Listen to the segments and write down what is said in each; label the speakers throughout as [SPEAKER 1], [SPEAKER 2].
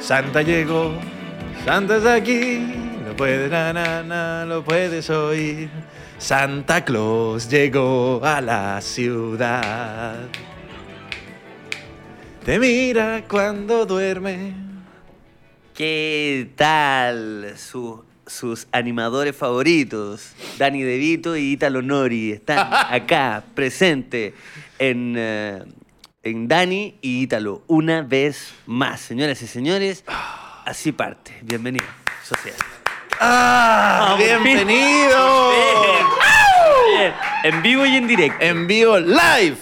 [SPEAKER 1] Santa llegó, Santa está aquí, lo puedes, na, na, na, lo puedes oír. Santa Claus llegó a la ciudad. Te mira cuando duerme.
[SPEAKER 2] ¿Qué tal su- sus animadores favoritos? Dani DeVito y Italo Nori están acá, presente en, eh, en Dani y Italo, una vez más. Señoras y señores, así parte. Bienvenido, sociedad.
[SPEAKER 1] ¡Ah!
[SPEAKER 2] Ah,
[SPEAKER 1] ¡Bienvenido!
[SPEAKER 2] Bien, En vivo y en directo.
[SPEAKER 1] En vivo live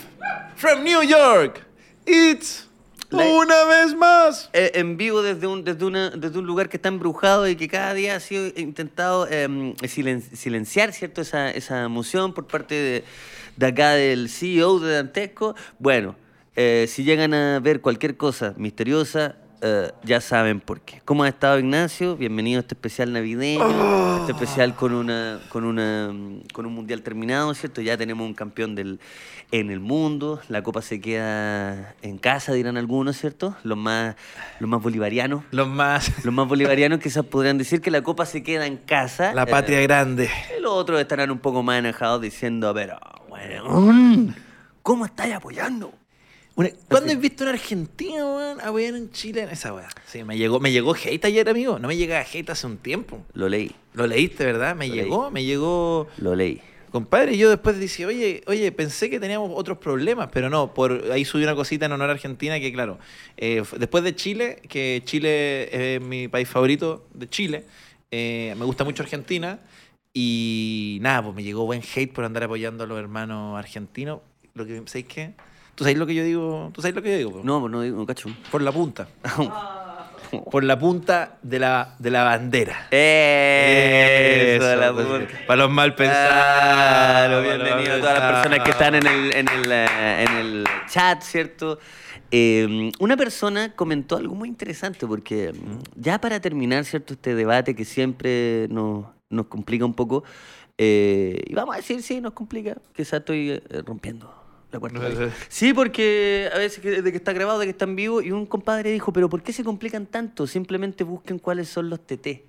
[SPEAKER 1] from New York. It's
[SPEAKER 2] Live.
[SPEAKER 1] una vez más.
[SPEAKER 2] Eh, en vivo desde un, desde, una- desde un lugar que está embrujado y que cada día ha sido intentado eh, silen- silenciar, ¿cierto? Esa, esa moción por parte de, de acá del CEO de Dantesco. Bueno, eh, si llegan a ver cualquier cosa misteriosa, eh, ya saben por qué. ¿Cómo ha estado Ignacio? Bienvenido a este especial navideño,
[SPEAKER 1] Oh.
[SPEAKER 2] este especial con una, con una mm, con un mundial terminado, ¿cierto? Ya tenemos un campeón del, en el mundo, la copa se queda en casa, dirán algunos, ¿cierto? Los más, los más bolivarianos.
[SPEAKER 1] Los más.
[SPEAKER 2] Los más bolivarianos quizás podrían decir que la copa se queda en casa.
[SPEAKER 1] La patria grande.
[SPEAKER 2] Y los otros estarán un poco más enojados diciendo, pero, weón, ¿cómo estáis apoyando?
[SPEAKER 1] Una- ¿Cuándo has visto un argentino, weón, apoyar en Chile en esa weá? Sí, me llegó, me llegó hate ayer, amigo. No me llegaba hate hace un tiempo.
[SPEAKER 2] Lo leí,
[SPEAKER 1] Lo leíste, ¿verdad? Me
[SPEAKER 2] Lo
[SPEAKER 1] llegó, me llegó.
[SPEAKER 2] lo leí.
[SPEAKER 1] Compadre, yo después dije, oye, oye, pensé que teníamos otros problemas, pero no, por ahí subí una cosita en honor a Argentina que, claro, eh, f- después de Chile, que Chile es mi país favorito de Chile, eh, me gusta mucho Argentina, y nada, pues me llegó buen hate por andar apoyando a los hermanos argentinos. Lo que, ¿Sabéis qué? ¿Tú sabéis lo que yo digo? ¿Tú sabéis lo que yo digo? po?
[SPEAKER 2] No, no digo, no cacho.
[SPEAKER 1] Por la punta. por la punta de la, de la bandera. Eso,
[SPEAKER 2] Eso, Eh,
[SPEAKER 1] Ah,
[SPEAKER 2] la
[SPEAKER 1] pues,
[SPEAKER 2] puta.
[SPEAKER 1] Para los mal pensados.
[SPEAKER 2] Claro, bienvenido a Ah, todas las personas que están en el, en el, eh, en el chat, ¿cierto? Eh, una persona comentó algo muy interesante porque mm, ya para terminar, ¿cierto? Este debate que siempre nos, nos complica un poco, eh, y vamos a decir, sí, nos complica, quizás estoy eh, rompiendo. La cuarta
[SPEAKER 1] No,
[SPEAKER 2] pared.
[SPEAKER 1] sí.
[SPEAKER 2] Sí, porque a veces que- de que está grabado, de que está en vivo, y un compadre dijo, pero ¿por qué se complican tanto? Simplemente busquen cuáles son los TT.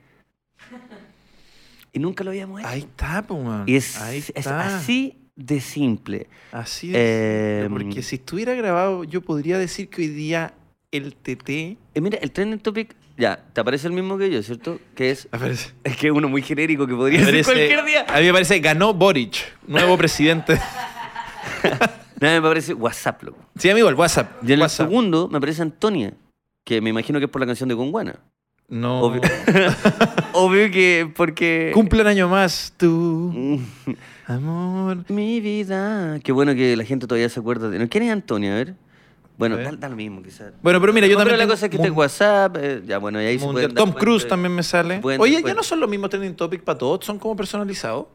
[SPEAKER 2] Y nunca lo habíamos hecho.
[SPEAKER 1] Ahí está, pues, man.
[SPEAKER 2] Y es,
[SPEAKER 1] Ahí
[SPEAKER 2] es
[SPEAKER 1] está.
[SPEAKER 2] así de simple.
[SPEAKER 1] Así de
[SPEAKER 2] Em,
[SPEAKER 1] simple, Porque si estuviera grabado, yo podría decir que hoy día el TT.
[SPEAKER 2] Eh, mira, el trending topic, ya, te aparece el mismo que yo, ¿cierto? Que es,
[SPEAKER 1] Aparece.
[SPEAKER 2] es que es uno muy genérico que podría ser cualquier día.
[SPEAKER 1] A mí me parece ganó Boric, nuevo presidente.
[SPEAKER 2] Nada, me aparece WhatsApp, loco.
[SPEAKER 1] Sí, amigo, el WhatsApp.
[SPEAKER 2] Y en el
[SPEAKER 1] WhatsApp.
[SPEAKER 2] segundo me aparece Antonia, que me imagino que es por la canción de Conguana.
[SPEAKER 1] No.
[SPEAKER 2] Obvio, Obvio que porque...
[SPEAKER 1] Cumple un año más, tú,
[SPEAKER 2] Mm,
[SPEAKER 1] amor.
[SPEAKER 2] Mi vida. Qué bueno que la gente todavía se acuerda de... ¿Quién es Antonia? A ver. Bueno,
[SPEAKER 1] A ver.
[SPEAKER 2] da, da lo mismo quizás.
[SPEAKER 1] Bueno, pero mira, yo
[SPEAKER 2] No,
[SPEAKER 1] también.
[SPEAKER 2] Pero la
[SPEAKER 1] tengo
[SPEAKER 2] cosa es que está en
[SPEAKER 1] mun-
[SPEAKER 2] WhatsApp, eh, ya bueno, y ahí se
[SPEAKER 1] mundial.
[SPEAKER 2] pueden dar
[SPEAKER 1] Tom Cruise
[SPEAKER 2] cuenta.
[SPEAKER 1] también me sale.
[SPEAKER 2] pueden dar
[SPEAKER 1] Oye, ya
[SPEAKER 2] cuenta.
[SPEAKER 1] no son los mismos trending topic para todos, son como personalizados.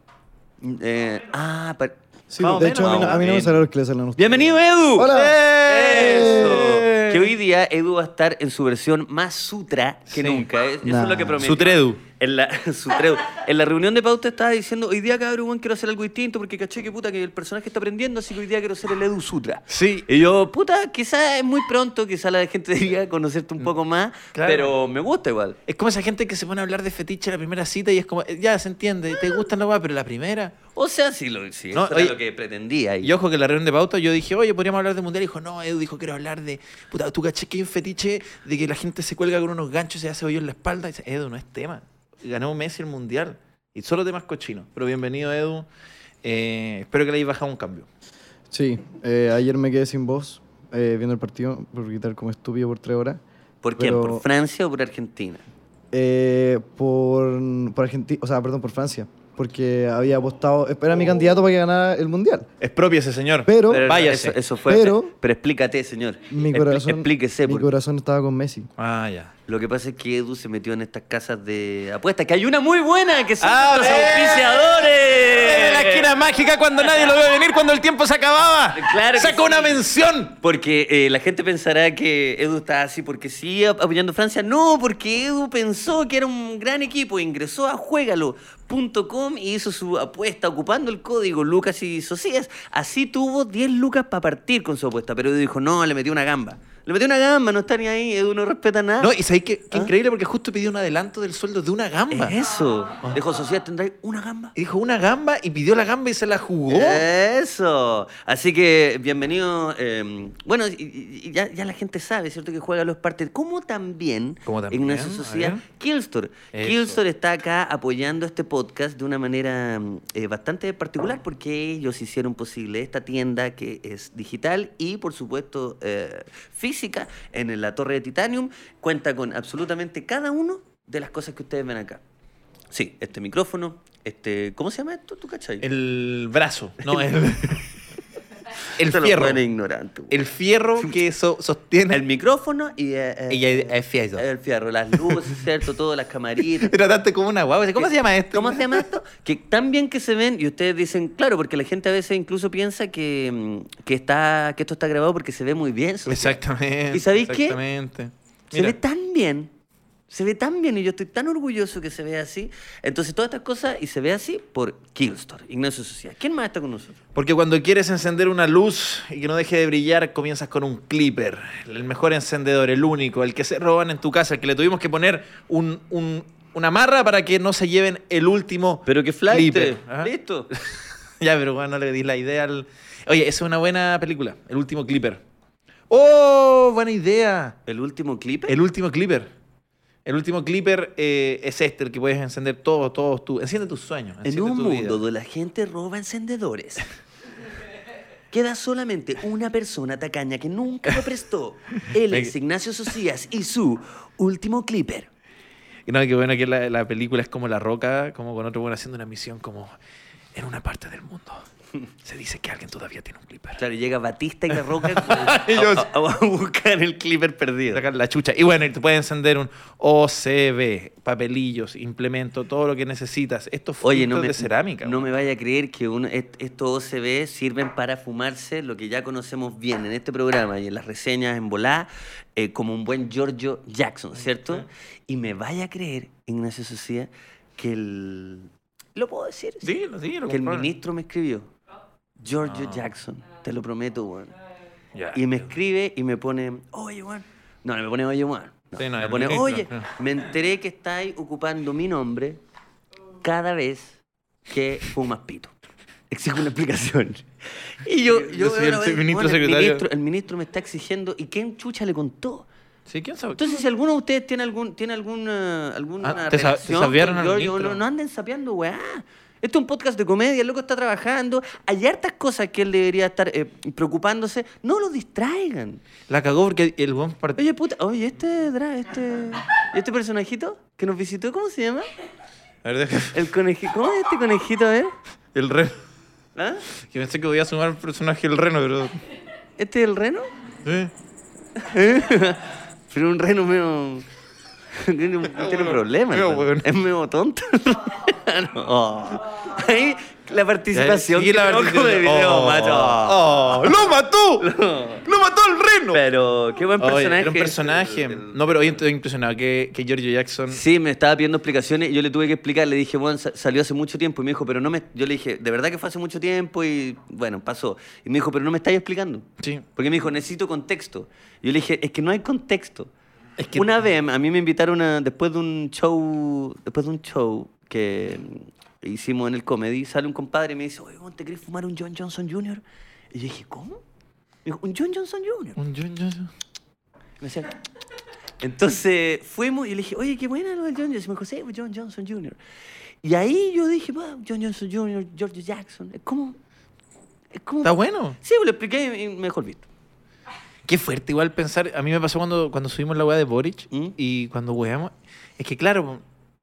[SPEAKER 2] Eh, ah, pa-
[SPEAKER 3] Sí,
[SPEAKER 1] Más o
[SPEAKER 3] de hecho,
[SPEAKER 1] menos,
[SPEAKER 3] a mí, no-
[SPEAKER 1] más
[SPEAKER 3] a
[SPEAKER 1] o
[SPEAKER 3] mí no me
[SPEAKER 1] menos.
[SPEAKER 3] salió el que le salen a ustedes.
[SPEAKER 2] ¡Bienvenido, Edu!
[SPEAKER 3] Hola.
[SPEAKER 2] ¡Eso!
[SPEAKER 1] ¡Eh!
[SPEAKER 2] Que hoy día Edu va a estar en su versión más sutra
[SPEAKER 1] Sí.
[SPEAKER 2] que nunca. Es- Eso
[SPEAKER 3] Nah.
[SPEAKER 2] es lo que prometió.
[SPEAKER 1] Sutredu.
[SPEAKER 2] En la, sutreo. En la reunión de Pauta estaba diciendo, hoy día, cabrón, weón, quiero hacer algo distinto porque caché que puta que el personaje está aprendiendo, así que hoy día quiero ser el Edu Sutra.
[SPEAKER 1] Sí,
[SPEAKER 2] Y yo, puta, quizás es muy pronto, quizás la gente diría conocerte un poco más,
[SPEAKER 1] Mm. Claro.
[SPEAKER 2] pero me gusta igual.
[SPEAKER 1] Es como esa gente que se pone a hablar de fetiche en la primera cita y es como, eh, ya se entiende, te gustan las weas, pero la primera.
[SPEAKER 2] O sea, sí, lo, sí
[SPEAKER 1] No,
[SPEAKER 2] eso era
[SPEAKER 1] oye,
[SPEAKER 2] lo que pretendía.
[SPEAKER 1] Y ojo que en la reunión de pauta yo dije, oye, podríamos hablar de mundial. Y dijo, no, Edu dijo, quiero hablar de. Puta, tú caché que hay un fetiche de que la gente se cuelga con unos ganchos y se hace hoyo en la espalda. Y dice, Edu, no es tema. Ganó Messi el mundial. Y solo temas cochinos. Pero bienvenido, Edu. Eh, espero que le hayáis bajado un cambio.
[SPEAKER 3] Sí, eh, ayer me quedé sin voz eh, viendo el partido por gritar como estúpido por tres horas.
[SPEAKER 2] ¿Por quién?
[SPEAKER 3] pero-
[SPEAKER 2] ¿Por Francia o por Argentina?
[SPEAKER 3] Eh, por por Argentina, o sea, perdón, por Francia. Porque había apostado, era mi candidato para que ganara el mundial.
[SPEAKER 1] Es propio ese señor.
[SPEAKER 3] Pero,
[SPEAKER 2] Pero
[SPEAKER 1] váyase.
[SPEAKER 2] Eso, eso fue. Pero,
[SPEAKER 3] Pero-
[SPEAKER 2] explícate, señor.
[SPEAKER 3] mi
[SPEAKER 2] Expli-
[SPEAKER 3] corazón,
[SPEAKER 2] explíquese.
[SPEAKER 3] mi
[SPEAKER 2] porque
[SPEAKER 3] corazón estaba con Messi.
[SPEAKER 1] Ah, ya.
[SPEAKER 2] Lo que pasa es que Edu se metió en estas casas de apuestas, que hay una muy buena, que son
[SPEAKER 1] ¡A
[SPEAKER 2] los
[SPEAKER 1] ver!
[SPEAKER 2] auspiciadores.
[SPEAKER 1] Desde ¡Ah, la esquina mágica cuando nadie lo ve venir, cuando el tiempo se acababa.
[SPEAKER 2] Claro que
[SPEAKER 1] Sacó
[SPEAKER 2] sí.
[SPEAKER 1] una mención.
[SPEAKER 2] Porque eh, la gente pensará que Edu está así porque sí ap- apoyando a Francia. No, porque Edu pensó que era un gran equipo. Ingresó a juegalo.com y hizo su apuesta ocupando el código Lucas y Socias. Así tuvo 10 lucas para partir con su apuesta. Pero Edu dijo, no, le metió una gamba. Le metió una gamba, no está ni ahí, Edu no respeta nada.
[SPEAKER 1] No, y sabéis que, que
[SPEAKER 2] ¿Ah?
[SPEAKER 1] increíble porque justo pidió un adelanto del sueldo de una gamba.
[SPEAKER 2] Es eso.
[SPEAKER 1] Ah.
[SPEAKER 2] Dijo, sociedad, ¿tendráis una gamba?
[SPEAKER 1] Y dijo una gamba y pidió la gamba y se la jugó.
[SPEAKER 2] Eh. Eso. Así que bienvenido. eh, bueno, y- y- y ya, ya la gente sabe, ¿cierto? Que juega los partes. Como también,
[SPEAKER 1] Como también,
[SPEAKER 2] en nuestra
[SPEAKER 1] a
[SPEAKER 2] sociedad,
[SPEAKER 1] ver.
[SPEAKER 2] Killstore.
[SPEAKER 1] Eso.
[SPEAKER 2] Killstore está acá apoyando este podcast de una manera mm, eh, bastante particular porque ellos hicieron posible esta tienda que es digital y, por supuesto, eh, física en la Torre de Titanium. Cuenta con absolutamente cada uno de las cosas que ustedes ven acá. Sí, este micrófono, este, ¿cómo se llama esto? ¿Tú cachai?
[SPEAKER 1] El brazo, no, el. el
[SPEAKER 2] Esto lo
[SPEAKER 1] fierro.
[SPEAKER 2] pone ignorante. güey.
[SPEAKER 1] El fierro que so- sostiene.
[SPEAKER 2] El micrófono y, eh, eh,
[SPEAKER 1] Y el- el fierro.
[SPEAKER 2] El fierro, las luces, ¿cierto? Todas las camaritas.
[SPEAKER 1] Trataste como una guagua. ¿Cómo se llama esto?
[SPEAKER 2] ¿Cómo se llama esto? Que tan bien que se ven y ustedes dicen, claro, porque la gente a veces incluso piensa que, mm, que, está, que esto está grabado porque se ve muy bien. ¿so?
[SPEAKER 1] Exactamente.
[SPEAKER 2] ¿Y sabéis qué?
[SPEAKER 1] Exactamente.
[SPEAKER 2] Se ve
[SPEAKER 1] Mira.
[SPEAKER 2] tan bien. Se ve tan bien y yo estoy tan orgulloso que se vea así. Entonces, todas estas cosas y se ve así por Killstore, Ignacio Sociedad. ¿Quién más está con nosotros?
[SPEAKER 1] Porque cuando quieres encender una luz y que no deje de brillar, comienzas con un clipper. El mejor encendedor, el único, el que se roban en tu casa, el que le tuvimos que poner un, un- una marra para que no se lleven el último
[SPEAKER 2] Pero que flight.
[SPEAKER 1] clipper. Ajá.
[SPEAKER 2] Listo.
[SPEAKER 1] Ya, pero bueno, no le di la idea al... Oye, esa es una buena película, el último clipper. ¡Oh! Buena idea.
[SPEAKER 2] El último clip.
[SPEAKER 1] El último clipper. El último clipper eh, es este, el que puedes encender todos, todos tus... Enciende tus sueños.
[SPEAKER 2] En
[SPEAKER 1] enciende
[SPEAKER 2] un
[SPEAKER 1] tu
[SPEAKER 2] mundo
[SPEAKER 1] vida.
[SPEAKER 2] donde la gente roba encendedores, queda solamente una persona tacaña que nunca lo prestó. Él es Ignacio Socias y su último clipper.
[SPEAKER 1] Y no, qué bueno que la, la película es como La Roca, como con otro bueno haciendo una misión como en una parte del mundo. Se dice que alguien todavía tiene un clipper.
[SPEAKER 2] Claro, llega Batista y la Roca
[SPEAKER 1] Y yo-
[SPEAKER 2] a, a- a buscar el clipper perdido.
[SPEAKER 1] Sacar la chucha. Y bueno, y te puedes encender un OCB, papelillos, implemento, todo lo que necesitas. Esto fue
[SPEAKER 2] Oye, no me,
[SPEAKER 1] de cerámica.
[SPEAKER 2] no
[SPEAKER 1] güey.
[SPEAKER 2] me vaya a creer que uno, est- estos OCB sirven para fumarse lo que ya conocemos bien en este programa y en las reseñas en volá, eh, como un buen Giorgio Jackson, ¿cierto? Y me vaya a creer, Ignacio Socia, que el... ¿Lo puedo decir?
[SPEAKER 1] Dilo, dilo,
[SPEAKER 2] que el
[SPEAKER 1] compadre.
[SPEAKER 2] ministro me escribió. Giorgio
[SPEAKER 1] Ah.
[SPEAKER 2] Jackson, te lo prometo, weón.
[SPEAKER 1] Ya.
[SPEAKER 2] Y me escribe y me pone, oye, Juan. No, no me pone, oye, Juan. No,
[SPEAKER 1] Sí, no,
[SPEAKER 2] me
[SPEAKER 1] el
[SPEAKER 2] pone,
[SPEAKER 1] ministro,
[SPEAKER 2] oye,
[SPEAKER 1] claro.
[SPEAKER 2] me enteré que estáis ocupando mi nombre cada vez que fumas pito. Exijo una explicación. Y yo, yo,
[SPEAKER 1] Yo soy
[SPEAKER 2] veo la
[SPEAKER 1] el
[SPEAKER 2] weá y,
[SPEAKER 1] ministro
[SPEAKER 2] weón, el,
[SPEAKER 1] secretario.
[SPEAKER 2] ministro, el ministro me está exigiendo, ¿y quién chucha le contó?
[SPEAKER 1] Sí, quién sabe.
[SPEAKER 2] Entonces, si alguno de ustedes tiene algún, tiene alguna, alguna
[SPEAKER 1] Ah, te sa- te
[SPEAKER 2] relación
[SPEAKER 1] sapearon
[SPEAKER 2] con
[SPEAKER 1] al
[SPEAKER 2] Giorgio,
[SPEAKER 1] ministro.
[SPEAKER 2] no, no anden sapeando, weá. Este es un podcast de comedia, el loco está trabajando. Hay hartas cosas que él debería estar eh, preocupándose. No lo distraigan.
[SPEAKER 1] La cagó porque el buen partido.
[SPEAKER 2] Oye, puta, oye, este, dra- este, este personajito que nos visitó, ¿cómo se llama?
[SPEAKER 1] A ver, deja-
[SPEAKER 2] El conejito, ¿cómo es este conejito, eh?
[SPEAKER 1] El reno.
[SPEAKER 2] ¿Ah?
[SPEAKER 1] Que pensé que podía sumar un personaje el reno, pero.
[SPEAKER 2] ¿Este es el reno?
[SPEAKER 1] Sí.
[SPEAKER 2] Pero un reno medio... Tiene, un- tiene un problema.
[SPEAKER 1] medio
[SPEAKER 2] hermano.
[SPEAKER 1] hueón.
[SPEAKER 2] Es medio tonto. No. Ahí la participación
[SPEAKER 1] Sigue
[SPEAKER 2] que
[SPEAKER 1] la
[SPEAKER 2] tengo
[SPEAKER 1] versión
[SPEAKER 2] de video,
[SPEAKER 1] Oh,
[SPEAKER 2] macho.
[SPEAKER 1] oh, ¡Lo mató! ¡Lo mató el reno!
[SPEAKER 2] Pero qué buen
[SPEAKER 1] Oye,
[SPEAKER 2] personaje.
[SPEAKER 1] era un personaje. No, pero hoy estoy impresionado que, que Giorgio Jackson.
[SPEAKER 2] Sí, me estaba pidiendo explicaciones y yo le tuve que explicar. Le dije, bueno, sa- salió hace mucho tiempo. Y me dijo, pero no me. Yo le dije, de verdad que fue hace mucho tiempo y bueno, pasó. Y me dijo, pero no me estáis explicando.
[SPEAKER 1] Sí.
[SPEAKER 2] Porque me dijo, necesito contexto. Y yo le dije, es que no hay contexto.
[SPEAKER 1] Es que-
[SPEAKER 2] Una vez a mí me invitaron a, después de un show, después de un show que mm, hicimos en el comedy, sale un compadre y me dice, oye, weón, ¿te querés fumar un John Johnson Jr.? Y yo dije, ¿cómo? Me dijo, un John Johnson Jr.
[SPEAKER 1] Un John Jackson.
[SPEAKER 2] Me decía, entonces fuimos y le dije, oye, qué buena lo del John Johnson. Y me dijo, sí, John Johnson Jr. Y ahí yo dije, "Wow, John Johnson Jr., George Jackson. Es como. Es como
[SPEAKER 1] Está bueno.
[SPEAKER 2] Sí, pues, lo expliqué y mejor visto.
[SPEAKER 1] Qué fuerte igual pensar. A mí me pasó cuando, cuando subimos la weá de Boric
[SPEAKER 2] ¿Mm?
[SPEAKER 1] y cuando weamos. Es que claro,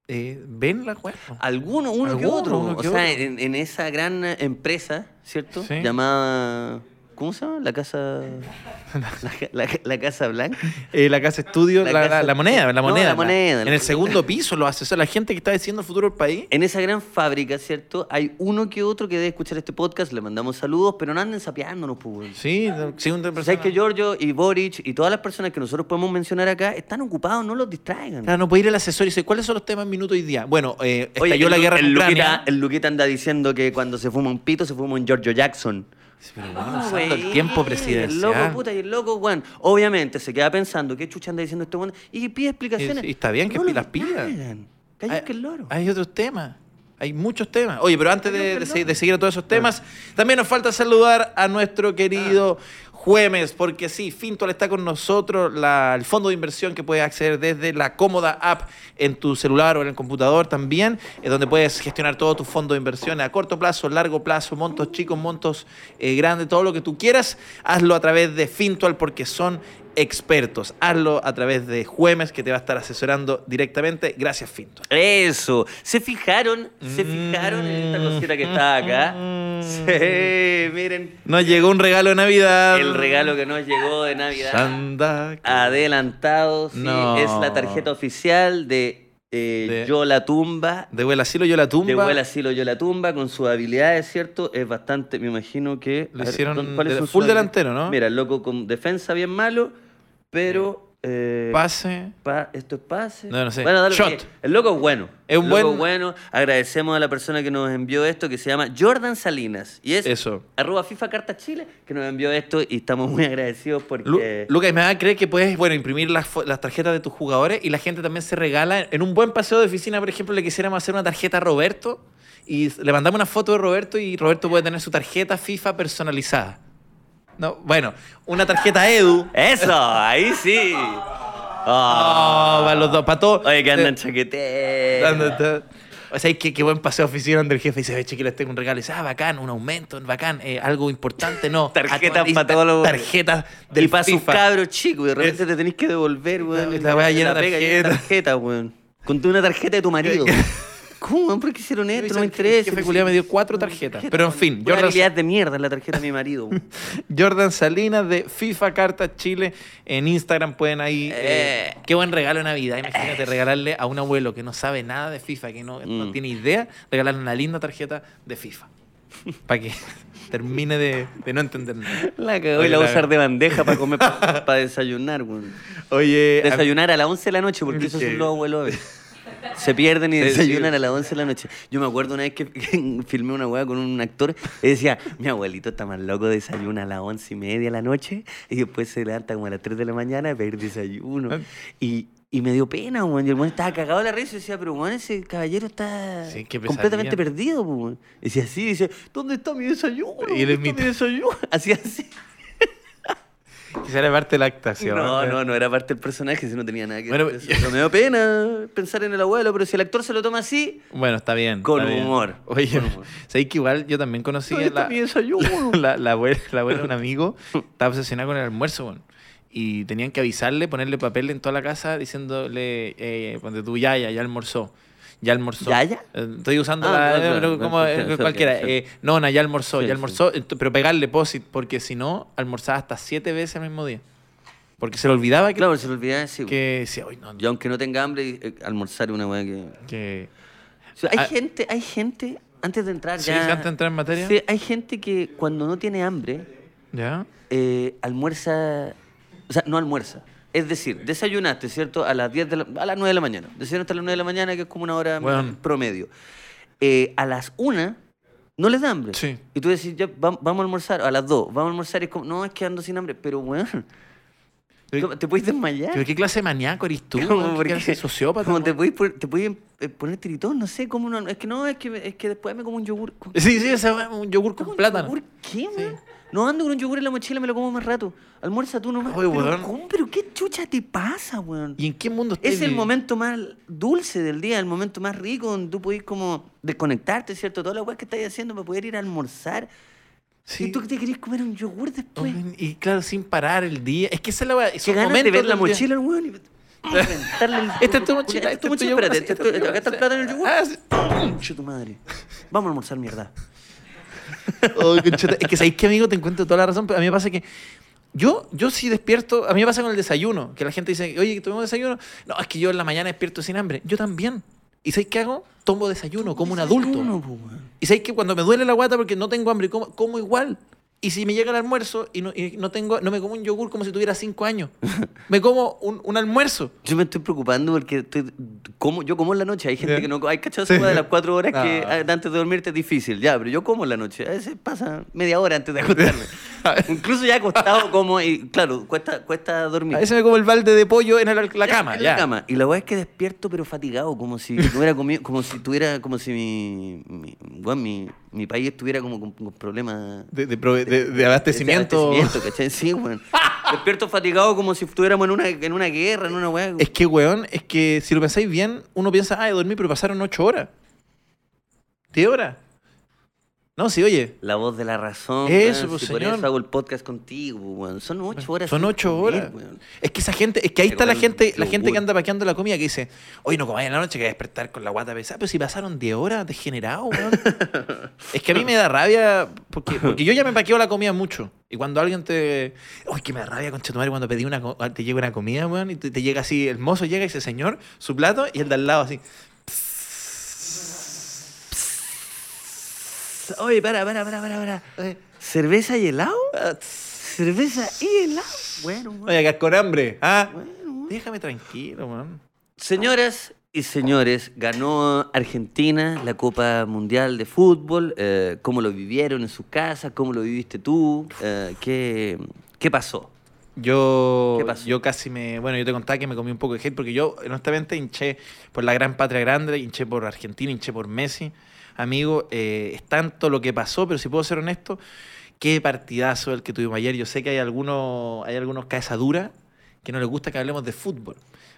[SPEAKER 1] eh, ven la weá. po.
[SPEAKER 2] Alguno, uno que
[SPEAKER 1] Alguno,
[SPEAKER 2] otro.
[SPEAKER 1] uno que
[SPEAKER 2] o sea,
[SPEAKER 1] otro.
[SPEAKER 2] En, en esa gran eh, empresa, ¿cierto?
[SPEAKER 1] Sí.
[SPEAKER 2] Llamada. ¿Cómo se llama? La Casa. La, ca- la ca- la Casa Blanca.
[SPEAKER 1] Eh, la casa estudio,
[SPEAKER 2] La
[SPEAKER 1] la, la-
[SPEAKER 2] casa-
[SPEAKER 1] la moneda, la
[SPEAKER 2] No,
[SPEAKER 1] moneda.
[SPEAKER 2] la moneda.
[SPEAKER 1] En el segundo piso lo hace. O sea, la gente que está diciendo el futuro del país.
[SPEAKER 2] En esa gran fábrica, ¿cierto? Hay uno que otro que debe escuchar este podcast, le mandamos saludos, pero no anden sapeándonos, pues. weón.
[SPEAKER 1] Sí, sí, un
[SPEAKER 2] Pero sabes que Giorgio y Boric y todas las personas que nosotros podemos mencionar acá están ocupados, no los distraigan.
[SPEAKER 1] Claro, no puede ir el asesor y dice, ¿cuáles son los temas en minuto hoy día? Bueno, eh, estalló
[SPEAKER 2] el
[SPEAKER 1] la
[SPEAKER 2] Lu-
[SPEAKER 1] guerra en
[SPEAKER 2] el Luquita,
[SPEAKER 1] Ucrania.
[SPEAKER 2] Ah, el Luquita anda diciendo que cuando se fuma un pito se fuma un Giorgio Jackson.
[SPEAKER 1] Sí, Pero bueno,
[SPEAKER 2] No,
[SPEAKER 1] usando el
[SPEAKER 2] güey,
[SPEAKER 1] tiempo
[SPEAKER 2] El
[SPEAKER 1] presidencial.
[SPEAKER 2] loco, puta, y el loco, weón. Obviamente se queda pensando, ¿qué chucha anda diciendo este weón? Y pide explicaciones.
[SPEAKER 1] Y- y está bien que
[SPEAKER 2] lo
[SPEAKER 1] las pida.
[SPEAKER 2] hagan. Calla
[SPEAKER 1] Hay-
[SPEAKER 2] que el loro.
[SPEAKER 1] Hay otros temas. Hay muchos temas. Oye, pero antes de, de se- de seguir a todos esos temas, también nos falta saludar a nuestro querido Juemes, porque sí, Fintual está con nosotros, la- el fondo de inversión que puedes acceder desde la cómoda app en tu celular o en el computador también, es donde puedes gestionar todo tu fondo de inversión a corto plazo, largo plazo, montos chicos, montos eh, grandes, todo lo que tú quieras, hazlo a través de Fintual porque son expertos. Hazlo a través de Juemes que te va a estar asesorando directamente. Gracias, Fintual.
[SPEAKER 2] Eso. ¿Se fijaron? ¿Se fijaron en esta cosita que está acá? Sí, miren.
[SPEAKER 1] Nos llegó un regalo de Navidad.
[SPEAKER 2] El regalo que nos llegó de Navidad.
[SPEAKER 1] Santa.
[SPEAKER 2] Adelantado, sí.
[SPEAKER 1] No.
[SPEAKER 2] Es la tarjeta oficial de, eh,
[SPEAKER 1] De-
[SPEAKER 2] Yo la Tumba.
[SPEAKER 1] De vuelo al asilo, yo la tumba.
[SPEAKER 2] De vuela asilo yo la tumba, con sus habilidades, ¿cierto? Es bastante, me imagino que.
[SPEAKER 1] Lo
[SPEAKER 2] a ver,
[SPEAKER 1] hicieron
[SPEAKER 2] ¿dónde- cuáles
[SPEAKER 1] de-
[SPEAKER 2] son sus
[SPEAKER 1] full
[SPEAKER 2] habilidades?
[SPEAKER 1] delantero, ¿no?
[SPEAKER 2] Mira, el loco con defensa bien malo, pero. eh,
[SPEAKER 1] Pase.
[SPEAKER 2] pa- ¿Esto es pase?
[SPEAKER 1] No, no sé.
[SPEAKER 2] Bueno, da lo
[SPEAKER 1] Shot.
[SPEAKER 2] que- El loco es bueno.
[SPEAKER 1] Es un
[SPEAKER 2] El loco
[SPEAKER 1] buen-
[SPEAKER 2] es bueno. Agradecemos a la persona que nos envió esto, que se llama Jordan Salinas. Y es
[SPEAKER 1] Eso.
[SPEAKER 2] arroba FIFA Cartas Chile, que nos envió esto y estamos muy agradecidos porque.
[SPEAKER 1] Lu- Lucas, ¿y me va a creer que puedes, bueno, imprimir las, fo- las tarjetas de tus jugadores y la gente también se regala. En un buen paseo de oficina, por ejemplo, le quisiéramos hacer una tarjeta a Roberto y le mandamos una foto de Roberto y Roberto puede tener su tarjeta FIFA personalizada. No, bueno, una tarjeta a Edu.
[SPEAKER 2] ¡Eso! Ahí sí. Ah.
[SPEAKER 1] Oh, para los dos, para todos.
[SPEAKER 2] Oye, que andan
[SPEAKER 1] Eh,
[SPEAKER 2] chaqueteando.
[SPEAKER 1] Dando- da- O sea, qué, qué buen paseo a oficina donde el jefe dice, ve, chiquillos, tengo un regalo. Y dice, ah, bacán, un aumento, bacán, eh, algo importante, no.
[SPEAKER 2] Tarjetas
[SPEAKER 1] Actualiza-
[SPEAKER 2] pa' todos los-
[SPEAKER 1] Tarjetas del
[SPEAKER 2] y para sus
[SPEAKER 1] FIFA.
[SPEAKER 2] cabros chicos, y de repente te tenés que devolver, weón.
[SPEAKER 1] La- la weá llena de
[SPEAKER 2] pega,
[SPEAKER 1] tarjetas.
[SPEAKER 2] tarjetas, weón. Conté una tarjeta de tu marido. ¿Cómo, weón? ¿Por qué hicieron
[SPEAKER 1] Yo
[SPEAKER 2] esto?
[SPEAKER 1] hice
[SPEAKER 2] No me
[SPEAKER 1] el
[SPEAKER 2] interesa.
[SPEAKER 1] jefe culiao me dio cuatro tarjetas. Pero en fin,
[SPEAKER 2] Una
[SPEAKER 1] Jordan-
[SPEAKER 2] habilidad de mierda es la tarjeta de mi marido. weón.
[SPEAKER 1] Jordan Salinas de FIFA Carta Chile en Instagram pueden ahí. eh,
[SPEAKER 2] Eh.
[SPEAKER 1] qué buen regalo de Navidad. Imagínate regalarle a un abuelo que no sabe nada de FIFA, que no, no
[SPEAKER 2] Mm.
[SPEAKER 1] tiene idea, regalarle una linda tarjeta de FIFA. Para que termine de, de no entender nada.
[SPEAKER 2] La cagó y la voy a usar de bandeja para comer, para desayunar, weón.
[SPEAKER 1] Oye, Eh, a-
[SPEAKER 2] Desayunar a las 11 de la noche, porque esos son los abuelos. a veces. Se pierden y
[SPEAKER 1] Sí, sí.
[SPEAKER 2] desayunan a las 11 de la noche. Yo me acuerdo una vez que filmé una hueá con un actor y decía, mi abuelito está más loco, desayuna a las 11 y media de la noche y después se levanta como a las 3 de la mañana a pedir
[SPEAKER 1] Ah.
[SPEAKER 2] desayuno. Y, y me dio pena, weón. Y el weón estaba cagado de la risa y decía, pero weón, ese caballero está
[SPEAKER 1] Sí, qué pesadilla.
[SPEAKER 2] completamente perdido, pues, weón. Y decía así, dice, ¿dónde está mi desayuno?
[SPEAKER 1] Y él es
[SPEAKER 2] ¿Dónde está mi
[SPEAKER 1] mi-
[SPEAKER 2] desayuno? Así, así.
[SPEAKER 1] Quizá era parte de la actuación.
[SPEAKER 2] No, no, no era parte del personaje, si no tenía nada que
[SPEAKER 1] Bueno,
[SPEAKER 2] ver. con eso. Pero me dio pena pensar en el abuelo, pero si el actor se lo toma así,
[SPEAKER 1] Bueno, está bien.
[SPEAKER 2] Con
[SPEAKER 1] está bien.
[SPEAKER 2] humor,
[SPEAKER 1] Oye,
[SPEAKER 2] con humor.
[SPEAKER 1] sabéis que igual yo también conocí
[SPEAKER 2] Todavía
[SPEAKER 1] a la,
[SPEAKER 2] está mi desayuno.
[SPEAKER 1] la, la abuela, la abuela de un amigo. Estaba obsesionada con el almuerzo, weón. Y tenían que avisarle, ponerle papel en toda la casa diciéndole, eh, ponte tú, ya, ya, ya almorzó. Ya almorzó.
[SPEAKER 2] ¿Yaya?
[SPEAKER 1] Eh, Estoy usando
[SPEAKER 2] Ah,
[SPEAKER 1] la,
[SPEAKER 2] claro,
[SPEAKER 1] eh,
[SPEAKER 2] claro,
[SPEAKER 1] como
[SPEAKER 2] claro,
[SPEAKER 1] eh,
[SPEAKER 2] claro,
[SPEAKER 1] cualquiera.
[SPEAKER 2] claro.
[SPEAKER 1] Eh, nona, ya almorzó,
[SPEAKER 2] Sí,
[SPEAKER 1] ya almorzó. eh, Ent- Pero pegarle posit, porque si no, almorzaba hasta siete veces al mismo día. Porque se le olvidaba que,
[SPEAKER 2] claro, se lo olvidaba así.
[SPEAKER 1] que decía, "Ay, no,
[SPEAKER 2] Yo aunque no tenga hambre, eh, almorzar es una weá que.
[SPEAKER 1] que
[SPEAKER 2] O sea, hay
[SPEAKER 1] Ah.
[SPEAKER 2] gente, hay gente, antes de entrar
[SPEAKER 1] Sí,
[SPEAKER 2] Ah, ya.
[SPEAKER 1] antes de entrar en materia.
[SPEAKER 2] Sí, hay gente que cuando no tiene hambre,
[SPEAKER 1] ¿Ya?
[SPEAKER 2] eh, almuerza. O sea, no almuerza. Es decir, desayunaste, ¿cierto? A las 10 de la, a las 9 de la mañana. Desayunaste a las 9 de la mañana, que es como una hora
[SPEAKER 1] Bueno.
[SPEAKER 2] promedio. Eh, a las 1 no les da hambre.
[SPEAKER 1] Sí.
[SPEAKER 2] Y tú decís, ya, vam- vamos a almorzar. A las 2, vamos a almorzar. Y es como, no, es que ando sin hambre. Pero, bueno,
[SPEAKER 1] Pero-
[SPEAKER 2] te puedes desmayar.
[SPEAKER 1] ¿Pero qué clase de maníaco eres tú?
[SPEAKER 2] Como
[SPEAKER 1] weón? ¿Qué
[SPEAKER 2] porque-
[SPEAKER 1] clase de sociópata?
[SPEAKER 2] como te
[SPEAKER 1] weón?
[SPEAKER 2] puedes pon- te puedes, eh, poner tiritón, no sé, cómo no. Es que no, es que, es que después me como un yogur. ¿Con-
[SPEAKER 1] Sí, sí, ese weón, un yogur con
[SPEAKER 2] ¿Con
[SPEAKER 1] plátano.
[SPEAKER 2] yogur qué, man? No ando con un yogur en la mochila, me lo como más rato. Almuerza tú nomás.
[SPEAKER 1] Oye,
[SPEAKER 2] pero,
[SPEAKER 1] weón.
[SPEAKER 2] ¿cómo? ¿Pero qué chucha te pasa, weón?
[SPEAKER 1] ¿Y en qué mundo estás
[SPEAKER 2] Es el
[SPEAKER 1] viviendo?
[SPEAKER 2] momento más dulce del día, el momento más rico donde tú podés como desconectarte, ¿cierto? Toda la weá que estás haciendo para poder ir a almorzar.
[SPEAKER 1] Sí.
[SPEAKER 2] Y tú te querés comer un yogur después.
[SPEAKER 1] Y claro, sin parar el día. Es que esa es la verdad.
[SPEAKER 2] Que pues. ganas de ver la mochila, weón. y- Reventarle el-
[SPEAKER 1] Esta es tu mochila.
[SPEAKER 2] Esta es tu
[SPEAKER 1] este
[SPEAKER 2] mochila.
[SPEAKER 1] yogur,
[SPEAKER 2] Espérate,
[SPEAKER 1] así,
[SPEAKER 2] este es tu-
[SPEAKER 1] yogur,
[SPEAKER 2] acá está el
[SPEAKER 1] así.
[SPEAKER 2] plátano y el yogur.
[SPEAKER 1] Ah, sí.
[SPEAKER 2] Concha tu madre. Vamos a almorzar mierda.
[SPEAKER 1] Oh, conchota. es que sabéis que, amigo, te encuentro toda la razón. Pero a mí me pasa que. Yo, yo sí despierto, a mí me pasa con el desayuno, que la gente dice, oye, ¿tomemos desayuno? No, es que yo en la mañana despierto sin hambre. Yo también. ¿Y sabéis qué hago? Tomo desayuno como un adulto.
[SPEAKER 2] Desayuno, po, weón.
[SPEAKER 1] Y sabéis que cuando me duele la guata porque no tengo hambre, como, como igual. Y si me llega el almuerzo y no, y no tengo, no me como un yogur como si tuviera cinco años. Me como un, un almuerzo.
[SPEAKER 2] Yo me estoy preocupando porque estoy, como, yo como en la noche. Hay gente
[SPEAKER 1] Ya.
[SPEAKER 2] que no. co- Hay cachazos
[SPEAKER 1] Sí.
[SPEAKER 2] de las cuatro horas que
[SPEAKER 1] Ah.
[SPEAKER 2] ah, antes de dormirte es difícil. Ya, pero yo como en la noche. A veces pasa media hora antes de acostarme. Incluso ya acostado como. Y, claro, cuesta, cuesta dormir.
[SPEAKER 1] A veces me como el balde de pollo en el- la cama.
[SPEAKER 2] En
[SPEAKER 1] ya.
[SPEAKER 2] la cama. Y la weá es que despierto, pero fatigado, como si no hubiera comido, como si tuviera, como si mi, mi, weón, mi, mi país estuviera como con, con problemas
[SPEAKER 1] De, de prove- de- de abastecimiento.
[SPEAKER 2] de abastecimiento, ¿cachai? Sí, weón. Despierto fatigado como si estuviéramos en una, en una guerra, en una weá.
[SPEAKER 1] Es que, weón, es que si lo pensáis bien, uno piensa, ah, dormí, pero pasaron ocho horas. ¿Diez horas? No, sí, oye.
[SPEAKER 2] La voz de la razón.
[SPEAKER 1] Eso,
[SPEAKER 2] weón,
[SPEAKER 1] pues,
[SPEAKER 2] si Por
[SPEAKER 1] señor.
[SPEAKER 2] eso hago el podcast contigo, weón. Son ocho horas.
[SPEAKER 1] Son
[SPEAKER 2] sin
[SPEAKER 1] ocho
[SPEAKER 2] comer,
[SPEAKER 1] horas.
[SPEAKER 2] weón.
[SPEAKER 1] Es que esa gente, es que ahí
[SPEAKER 2] Te
[SPEAKER 1] está la
[SPEAKER 2] comen
[SPEAKER 1] gente, la
[SPEAKER 2] yogur.
[SPEAKER 1] gente que anda paqueando la comida que dice, hoy no comáis en la noche que voy a despertar con la guata pesada, pero si pasaron 10 horas, degenerado, weón. es que a mí me da rabia, porque, porque yo ya me paqueo la comida mucho. Y cuando alguien te. Uy, que me da rabia, concha tu madre, cuando pedí una, co- ah, te llega una comida, weón, y te, te llega así, el mozo llega y dice, señor, su plato, y el de al lado así.
[SPEAKER 2] Oye, para, para, para, para, para.
[SPEAKER 1] Eh.
[SPEAKER 2] Oye, ¿Cerveza y helado?
[SPEAKER 1] "Ah,
[SPEAKER 2] ¿Cerveza y helado? Bueno, weón.
[SPEAKER 1] Oye, que con hambre, ¿ah?
[SPEAKER 2] bueno, weón.
[SPEAKER 1] Déjame tranquilo, weón.
[SPEAKER 2] Señoras y señores, ganó Argentina la Copa Mundial de Fútbol. Eh, ¿Cómo lo vivieron en su casa? ¿Cómo lo viviste tú? Eh, ¿qué, ¿Qué pasó?
[SPEAKER 1] Yo,
[SPEAKER 2] ¿Qué pasó?
[SPEAKER 1] yo casi me. Bueno, yo te contaba que me comí un poco de hate porque yo, honestamente, hinché por la gran patria grande, hinché por Argentina, hinché por Messi. Amigo, eh, es tanto lo que pasó, pero si puedo ser honesto, qué partidazo el que tuvimos ayer. Yo sé que hay algunos, hay algunos caesaduras que no les gusta que hablemos de fútbol.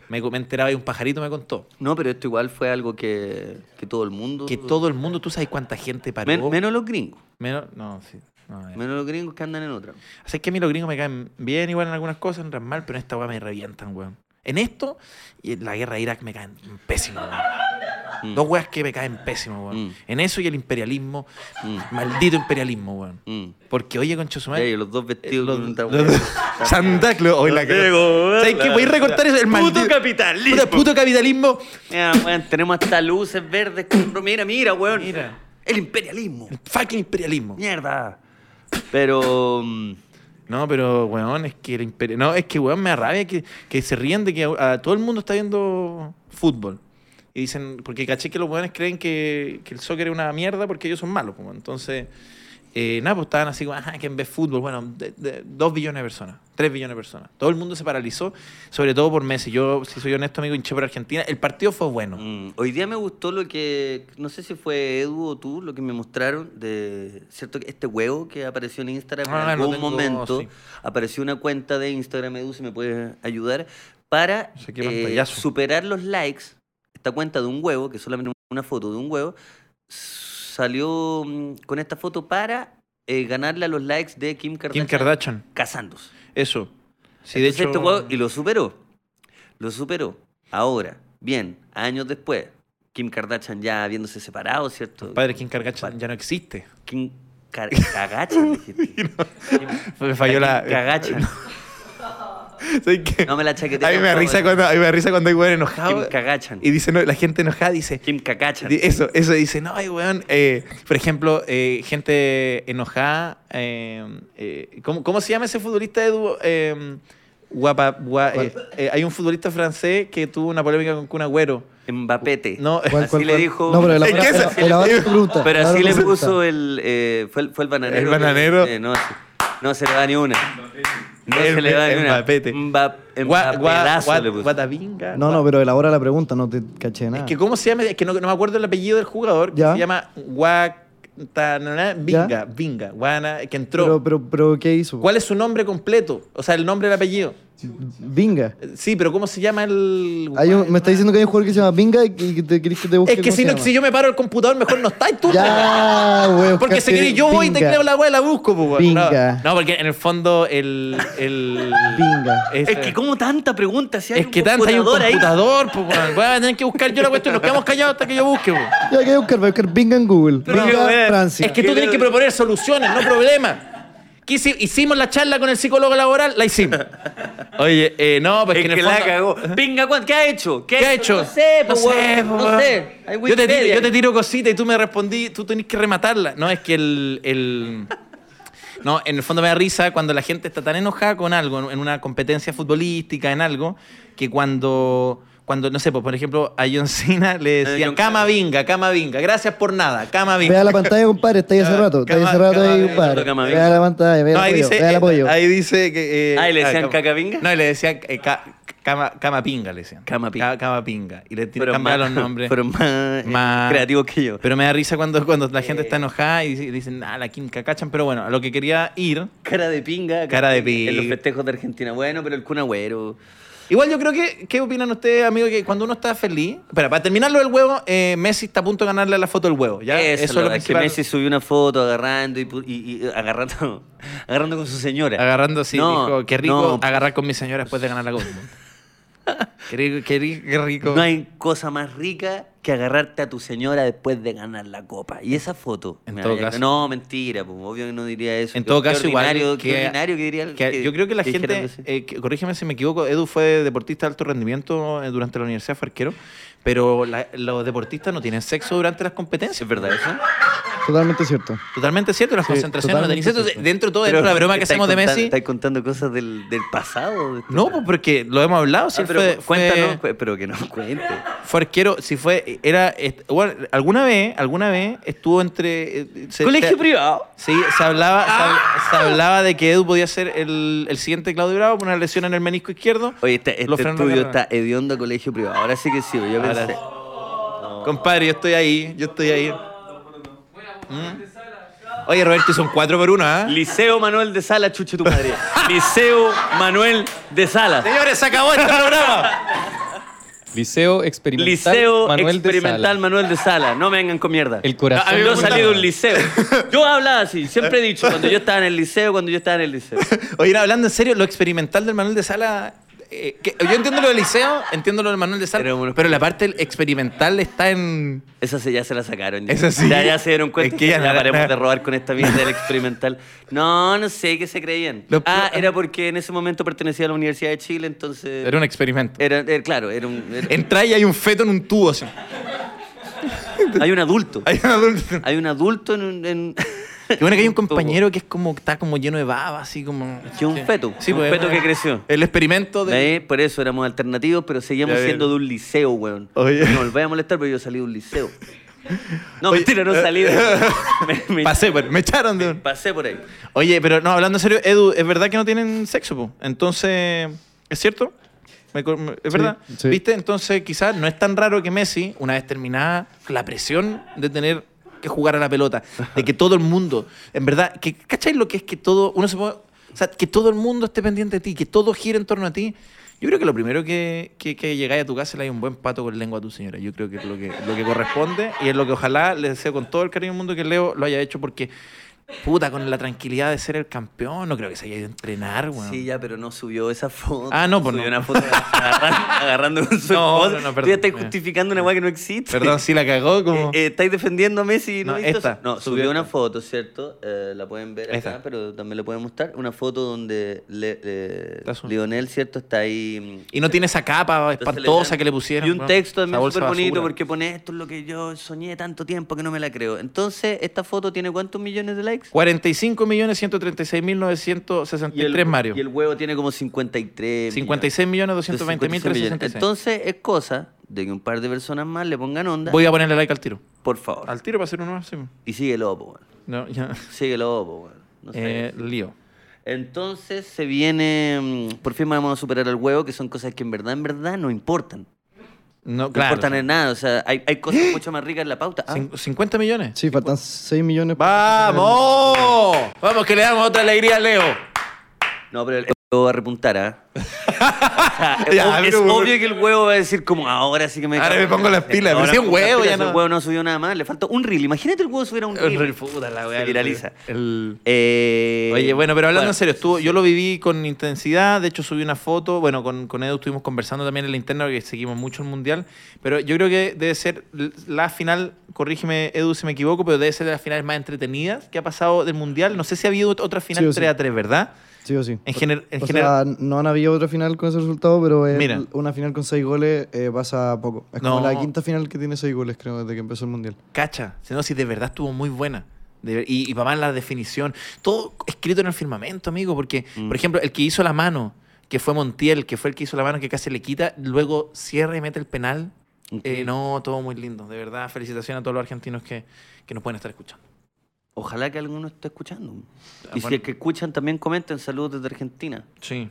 [SPEAKER 1] Me, co- me enteraba y un pajarito me contó
[SPEAKER 2] No, pero esto igual fue algo que, que todo el mundo...
[SPEAKER 1] que todo el mundo, tú sabes cuánta gente paró.
[SPEAKER 2] Men- menos los gringos.
[SPEAKER 1] Menos- no, sí. no, eh.
[SPEAKER 2] Menos los gringos que andan en otra.
[SPEAKER 1] Así que a mí los gringos me caen bien igual en algunas cosas, en otras mal, pero en esta weá me revientan, weón. En esto y en la guerra de Irak me caen pésimo, weón.
[SPEAKER 2] Mm.
[SPEAKER 1] Dos weas que me caen pésimo, weón.
[SPEAKER 2] Mm.
[SPEAKER 1] En eso y el imperialismo.
[SPEAKER 2] Mm.
[SPEAKER 1] Maldito imperialismo, weón.
[SPEAKER 2] Mm.
[SPEAKER 1] Porque oye, concha su
[SPEAKER 2] Ey,
[SPEAKER 1] madre.
[SPEAKER 2] los dos
[SPEAKER 1] eh,
[SPEAKER 2] vestidos
[SPEAKER 1] los-
[SPEAKER 2] con esta
[SPEAKER 1] los-
[SPEAKER 2] weá.
[SPEAKER 1] Santa Claus, hoy la
[SPEAKER 2] Diego,
[SPEAKER 1] cagó. ¿Sabes
[SPEAKER 2] la-
[SPEAKER 1] qué? Voy a recortar eso. El
[SPEAKER 2] puto
[SPEAKER 1] maldito-
[SPEAKER 2] capitalismo.
[SPEAKER 1] Puta, puto capitalismo.
[SPEAKER 2] Mira, weón, tenemos hasta luces verdes. compro- Mira, mira, weón.
[SPEAKER 1] Mira.
[SPEAKER 2] El imperialismo.
[SPEAKER 1] El fucking imperialismo.
[SPEAKER 2] Mierda. Pero... mm,
[SPEAKER 1] No, pero weón, es que el imperio. No, es que weón me arrabia que, que se ríen de que a- a todo el mundo está viendo fútbol. Y dicen, porque caché que los weones creen que, que el soccer es una mierda porque ellos son malos. Como. Entonces, eh, nada, pues estaban así como, ajá, que en vez de fútbol, bueno, de- de- dos billones de personas, tres billones de personas. Todo el mundo se paralizó, sobre todo por Messi. Yo, si soy honesto, amigo, hinché por Argentina. El partido fue bueno.
[SPEAKER 2] Mm, Hoy día me gustó lo que, no sé si fue Edu o tú, lo que me mostraron de, ¿cierto? que Este huevo que apareció en Instagram en
[SPEAKER 1] Ah, lo
[SPEAKER 2] algún
[SPEAKER 1] tengo,
[SPEAKER 2] momento,
[SPEAKER 1] sí.
[SPEAKER 2] apareció una cuenta de Instagram, Edu, si me puedes ayudar, para
[SPEAKER 1] No sé qué
[SPEAKER 2] eh,
[SPEAKER 1] pantallazo.
[SPEAKER 2] superar los likes, esta cuenta de un huevo, que es solamente una foto de un huevo, salió mm, con esta foto para eh, ganarle a los likes de Kim Kardashian
[SPEAKER 1] Kim Kardashian,
[SPEAKER 2] casándose.
[SPEAKER 1] eso. Sí, de
[SPEAKER 2] Entonces,
[SPEAKER 1] hecho.
[SPEAKER 2] este huevo- y lo superó. Lo superó. Ahora, bien, años después, Kim Kardashian ya habiéndose separado, ¿cierto?
[SPEAKER 1] Padre, Kim Kardashian ya no existe.
[SPEAKER 2] Kim Car- Kardashian, dijiste. Kim-
[SPEAKER 1] Me falló la.
[SPEAKER 2] Kim Kardashian.
[SPEAKER 1] ¿Sabes qué?
[SPEAKER 2] No me la chaqueteé.
[SPEAKER 1] A
[SPEAKER 2] ¿eh?
[SPEAKER 1] mí me da risa cuando, a mí me da risa cuando hay weón enojado.
[SPEAKER 2] Kim Kardashian.
[SPEAKER 1] Y dice, no, la gente enojada dice.
[SPEAKER 2] Kim Kardashian.
[SPEAKER 1] di- Eso, eso dice, no, ay, weón. eh, por ejemplo, eh, gente enojada. eh, eh, ¿cómo, cómo se llama ese futbolista, Edu? Eh, guapa, gua- eh, eh, hay un futbolista francés que tuvo una polémica con Kun Agüero.
[SPEAKER 2] Mbappete.
[SPEAKER 1] No,
[SPEAKER 2] así
[SPEAKER 3] ¿Cuál, cuál,
[SPEAKER 2] le
[SPEAKER 3] cuál?
[SPEAKER 2] dijo.
[SPEAKER 3] No, pero la
[SPEAKER 1] Es que
[SPEAKER 3] otra-
[SPEAKER 1] esa-
[SPEAKER 3] el avance
[SPEAKER 1] el-
[SPEAKER 3] de pregunta,
[SPEAKER 2] Pero
[SPEAKER 3] la
[SPEAKER 2] así
[SPEAKER 3] otra
[SPEAKER 2] le
[SPEAKER 3] pregunta.
[SPEAKER 2] puso el. eh, fue, el- fue el bananero.
[SPEAKER 1] El
[SPEAKER 2] que-
[SPEAKER 1] bananero.
[SPEAKER 2] eh, no, se- no se le da ni una. No se
[SPEAKER 1] El-
[SPEAKER 2] le da ni
[SPEAKER 1] el
[SPEAKER 2] una.
[SPEAKER 1] Mbappete.
[SPEAKER 2] Mbap-
[SPEAKER 1] Gua- gua-
[SPEAKER 2] Mbappelazo le
[SPEAKER 1] gua-
[SPEAKER 2] puso.
[SPEAKER 1] Guatavinga.
[SPEAKER 3] No,
[SPEAKER 1] gua-
[SPEAKER 3] no, pero elabora la pregunta, no te caché
[SPEAKER 1] Es
[SPEAKER 3] nada.
[SPEAKER 1] que cómo se llama, es que no, no me acuerdo el apellido del jugador, que
[SPEAKER 3] Ya.
[SPEAKER 1] se llama Guatanana Vinga,
[SPEAKER 3] Ya.
[SPEAKER 1] Vinga, Guana, que entró.
[SPEAKER 3] pero, pero, pero, ¿qué hizo?
[SPEAKER 1] ¿Cuál es su nombre completo? O sea, el nombre y el apellido.
[SPEAKER 3] Vinga.
[SPEAKER 1] Sí, pero ¿cómo se llama el.?
[SPEAKER 3] Hay un- me está diciendo que hay un jugador que se llama Vinga y que te querés que te busque.
[SPEAKER 1] Es que
[SPEAKER 3] cómo
[SPEAKER 1] si,
[SPEAKER 3] se
[SPEAKER 1] no,
[SPEAKER 3] llama.
[SPEAKER 1] si yo me paro el computador, mejor no estáis tú. pues,
[SPEAKER 3] Ya, weón.
[SPEAKER 1] Porque si querés, yo voy y te creo la weá y la busco, pues, weón. No,
[SPEAKER 3] Vinga.
[SPEAKER 1] No, porque en el fondo el. el
[SPEAKER 3] Vinga.
[SPEAKER 1] ese-
[SPEAKER 2] Es que como tanta pregunta, si hay
[SPEAKER 1] es
[SPEAKER 2] un
[SPEAKER 1] que tanto hay un
[SPEAKER 2] computador ahí.
[SPEAKER 1] computador, pues, weón. Voy a tener que buscar yo la cuestión. Nos quedamos callados hasta que yo busque, pues.
[SPEAKER 3] Ya que voy a buscar, voy a buscar Vinga en Google.
[SPEAKER 2] Pero,
[SPEAKER 3] Vinga,
[SPEAKER 2] weón,
[SPEAKER 3] Francia.
[SPEAKER 1] Es que tú tienes que proponer soluciones, no problemas. Que hici- Hicimos la charla con el psicólogo laboral, la hicimos. Oye, eh, no, pues
[SPEAKER 2] Es
[SPEAKER 1] que en el
[SPEAKER 2] que la
[SPEAKER 1] fondo-
[SPEAKER 2] cagó. Pinga, ¿cuán- ¿qué ha hecho?
[SPEAKER 1] ¿Qué ha hecho?
[SPEAKER 2] No sé,
[SPEAKER 1] No
[SPEAKER 2] pues,
[SPEAKER 1] sé,
[SPEAKER 2] weón,
[SPEAKER 1] po,
[SPEAKER 2] no
[SPEAKER 1] weón.
[SPEAKER 2] sé. Hay
[SPEAKER 1] Yo te, tiro,
[SPEAKER 2] Wikipedia.
[SPEAKER 1] yo te tiro cosita y tú me respondí, tú tenés que rematarla. No, es que el. el- No, en el fondo me da risa cuando la gente está tan enojada con algo, en- en una competencia futbolística, en algo, que cuando, cuando no sé, pues, por ejemplo, a John Cena le decían,
[SPEAKER 2] Eh, John-
[SPEAKER 1] cama vinga, cama vinga, gracias por nada, cama vinga.
[SPEAKER 3] Vea la pantalla, compadre, está ahí hace
[SPEAKER 1] Cama-
[SPEAKER 3] rato, está ahí hace
[SPEAKER 1] cama-
[SPEAKER 3] rato ahí,
[SPEAKER 1] cama-
[SPEAKER 3] compadre.
[SPEAKER 2] cama-
[SPEAKER 3] Vea la pantalla, vea el
[SPEAKER 1] No, ahí
[SPEAKER 3] apoyo,
[SPEAKER 1] dice, eh,
[SPEAKER 3] vea el apoyo.
[SPEAKER 1] ahí dice que... eh,
[SPEAKER 2] Ah, ¿y le decían
[SPEAKER 1] cama-
[SPEAKER 2] cacavinga?
[SPEAKER 1] No, y le decían eh, ca- cama, cama pinga, le decían.
[SPEAKER 2] Cama pinga.
[SPEAKER 1] Ca- cama pinga. Y le
[SPEAKER 2] Fueron
[SPEAKER 1] cambiaban los nombres.
[SPEAKER 2] fueron más, eh,
[SPEAKER 1] Más-
[SPEAKER 2] creativos que yo.
[SPEAKER 1] Pero me da risa cuando, cuando la gente está enojada y dice- dicen, ah, la Kim cacachan. Pero bueno, a lo que quería ir...
[SPEAKER 2] Cara de pinga.
[SPEAKER 1] Cara de
[SPEAKER 2] En los
[SPEAKER 1] pinga.
[SPEAKER 2] festejos de Argentina. Bueno, pero el Kun Agüero.
[SPEAKER 1] Igual yo creo que, ¿qué opinan ustedes, amigos? Que cuando uno está feliz, espera, para terminarlo del huevo, eh, Messi está a punto de ganarle la foto del huevo. ¿ya?
[SPEAKER 2] Eso, es lo que
[SPEAKER 1] principal.
[SPEAKER 2] Messi subió una foto agarrando y, pu- y- y agarrando, agarrando con su señora.
[SPEAKER 1] Agarrando así,
[SPEAKER 2] No,
[SPEAKER 1] dijo, qué rico
[SPEAKER 2] no.
[SPEAKER 1] agarrar con mi señora después de ganar la Gold Ball". qué rico, qué rico. qué rico.
[SPEAKER 2] No hay cosa más rica que agarrarte a tu señora después de ganar la copa. Y esa foto.
[SPEAKER 1] En
[SPEAKER 2] me
[SPEAKER 1] todo
[SPEAKER 2] vaya-
[SPEAKER 1] caso.
[SPEAKER 2] No, mentira, pues, obvio que no diría eso.
[SPEAKER 1] en
[SPEAKER 2] Qué-
[SPEAKER 1] todo
[SPEAKER 2] qué
[SPEAKER 1] caso, igual.
[SPEAKER 2] ordinario-
[SPEAKER 1] que-
[SPEAKER 2] qué ordinario que diría.
[SPEAKER 1] que- yo creo que la
[SPEAKER 2] que dijera
[SPEAKER 1] gente,
[SPEAKER 2] algo así.
[SPEAKER 1] eh, que- corrígeme si me equivoco, Edu fue deportista de alto rendimiento eh, durante la universidad, fue arquero, pero la- los deportistas no tienen sexo durante las competencias.
[SPEAKER 2] ¿Es verdad eso?
[SPEAKER 3] Totalmente cierto.
[SPEAKER 1] Totalmente cierto, las
[SPEAKER 3] Sí,
[SPEAKER 1] concentraciones no tienen
[SPEAKER 3] totalmente
[SPEAKER 1] sexo.
[SPEAKER 3] cierto.
[SPEAKER 1] Dentro de todo, dentro de la broma que
[SPEAKER 2] estáis
[SPEAKER 1] hacemos de
[SPEAKER 2] contando-
[SPEAKER 1] Messi.
[SPEAKER 2] Estáis contando cosas del, del pasado. este
[SPEAKER 1] No, pues porque lo hemos hablado, si
[SPEAKER 2] Ah, pero
[SPEAKER 1] fue,
[SPEAKER 2] cuéntanos,
[SPEAKER 1] fue,
[SPEAKER 2] cu- pero que nos cuente.
[SPEAKER 1] fue arquero, si fue, era, est- bueno, alguna vez, alguna vez estuvo entre... eh, se- se-
[SPEAKER 2] privado.
[SPEAKER 1] Sí, se hablaba, se
[SPEAKER 3] Ah.
[SPEAKER 1] hab- se, hablaba de que Edu podía ser el, el siguiente Claudio Bravo por una lesión en el menisco izquierdo.
[SPEAKER 2] Oye, este, este
[SPEAKER 1] Lo frenó la
[SPEAKER 2] estudio
[SPEAKER 1] carrera.
[SPEAKER 2] está hediondo a colegio privado. Ahora sí que sí, yo
[SPEAKER 1] Ahora
[SPEAKER 2] pensé.
[SPEAKER 1] sí. Compadre, yo estoy ahí, yo estoy ahí. ¿Mm? Oye, Roberto, son cuatro por uno, ¿ah?
[SPEAKER 2] Liceo Manuel de Sala, chuche tu madre. Liceo Manuel de Sala.
[SPEAKER 1] Señores, se acabó este programa.
[SPEAKER 4] Liceo Experimental
[SPEAKER 2] Liceo
[SPEAKER 4] Manuel
[SPEAKER 2] Experimental
[SPEAKER 4] de Sala.
[SPEAKER 2] Manuel de Sala. No me vengan con mierda.
[SPEAKER 4] El corazón.
[SPEAKER 1] A mí me
[SPEAKER 2] Yo
[SPEAKER 1] gusta-
[SPEAKER 2] salí de un liceo. Yo hablaba así, siempre he dicho, cuando yo estaba en el liceo, cuando yo estaba en el liceo.
[SPEAKER 1] Oye, no, hablando en serio, lo experimental del Manuel de Sala. eh, que- yo entiendo lo del Liceo, entiendo lo del Manuel de Sala,
[SPEAKER 2] Era
[SPEAKER 1] pero,
[SPEAKER 2] bueno.
[SPEAKER 1] la parte experimental está en.
[SPEAKER 2] Esa se, ya se la sacaron.
[SPEAKER 1] Esa sí.
[SPEAKER 2] Ya, ya se dieron cuenta
[SPEAKER 1] Es
[SPEAKER 2] que
[SPEAKER 1] que ya
[SPEAKER 2] ya,
[SPEAKER 1] no-
[SPEAKER 2] paremos de robar con esta mierda del experimental. No, no sé qué se creían.
[SPEAKER 1] Lo-
[SPEAKER 2] Ah, era porque en ese momento pertenecía a la Universidad de Chile, entonces.
[SPEAKER 1] Era un experimento.
[SPEAKER 2] Era, era- claro, era un. era-
[SPEAKER 1] Entra y hay un feto en un tubo. así.
[SPEAKER 2] hay un adulto.
[SPEAKER 1] Hay un adulto.
[SPEAKER 2] Hay un adulto en un. en-
[SPEAKER 1] Qué bueno que hay un compañero que es como está como lleno de baba, así como.
[SPEAKER 2] Que un feto, un
[SPEAKER 1] pues,
[SPEAKER 2] feto
[SPEAKER 1] bueno,
[SPEAKER 2] que creció.
[SPEAKER 1] El experimento de.
[SPEAKER 2] ¿Ve? Por eso éramos alternativos, pero seguíamos
[SPEAKER 1] Ya ven.
[SPEAKER 2] siendo de un liceo, weón.
[SPEAKER 1] Oye.
[SPEAKER 2] No me vaya a molestar, pero yo salí de un liceo. No,
[SPEAKER 1] Oye. eh,
[SPEAKER 2] mentira, no salí. de- Me, me-
[SPEAKER 1] Pasé, bueno, me echaron de un.
[SPEAKER 2] pasé por ahí.
[SPEAKER 1] Oye, pero no, hablando en serio, Edu, es verdad que no tienen sexo, po? Entonces, ¿es cierto? Me co- me- ¿Es
[SPEAKER 3] Sí,
[SPEAKER 1] verdad?
[SPEAKER 3] sí.
[SPEAKER 1] ¿Viste? Entonces, quizás no es tan raro que Messi, una vez terminada la presión de tener que jugar a la pelota, de que todo el mundo, en verdad, que ¿cacháis lo que es que todo, uno se puede- o sea, que todo el mundo esté pendiente de ti, que todo gire en torno a ti? Yo creo que lo primero que, que, que llegáis a tu casa le hay un buen pato con lengua a tu señora. Yo creo que es lo que, lo que corresponde y es lo que ojalá le deseo con todo el cariño del mundo que Leo lo haya hecho porque Puta, con la tranquilidad de ser el campeón, no creo que se haya ido a entrenar, weón.
[SPEAKER 2] Sí, ya, pero no subió esa foto.
[SPEAKER 1] Ah, no, pues
[SPEAKER 2] Subió
[SPEAKER 1] no.
[SPEAKER 2] una foto agarrando, agarrando con su
[SPEAKER 1] No,
[SPEAKER 2] esposa.
[SPEAKER 1] no, no,
[SPEAKER 2] Tú
[SPEAKER 1] perdón.
[SPEAKER 2] ya estás
[SPEAKER 1] Eh.
[SPEAKER 2] justificando una weá que no existe.
[SPEAKER 1] Perdón, sí la cagó como.
[SPEAKER 2] Eh, eh, estáis defendiendo a Messi. No,
[SPEAKER 1] No,
[SPEAKER 2] ¿Viste?
[SPEAKER 1] esta.
[SPEAKER 2] no subió
[SPEAKER 1] Subió
[SPEAKER 2] una
[SPEAKER 1] esta.
[SPEAKER 2] foto, ¿cierto? Eh, la pueden ver acá,
[SPEAKER 1] Esta.
[SPEAKER 2] pero también la pueden mostrar. Una foto donde le- eh,
[SPEAKER 1] Está azul.
[SPEAKER 2] Lionel, ¿cierto? Está ahí mm,
[SPEAKER 1] y no tiene esa capa
[SPEAKER 2] entonces
[SPEAKER 1] espantosa
[SPEAKER 2] le
[SPEAKER 1] que le pusieron.
[SPEAKER 2] Y un
[SPEAKER 1] weón.
[SPEAKER 2] texto
[SPEAKER 1] Esa
[SPEAKER 2] también
[SPEAKER 1] bolsa
[SPEAKER 2] súper bonito
[SPEAKER 1] basura.
[SPEAKER 2] porque pone esto es lo que yo soñé tanto tiempo que no me la creo. Entonces, ¿esta foto tiene cuántos millones de likes?
[SPEAKER 1] 45 millones 136 mil 963, Mario.
[SPEAKER 2] y el huevo tiene como 53.
[SPEAKER 1] 56 millones 220 mil
[SPEAKER 2] 220.000 Entonces, es cosa de que un par de personas más le pongan onda,
[SPEAKER 1] Voy a ponerle like al tiro.
[SPEAKER 2] por favor.
[SPEAKER 1] Al tiro para hacer uno más, sí.
[SPEAKER 2] Y síguelo, po, weón.
[SPEAKER 1] No, ya.
[SPEAKER 2] Síguelo, po, weón. No sé.
[SPEAKER 1] Eh, lío.
[SPEAKER 2] Entonces se viene, mm, por fin vamos a superar al huevo, que son cosas que en verdad, en verdad no importan.
[SPEAKER 1] No,
[SPEAKER 2] No
[SPEAKER 1] claro.
[SPEAKER 2] importan en nada, o sea, hay, hay cosas mucho más ricas en la pauta. Ah,
[SPEAKER 1] Cin- 50 millones.
[SPEAKER 3] Sí, faltan 6 millones. para-
[SPEAKER 1] ¡Vamos! Vamos, que le damos otra alegría a Leo.
[SPEAKER 2] No, pero el huevo va a repuntar, ¿ah? O sea, es
[SPEAKER 1] Ya,
[SPEAKER 2] ob- es
[SPEAKER 1] pero por-
[SPEAKER 2] obvio que el huevo va a decir como ahora sí que me...
[SPEAKER 1] Ahora me pongo las pilas,
[SPEAKER 2] Ahora
[SPEAKER 1] pero si
[SPEAKER 2] me
[SPEAKER 1] un
[SPEAKER 2] pongo las
[SPEAKER 1] huevo
[SPEAKER 2] pilas,
[SPEAKER 1] ya no-
[SPEAKER 2] El huevo no subió nada más, le faltó un reel. Imagínate el huevo subiera un reel.
[SPEAKER 1] Puta la
[SPEAKER 2] Se viraliza.
[SPEAKER 1] El.
[SPEAKER 2] Eh,
[SPEAKER 1] Oye, bueno, pero hablando en serio,
[SPEAKER 2] sí,
[SPEAKER 1] estuvo,
[SPEAKER 2] sí.
[SPEAKER 1] yo lo viví con intensidad, de hecho subí una foto, bueno, con, con Edu estuvimos conversando también en la interna porque seguimos mucho el Mundial, pero yo creo que debe ser la final, corrígeme Edu si me equivoco, pero debe ser de las finales más entretenidas que ha pasado del Mundial. No sé si ha habido ot- otra final
[SPEAKER 3] Sí o sí.
[SPEAKER 1] 3 a 3, ¿verdad?
[SPEAKER 3] Sí o sí.
[SPEAKER 1] En gener- en
[SPEAKER 3] O
[SPEAKER 1] general-
[SPEAKER 3] sea, no han habido otra final con ese resultado, pero es
[SPEAKER 1] Mira.
[SPEAKER 3] una final con 6 goles eh, pasa poco. Es
[SPEAKER 1] No.
[SPEAKER 3] como la quinta final que tiene 6 goles, creo, desde que empezó el Mundial.
[SPEAKER 1] Cacha, si no, si de verdad estuvo muy buena. De- y, y para más la definición. Todo escrito en el firmamento, amigo, porque,
[SPEAKER 2] Mm.
[SPEAKER 1] por ejemplo, el que hizo la mano, que fue Montiel, que fue el que hizo la mano, que casi le quita, luego cierra y mete el penal. Eh, no, todo muy lindo. De verdad, felicitaciones a todos los argentinos que, que nos pueden estar escuchando.
[SPEAKER 2] Ojalá que alguno esté escuchando.
[SPEAKER 1] Ah,
[SPEAKER 2] Y si
[SPEAKER 1] bueno.
[SPEAKER 2] es que escuchan, también comenten. Saludos desde Argentina.
[SPEAKER 1] Sí.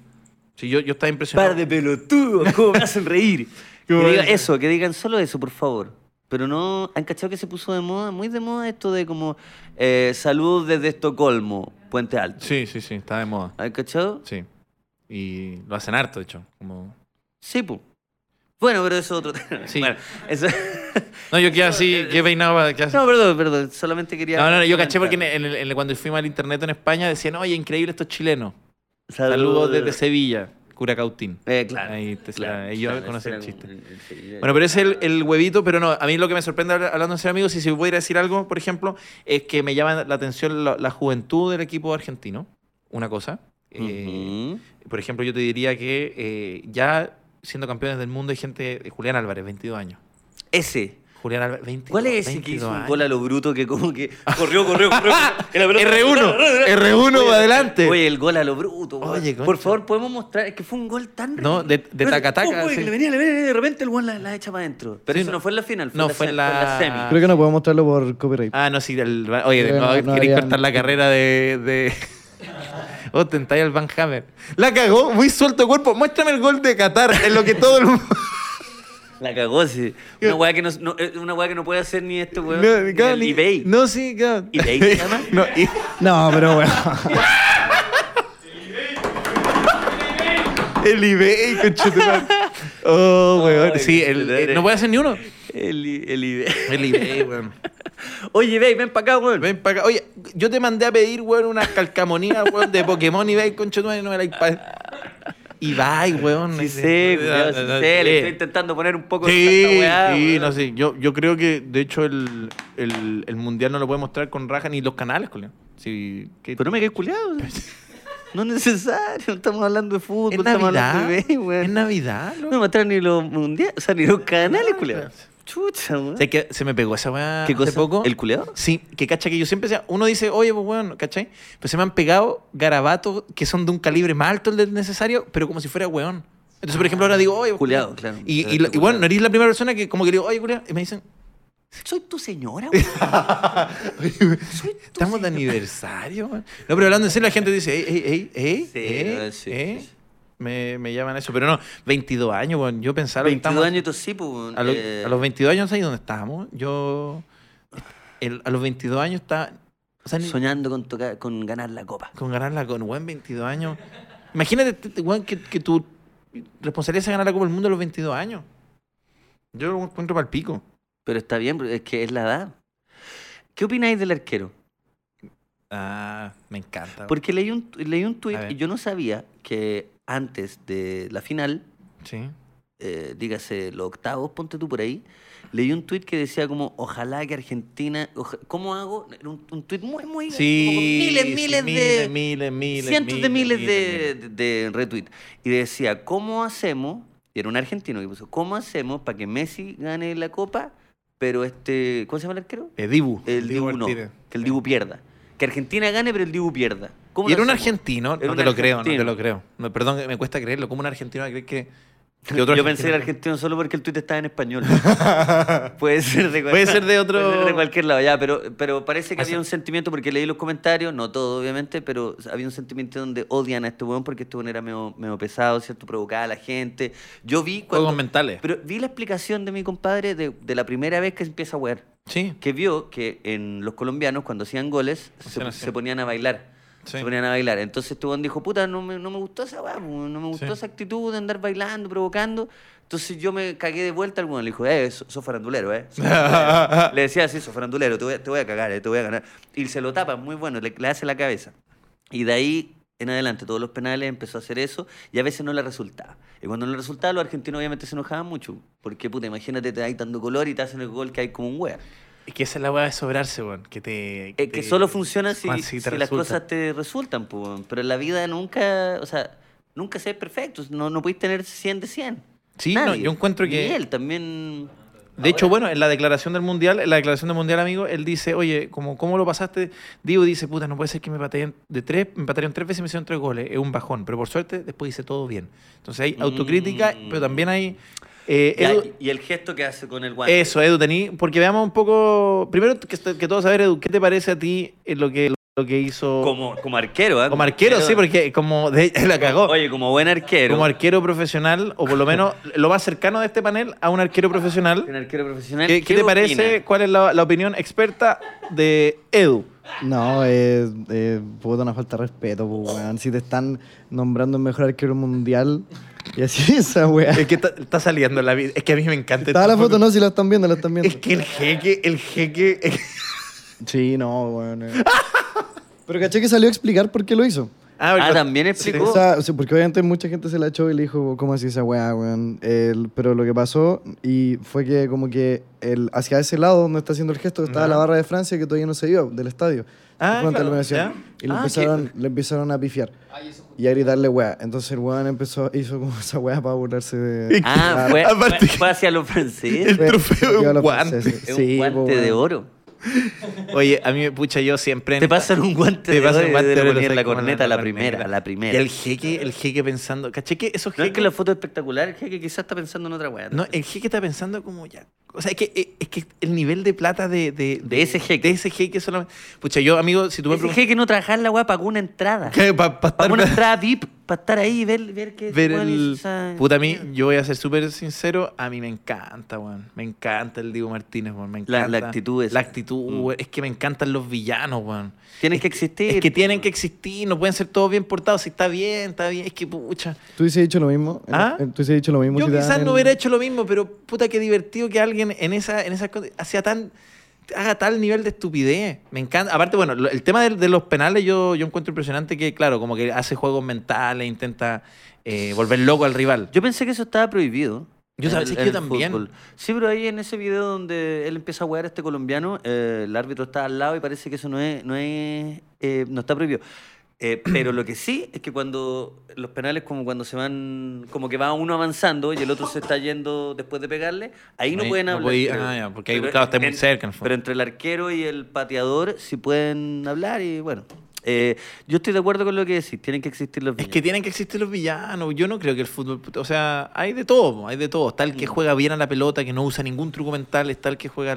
[SPEAKER 1] Sí, yo, yo estaba impresionado.
[SPEAKER 2] Par de pelotudos, ¿cómo me hacen reír? que
[SPEAKER 1] ¿Cómo me
[SPEAKER 2] digan
[SPEAKER 1] hacen?
[SPEAKER 2] eso, que digan solo eso, por favor. Pero no, han cachado que se puso de moda, muy de moda esto de como eh, saludos desde Estocolmo, Puente Alto.
[SPEAKER 1] Sí, sí, sí, está de moda.
[SPEAKER 2] ¿Han cachado?
[SPEAKER 1] Sí. Y lo hacen harto, de hecho. Como...
[SPEAKER 2] Sí, pues. Bueno, pero eso es otro tema.
[SPEAKER 1] Sí.
[SPEAKER 2] Bueno, eso-
[SPEAKER 1] No, yo quedé así, qué peinado. quedé así.
[SPEAKER 2] Eh, No, perdón, perdón, solamente quería...
[SPEAKER 1] No, no, no, yo caché porque en
[SPEAKER 2] comentar.
[SPEAKER 1] el- en el- cuando fuimos al internet en España decían, oye, increíble estos chilenos. Saludos desde Sevilla, Curacautín.
[SPEAKER 2] Eh, claro.
[SPEAKER 1] Ahí te-
[SPEAKER 2] claro,
[SPEAKER 1] ahí yo
[SPEAKER 2] claro,
[SPEAKER 1] conocí
[SPEAKER 2] era
[SPEAKER 1] el
[SPEAKER 2] como- sí,
[SPEAKER 1] Bueno, pero ese es el, el huevito, pero no, a mí lo que me sorprende habla- hablando en serio, amigos, y si voy a decir algo, por ejemplo, es que me llama la atención la, la juventud del equipo argentino, una cosa. Eh,
[SPEAKER 2] Ujú.
[SPEAKER 1] Por ejemplo, yo te diría que eh, ya siendo campeones del mundo hay gente, Julián Álvarez, 22 años.
[SPEAKER 2] Ese.
[SPEAKER 1] Julián Álvarez, 22
[SPEAKER 2] ¿Cuál es ese que
[SPEAKER 1] 22
[SPEAKER 2] hizo un
[SPEAKER 1] años.
[SPEAKER 2] gol a lo bruto que como que corrió, corrió, corrió? y la pelota-
[SPEAKER 1] R1, R1
[SPEAKER 2] Oye,
[SPEAKER 1] para adelante.
[SPEAKER 2] Oye, el gol a lo bruto. güey.
[SPEAKER 1] Oye, concha.
[SPEAKER 2] Por favor, podemos mostrar. Es que fue un gol tan.
[SPEAKER 1] No, de- de
[SPEAKER 2] Pero-
[SPEAKER 1] tacataca,
[SPEAKER 2] oh, güey,
[SPEAKER 1] sí.
[SPEAKER 2] que le venía, le venía, le venía, de repente el gol la, la echa para adentro. Pero
[SPEAKER 1] Sí,
[SPEAKER 2] eso
[SPEAKER 1] no.
[SPEAKER 2] no fue en la final.
[SPEAKER 1] No,
[SPEAKER 2] la
[SPEAKER 1] fue en
[SPEAKER 2] se-
[SPEAKER 1] la-
[SPEAKER 3] Creo que no podemos mostrarlo por copyright.
[SPEAKER 1] Ah, no, sí, el- oye,
[SPEAKER 3] Pero
[SPEAKER 1] no,
[SPEAKER 3] no, no
[SPEAKER 1] queréis
[SPEAKER 3] había-
[SPEAKER 1] cortar la carrera de. de... Oh, tentáis al Van Hammer. La cagó, muy suelto de cuerpo. Muéstrame el gol de Qatar, en lo que todo el mundo.
[SPEAKER 2] La cagó, sí. Una weá que no, no- eh, una weá que no puede hacer ni esto, weón. ni
[SPEAKER 1] claro,
[SPEAKER 2] el
[SPEAKER 1] ni-
[SPEAKER 2] eBay.
[SPEAKER 1] No, sí, claro.
[SPEAKER 2] ¿eBay se llama?
[SPEAKER 1] No, y-
[SPEAKER 3] No, pero bueno.
[SPEAKER 1] el eBay, conchetumare. Oh, weón.
[SPEAKER 2] Ay,
[SPEAKER 1] Sí, el,
[SPEAKER 2] conchetumare.
[SPEAKER 1] eh, no puede hacer ni uno.
[SPEAKER 2] El, i- el eBay.
[SPEAKER 1] El eBay, weón.
[SPEAKER 2] Oye, eBay, ven para acá, weón.
[SPEAKER 1] Ven para acá. Oye, yo te mandé a pedir, weón, unas calcamonías, weón, de Pokémon eBay, conchetumare, y no me la pa- Ibai, weón.
[SPEAKER 2] Sí,
[SPEAKER 1] ese-
[SPEAKER 2] sé, weón, sí
[SPEAKER 1] Ah, ah,
[SPEAKER 2] sé, Le
[SPEAKER 1] sí.
[SPEAKER 2] estoy intentando poner un poco de
[SPEAKER 1] Sí,
[SPEAKER 2] esta weá,
[SPEAKER 1] sí,
[SPEAKER 2] weón.
[SPEAKER 1] no sé. Yo, yo creo que, de hecho, el, el, el mundial no lo puede mostrar con raja ni los canales, colega. Sí, que-
[SPEAKER 2] Pero no me quedé culiado. No es necesario, estamos hablando de fútbol,
[SPEAKER 1] ¿Es
[SPEAKER 2] estamos
[SPEAKER 1] Navidad?
[SPEAKER 2] hablando de bebé,
[SPEAKER 1] ¿Es
[SPEAKER 2] weón.
[SPEAKER 1] Navidad?
[SPEAKER 2] No
[SPEAKER 1] loco?
[SPEAKER 2] me mataron ni los mundiales, o sea, ni los canales, culiado. Chucha, weón.
[SPEAKER 1] Sé que se me pegó esa weá
[SPEAKER 2] ¿Qué
[SPEAKER 1] hace
[SPEAKER 2] cosa?
[SPEAKER 1] poco.
[SPEAKER 2] ¿El culeado?
[SPEAKER 1] Sí, que cacha que yo siempre decía, uno dice, oye, pues weón, ¿cachai? Pues se me han pegado garabatos que son de un calibre más alto el del necesario, pero como si fuera weón. Entonces, por ejemplo, ahora digo, oye,
[SPEAKER 2] Culeado,
[SPEAKER 1] weón.
[SPEAKER 2] claro.
[SPEAKER 1] Y, y, y
[SPEAKER 2] Claro,
[SPEAKER 1] bueno,
[SPEAKER 2] culeado.
[SPEAKER 1] no eres la primera persona que como que le digo, oye, culeado, y me dicen,
[SPEAKER 2] Soy tu señora, weón. Soy tu
[SPEAKER 1] Estamos de aniversario, man. No, pero hablando en serio, la gente dice, ey, ey, ey, ey,
[SPEAKER 2] Sí,
[SPEAKER 1] ey,
[SPEAKER 2] sí,
[SPEAKER 1] ey".
[SPEAKER 2] sí.
[SPEAKER 1] Me, me llaman eso. Pero no, 22 años, weón. Yo pensaba que
[SPEAKER 2] 22
[SPEAKER 1] estamos-
[SPEAKER 2] años, entonces sí, pues, weón.
[SPEAKER 1] A, lo-
[SPEAKER 2] Eh,
[SPEAKER 1] a los 22 años, ¿sabes dónde estábamos? Yo... el- a los 22 años estaba... O sea, ni-
[SPEAKER 2] Soñando con, tocar, con ganar la copa.
[SPEAKER 1] con ganarla con weón 22 años. Imagínate, t- t- weón, que, que tu responsabilidad es ganar la Copa del Mundo a los 22 años. Yo lo encuentro para el pico.
[SPEAKER 2] Pero está bien, bro, es que es la edad. ¿Qué opináis del arquero?
[SPEAKER 1] Ah, me encanta.
[SPEAKER 2] Porque leí un, leí un tuit
[SPEAKER 1] A ver.
[SPEAKER 2] y yo no sabía que antes de la final
[SPEAKER 1] Sí.
[SPEAKER 2] eh, dígase los octavos, ponte tú por ahí, leí un tuit que decía como, ojalá que Argentina, oja- ¿cómo hago? Era Un, un tuit muy, muy... como con
[SPEAKER 1] Sí,
[SPEAKER 2] miles,
[SPEAKER 1] sí,
[SPEAKER 2] miles, de...
[SPEAKER 1] miles, miles, miles,
[SPEAKER 2] cientos de miles, de,
[SPEAKER 1] miles.
[SPEAKER 2] de- de retweet. Y decía, ¿cómo hacemos? Y era un argentino que puso, ¿cómo hacemos para que Messi gane la copa? Pero este, ¿cómo se llama el arquero?
[SPEAKER 1] Eh, Dibu.
[SPEAKER 2] El Dibu, no,
[SPEAKER 1] Martínez.
[SPEAKER 2] que el Dibu pierda. Que Argentina gane, pero el Dibu pierda. ¿Cómo
[SPEAKER 1] Y
[SPEAKER 2] lo
[SPEAKER 1] era un
[SPEAKER 2] hacemos?
[SPEAKER 1] argentino,
[SPEAKER 2] Era
[SPEAKER 1] no
[SPEAKER 2] un
[SPEAKER 1] te lo creo, no te
[SPEAKER 2] argentino.
[SPEAKER 1] lo creo. No, perdón, me cuesta creerlo. ¿Cómo un argentino va a creer que, que
[SPEAKER 2] Yo
[SPEAKER 1] otro
[SPEAKER 2] pensé que era argentino solo porque el tuit estaba en español. puede ser de cualquier,
[SPEAKER 1] Puede ser de otro-
[SPEAKER 2] puede ser de cualquier lado, ya, pero, pero parece que
[SPEAKER 1] Así-
[SPEAKER 2] había un sentimiento, porque leí los comentarios, no todo obviamente, pero había un sentimiento donde odian a este weón porque este weón era medio, medio pesado, ¿cierto? Provocaba a la gente. Yo vi cuando...
[SPEAKER 1] Juegos mentales.
[SPEAKER 2] Pero vi la explicación de mi compadre de, de la primera vez que empieza a wear,
[SPEAKER 1] Sí.
[SPEAKER 2] que vio que en los colombianos cuando hacían goles se,
[SPEAKER 1] Hacían así.
[SPEAKER 2] se ponían a bailar.
[SPEAKER 1] Sí.
[SPEAKER 2] Se ponían a bailar. Entonces este weón dijo, puta, no me, no me gustó esa weá, po, no me gustó
[SPEAKER 1] Sí.
[SPEAKER 2] esa actitud de andar bailando, provocando. Entonces yo me cagué de vuelta al weón. Le dijo, eh, sos sos farandulero, eh. sos farandulero". le decía así, sos farandulero, te voy, a, te voy a cagar, eh, te voy a ganar. Y se lo tapa, muy bueno, le, le hace la cabeza. Y de ahí en adelante, todos los penales empezó a hacer eso y a veces no le resultaba. Y cuando no le resultaba, los argentinos obviamente se enojaban mucho. Porque, puta, imagínate, te ahí dando color y te hacen el gol que hay como un wea.
[SPEAKER 1] Es que esa es la weá de sobrarse, weón. Que te.
[SPEAKER 2] Es Eh, que
[SPEAKER 1] te-
[SPEAKER 2] solo funciona si,
[SPEAKER 1] Juan, sí te
[SPEAKER 2] si las
[SPEAKER 1] resulta.
[SPEAKER 2] cosas te resultan, po, weón. pero en la vida nunca, o sea, nunca ser perfecto, no, no podéis tener 100 de 100.
[SPEAKER 1] Sí, no, yo encuentro que-
[SPEAKER 2] Y él también...
[SPEAKER 1] De hecho, bueno, en la declaración del Mundial, en la declaración del Mundial, amigo, él dice, oye, como, ¿cómo lo pasaste? Digo, dice, puta, no puede ser que me pateen de tres, me patearon tres veces y me hicieron tres goles. Es un bajón, pero por suerte después hice todo bien. Entonces hay autocrítica,
[SPEAKER 2] Mm.
[SPEAKER 1] pero también hay... eh,
[SPEAKER 2] Ya,
[SPEAKER 1] edu-
[SPEAKER 2] y el gesto que hace con el guante.
[SPEAKER 1] eso, Edu, tení, porque veamos un poco, primero que, que todo saber, Edu, ¿qué te parece a ti eh, lo que, lo que hizo
[SPEAKER 2] Como, como arquero, ¿eh?
[SPEAKER 1] como arquero? Sí, porque como de, la cagó.
[SPEAKER 2] Oye, como buen arquero.
[SPEAKER 1] Como arquero profesional, o por lo menos lo más cercano de este panel a un arquero profesional.
[SPEAKER 2] un arquero profesional.
[SPEAKER 1] ¿Qué, qué te
[SPEAKER 2] opina?
[SPEAKER 1] parece? ¿Cuál es la, la opinión experta de Edu?
[SPEAKER 3] No, es eh, puta una falta de respeto, po, weón. Si te están nombrando el mejor arquero mundial y así esa weá.
[SPEAKER 1] Es que está, está saliendo la vida. Es que a mí me encanta.
[SPEAKER 3] Está
[SPEAKER 1] esta
[SPEAKER 3] la foto, no, si la están viendo, la están viendo.
[SPEAKER 1] Es que el jeque, el jeque.
[SPEAKER 3] Sí, no, weón. eh. Pero caché que salió a explicar por qué lo hizo.
[SPEAKER 2] Ah,
[SPEAKER 1] porque-
[SPEAKER 2] también explicó.
[SPEAKER 3] O sea, o sea, porque obviamente mucha gente se la echó y le dijo, ¿cómo así esa weá, weón? El- pero lo que pasó y fue que como que el, hacia ese lado donde está haciendo el gesto estaba la barra de Francia que todavía no se vio del estadio.
[SPEAKER 1] Ah,
[SPEAKER 3] Durante la
[SPEAKER 1] claro,
[SPEAKER 3] eliminación.
[SPEAKER 1] ya.
[SPEAKER 3] Y le,
[SPEAKER 1] Ah,
[SPEAKER 3] empezaron, le empezaron a pifiar y a gritarle weá. Entonces el weón empezó, hizo como esa weá para burlarse de...
[SPEAKER 2] Ah, fue,
[SPEAKER 1] Aparte-
[SPEAKER 2] fue- fue hacia los franceses.
[SPEAKER 3] de-
[SPEAKER 1] trofeo
[SPEAKER 3] de
[SPEAKER 1] es un
[SPEAKER 3] los
[SPEAKER 1] guante.
[SPEAKER 3] franceses.
[SPEAKER 2] Es
[SPEAKER 3] Sí,
[SPEAKER 2] un
[SPEAKER 3] po,
[SPEAKER 2] guante de
[SPEAKER 3] weón.
[SPEAKER 2] oro.
[SPEAKER 1] Oye, a mí me pucha yo siempre. en
[SPEAKER 2] Te
[SPEAKER 1] esta-
[SPEAKER 2] pasan un guante
[SPEAKER 1] te
[SPEAKER 2] de
[SPEAKER 1] pasan
[SPEAKER 2] oro y
[SPEAKER 1] guante
[SPEAKER 2] te
[SPEAKER 1] de
[SPEAKER 2] lo
[SPEAKER 1] oro,
[SPEAKER 2] ponían
[SPEAKER 1] te
[SPEAKER 2] la
[SPEAKER 1] ponen
[SPEAKER 2] corneta, la primera, la primera.
[SPEAKER 1] Y el jeque, el jeque pensando. ¿Caché que esos
[SPEAKER 2] No es que
[SPEAKER 1] jeques-
[SPEAKER 2] la foto es espectacular, es que quizás está pensando en otra weá.
[SPEAKER 1] No, el jeque está pensando como ya. O sea, es que, eh, es que el nivel de plata de, de,
[SPEAKER 2] De ese jeque.
[SPEAKER 1] De ese jeque solamente. Pucha, yo, amigo, si tú me
[SPEAKER 2] Ese
[SPEAKER 1] preguntas.
[SPEAKER 2] que no trabajar la weá pagó una entrada.
[SPEAKER 1] Para estar
[SPEAKER 2] Pagó una entrada VIP para estar ahí y ver, ver qué
[SPEAKER 1] ver
[SPEAKER 2] cuál es
[SPEAKER 1] el.
[SPEAKER 2] esa-
[SPEAKER 1] Puta, a mí, yo voy a ser súper sincero, a mí me encanta, weón. Me encanta el Diego Martínez, weón. Me
[SPEAKER 2] La- la
[SPEAKER 1] encanta.
[SPEAKER 2] actitud esa.
[SPEAKER 1] La actitud,
[SPEAKER 2] Mm.
[SPEAKER 1] weón. Es que me encantan los villanos, weón.
[SPEAKER 2] Tienen
[SPEAKER 1] Es
[SPEAKER 2] que existir,
[SPEAKER 1] Es que tienen
[SPEAKER 2] weón.
[SPEAKER 1] que existir, no pueden ser todos bien portados. Si está bien, está bien. Es que, pucha.
[SPEAKER 3] ¿Tú hubiese dicho lo mismo?
[SPEAKER 1] ¿Ah?
[SPEAKER 3] ¿Tú hubiese dicho lo mismo?
[SPEAKER 1] Yo
[SPEAKER 3] si te
[SPEAKER 1] quizás
[SPEAKER 3] dan el-
[SPEAKER 1] no hubiera hecho lo mismo, pero puta qué divertido que alguien en esa, en esas cosas hacía tan haga tal nivel de estupidez. Me encanta. Aparte, bueno, lo- el tema del- de, los penales yo, yo encuentro impresionante que, claro, como que hace juegos mentales, intenta eh, volver loco al rival.
[SPEAKER 2] Yo pensé que eso estaba prohibido.
[SPEAKER 1] Yo
[SPEAKER 2] en
[SPEAKER 1] sab-
[SPEAKER 2] el-
[SPEAKER 1] sí que
[SPEAKER 2] en
[SPEAKER 1] yo
[SPEAKER 2] el
[SPEAKER 1] también.
[SPEAKER 2] Sí, pero ahí en ese video donde él empieza a huear a este colombiano, eh, el árbitro está al lado y parece que eso no es, no es, eh, no está prohibido. Eh, pero lo que sí es que cuando los penales como cuando se van, como que va uno avanzando y el otro se está yendo después de pegarle, ahí no
[SPEAKER 1] Ahí
[SPEAKER 2] pueden
[SPEAKER 1] no
[SPEAKER 2] hablar.
[SPEAKER 1] podí-
[SPEAKER 2] creo.
[SPEAKER 1] ah, ya, porque ahí, claro, está muy cerca, en el fondo.
[SPEAKER 2] Pero entre el arquero y el pateador sí pueden hablar y bueno. Eh, yo estoy de acuerdo con lo que decís, tienen que existir los
[SPEAKER 1] Es
[SPEAKER 2] viñedos.
[SPEAKER 1] que tienen que existir los villanos. Yo no creo que el fútbol. O sea, hay de todo, hay de todo. Está
[SPEAKER 2] Mm.
[SPEAKER 1] el que juega bien a la pelota, que no usa ningún truco mental, está el que juega.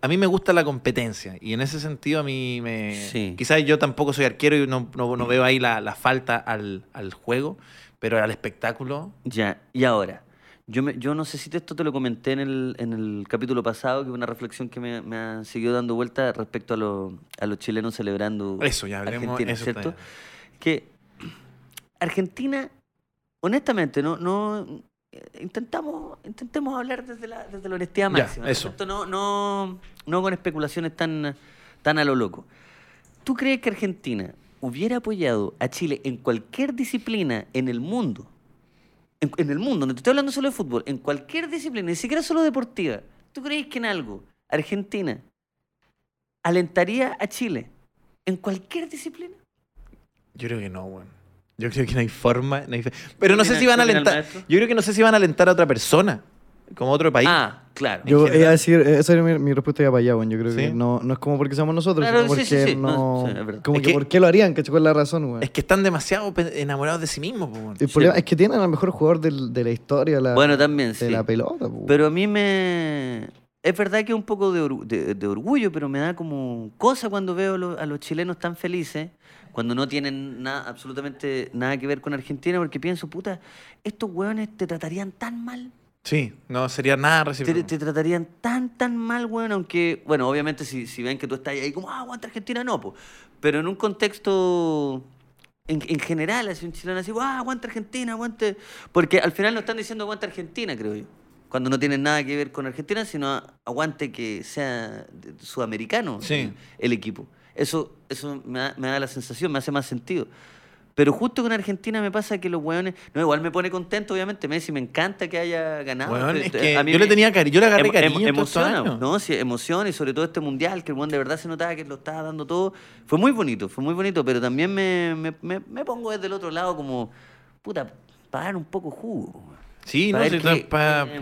[SPEAKER 1] A mí me gusta la competencia y en ese sentido a mí me.
[SPEAKER 2] Sí.
[SPEAKER 1] Quizás yo tampoco soy arquero y no, no- no veo ahí la, la falta al, al juego, pero al espectáculo.
[SPEAKER 2] Ya, y ahora, yo, me- yo no sé si te- esto te lo comenté en el, en el capítulo pasado, que es una reflexión que me, me ha seguido dando vuelta respecto a, lo- a los chilenos celebrando
[SPEAKER 1] Eso, ya hablemos,
[SPEAKER 2] Argentina,
[SPEAKER 1] eso está
[SPEAKER 2] ¿cierto?
[SPEAKER 1] bien.
[SPEAKER 2] Que Argentina, honestamente, no, no eh, intentamos, intentemos hablar desde la, desde la honestidad
[SPEAKER 1] Ya,
[SPEAKER 2] máxima.
[SPEAKER 1] eso.
[SPEAKER 2] ¿cierto? No, no, no con especulaciones tan, tan a lo loco. ¿Tú crees que Argentina hubiera apoyado a Chile en cualquier disciplina en el mundo? En, en el mundo, no te estoy hablando solo de fútbol, en cualquier disciplina, ni siquiera solo deportiva. ¿Tú crees que en algo Argentina alentaría a Chile en cualquier disciplina?
[SPEAKER 1] Yo creo que no, weón. Yo creo que no hay forma. no hay fe- Pero no sé
[SPEAKER 2] opinas-
[SPEAKER 1] si van a
[SPEAKER 2] qué opina el
[SPEAKER 1] alentar.
[SPEAKER 2] maestro?
[SPEAKER 1] Yo creo que no sé si van a alentar a otra persona, como otro país.
[SPEAKER 2] Ah, claro.
[SPEAKER 3] Yo
[SPEAKER 1] general.
[SPEAKER 3] iba a decir, eh, esa era mi, mi respuesta iba para allá, weón. Yo creo que
[SPEAKER 1] ¿Sí?
[SPEAKER 3] no, no es como porque somos nosotros,
[SPEAKER 2] Claro,
[SPEAKER 3] sino
[SPEAKER 2] sí,
[SPEAKER 3] porque
[SPEAKER 2] sí, sí. No,
[SPEAKER 3] no.
[SPEAKER 2] sí, es verdad.
[SPEAKER 3] como
[SPEAKER 1] Es
[SPEAKER 3] que,
[SPEAKER 1] que-
[SPEAKER 3] ¿por qué lo harían? ¿Cachai? ¿Cuál es la razón, weón?
[SPEAKER 1] Es que están demasiado pe- enamorados de sí mismos, po, weón.
[SPEAKER 3] El problema es que tienen al mejor jugador del- de la historia la,
[SPEAKER 2] Bueno, también,
[SPEAKER 3] de
[SPEAKER 2] sí.
[SPEAKER 3] la pelota, po.
[SPEAKER 2] Pero a mí me... Es verdad que un poco de, orgu- de- de orgullo, pero me da como cosa cuando veo a lo- a los chilenos tan felices, cuando no tienen nada, absolutamente nada que ver con Argentina, porque pienso, puta, estos hueones te tratarían tan mal.
[SPEAKER 1] Sí, no sería nada
[SPEAKER 2] Te,
[SPEAKER 1] recíproco.
[SPEAKER 2] te tratarían tan, tan mal, weón, aunque, bueno, obviamente si, si ven que tú estás ahí como, ah, aguanta Argentina, no, po. pero en un contexto en, en general, así un chileno así, ah, aguanta Argentina, aguante, porque al final no están diciendo aguanta Argentina, creo yo, cuando no tienen nada que ver con Argentina, sino aguante que sea de- sudamericano
[SPEAKER 1] Sí.
[SPEAKER 2] el, el equipo. Eso, eso me, da, me da la sensación, me hace más sentido. Pero justo con Argentina me pasa que los weones. No, igual me pone contento, obviamente. Messi me encanta que haya ganado.
[SPEAKER 1] Weón,
[SPEAKER 2] pero-
[SPEAKER 1] es que
[SPEAKER 2] este, a mí
[SPEAKER 1] yo le
[SPEAKER 2] me-
[SPEAKER 1] tenía cari- yo le agarré
[SPEAKER 2] Emo-
[SPEAKER 1] cariño
[SPEAKER 2] emo-
[SPEAKER 1] estos
[SPEAKER 2] emociona,
[SPEAKER 1] años.
[SPEAKER 2] ¿no? Sí, emociona y sobre todo este mundial, que el Juan de verdad se notaba que lo estaba dando todo. Fue muy bonito, fue muy bonito, pero también me, me, me- me pongo desde el otro lado como, puta, pagar un poco jugo.
[SPEAKER 1] Sí, no,
[SPEAKER 2] Para
[SPEAKER 1] sí,
[SPEAKER 2] ver qué-
[SPEAKER 1] pa-
[SPEAKER 2] eh,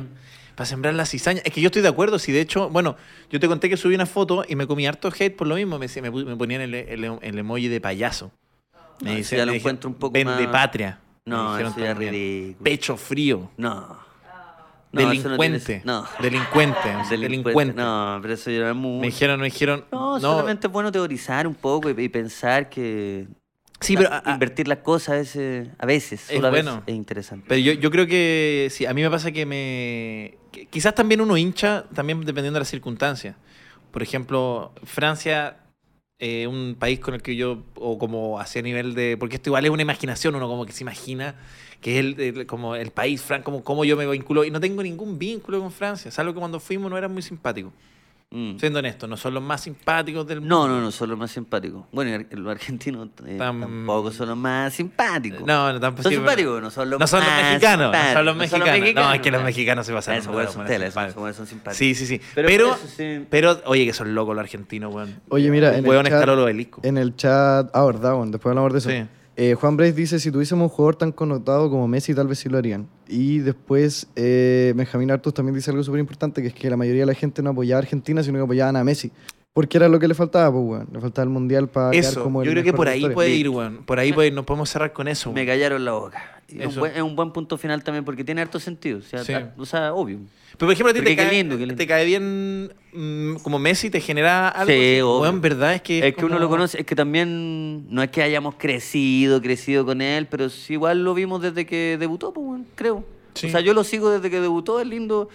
[SPEAKER 1] Para sembrar la cizaña. Es que yo estoy de acuerdo. Si de hecho, bueno, yo te conté que subí una foto y me comí harto hate por lo mismo. Me, decía- me, pu- me ponían el, el, el emoji de payaso. Me dice-
[SPEAKER 2] No, Ah, eso ya
[SPEAKER 1] me
[SPEAKER 2] lo
[SPEAKER 1] dije,
[SPEAKER 2] encuentro un poco
[SPEAKER 1] Vende
[SPEAKER 2] más-
[SPEAKER 1] patria. me
[SPEAKER 2] No,
[SPEAKER 1] dijeron
[SPEAKER 2] eso ya es
[SPEAKER 1] también.
[SPEAKER 2] ridículo.
[SPEAKER 1] Pecho frío.
[SPEAKER 2] No. No, eso no tiene-
[SPEAKER 1] Delincuente.
[SPEAKER 2] No.
[SPEAKER 1] Delincuente. o sea, Delincuente.
[SPEAKER 2] No, pero eso ya es muy...
[SPEAKER 1] Me dijeron, me dijeron.
[SPEAKER 2] No,
[SPEAKER 1] No,
[SPEAKER 2] solamente es bueno teorizar un poco y, y pensar que
[SPEAKER 1] Sí, pero.
[SPEAKER 2] la-
[SPEAKER 1] a- a-
[SPEAKER 2] invertir las cosas a veces, a veces,
[SPEAKER 1] Es
[SPEAKER 2] solo a veces,
[SPEAKER 1] bueno.
[SPEAKER 2] es interesante.
[SPEAKER 1] Pero yo, yo creo que sí, a mí me pasa que me. que quizás también uno hincha, también dependiendo de las circunstancias. Por ejemplo, Francia, eh, un país con el que yo, o como hacia nivel de. Porque esto igual es una imaginación, uno como que se imagina que es el, el- como el país, Fran, como, como yo me vinculo. Y no tengo ningún vínculo con Francia, salvo que cuando fuimos no eran muy simpáticos.
[SPEAKER 2] Mm.
[SPEAKER 1] Siendo honesto, no son los más simpáticos del
[SPEAKER 2] No, no, no, son los más simpáticos. Bueno, y ar- los argentinos eh,
[SPEAKER 1] Tam-
[SPEAKER 2] tampoco son los más simpáticos.
[SPEAKER 1] No, no, tampoco.
[SPEAKER 2] son
[SPEAKER 1] sí, pero-
[SPEAKER 2] simpáticos, no son los
[SPEAKER 1] No son los
[SPEAKER 2] más
[SPEAKER 1] mexicanos, no son los
[SPEAKER 2] simpáticos,
[SPEAKER 1] mexicanos. No, es que los
[SPEAKER 2] claro.
[SPEAKER 1] mexicanos se pasaron.
[SPEAKER 2] Esos
[SPEAKER 1] de
[SPEAKER 2] güeyes
[SPEAKER 1] la
[SPEAKER 2] son
[SPEAKER 1] buena,
[SPEAKER 2] telas,
[SPEAKER 1] simpáticos.
[SPEAKER 2] esos güeyes son simpáticos.
[SPEAKER 1] Sí, sí, sí.
[SPEAKER 2] Pero
[SPEAKER 1] Pero,
[SPEAKER 2] por
[SPEAKER 1] pero,
[SPEAKER 2] eso sí.
[SPEAKER 1] oye, que son locos los argentinos, weón.
[SPEAKER 3] Oye, mira, en
[SPEAKER 1] Weón
[SPEAKER 3] el, chat,
[SPEAKER 1] escaló los obeliscos.
[SPEAKER 3] en el chat. Ah, verdad, bueno, después hablamos de eso.
[SPEAKER 1] Sí.
[SPEAKER 3] Eh, Juan Brace dice: si tuviésemos un jugador tan connotado como Messi, tal vez sí lo harían. Y después, eh, Benjamín Artus también dice algo súper importante: que es que la mayoría de la gente no apoyaba a Argentina, sino que apoyaban a Messi. Porque era lo que le faltaba, pues, weón. Le faltaba el mundial para. quedar
[SPEAKER 1] Eso,
[SPEAKER 3] como el
[SPEAKER 1] yo creo que
[SPEAKER 3] mejor
[SPEAKER 1] por
[SPEAKER 3] de la
[SPEAKER 1] ahí
[SPEAKER 3] historia.
[SPEAKER 1] puede ir, weón. Por ahí puede ir, nos podemos cerrar con eso.
[SPEAKER 2] Me
[SPEAKER 1] weón.
[SPEAKER 2] callaron la boca. Y es, un
[SPEAKER 1] Eso.
[SPEAKER 2] buen, es un buen punto final también porque tiene harto sentido. O sea,
[SPEAKER 1] Sí.
[SPEAKER 2] ta- o sea, obvio.
[SPEAKER 1] Pero por ejemplo, a ti
[SPEAKER 2] Pero
[SPEAKER 1] te
[SPEAKER 2] qué
[SPEAKER 1] cae,
[SPEAKER 2] lindo, qué lindo.
[SPEAKER 1] te cae bien mm, como Messi, te genera algo.
[SPEAKER 2] Sí,
[SPEAKER 1] así.
[SPEAKER 2] obvio.
[SPEAKER 1] Weón, verdad es que.
[SPEAKER 2] Es que uno
[SPEAKER 1] como-
[SPEAKER 2] lo conoce, es que también no es que hayamos crecido, crecido con él, pero sí igual lo vimos desde que debutó, pues, weón, creo.
[SPEAKER 1] Sí.
[SPEAKER 2] O sea, yo lo sigo desde que debutó, es lindo.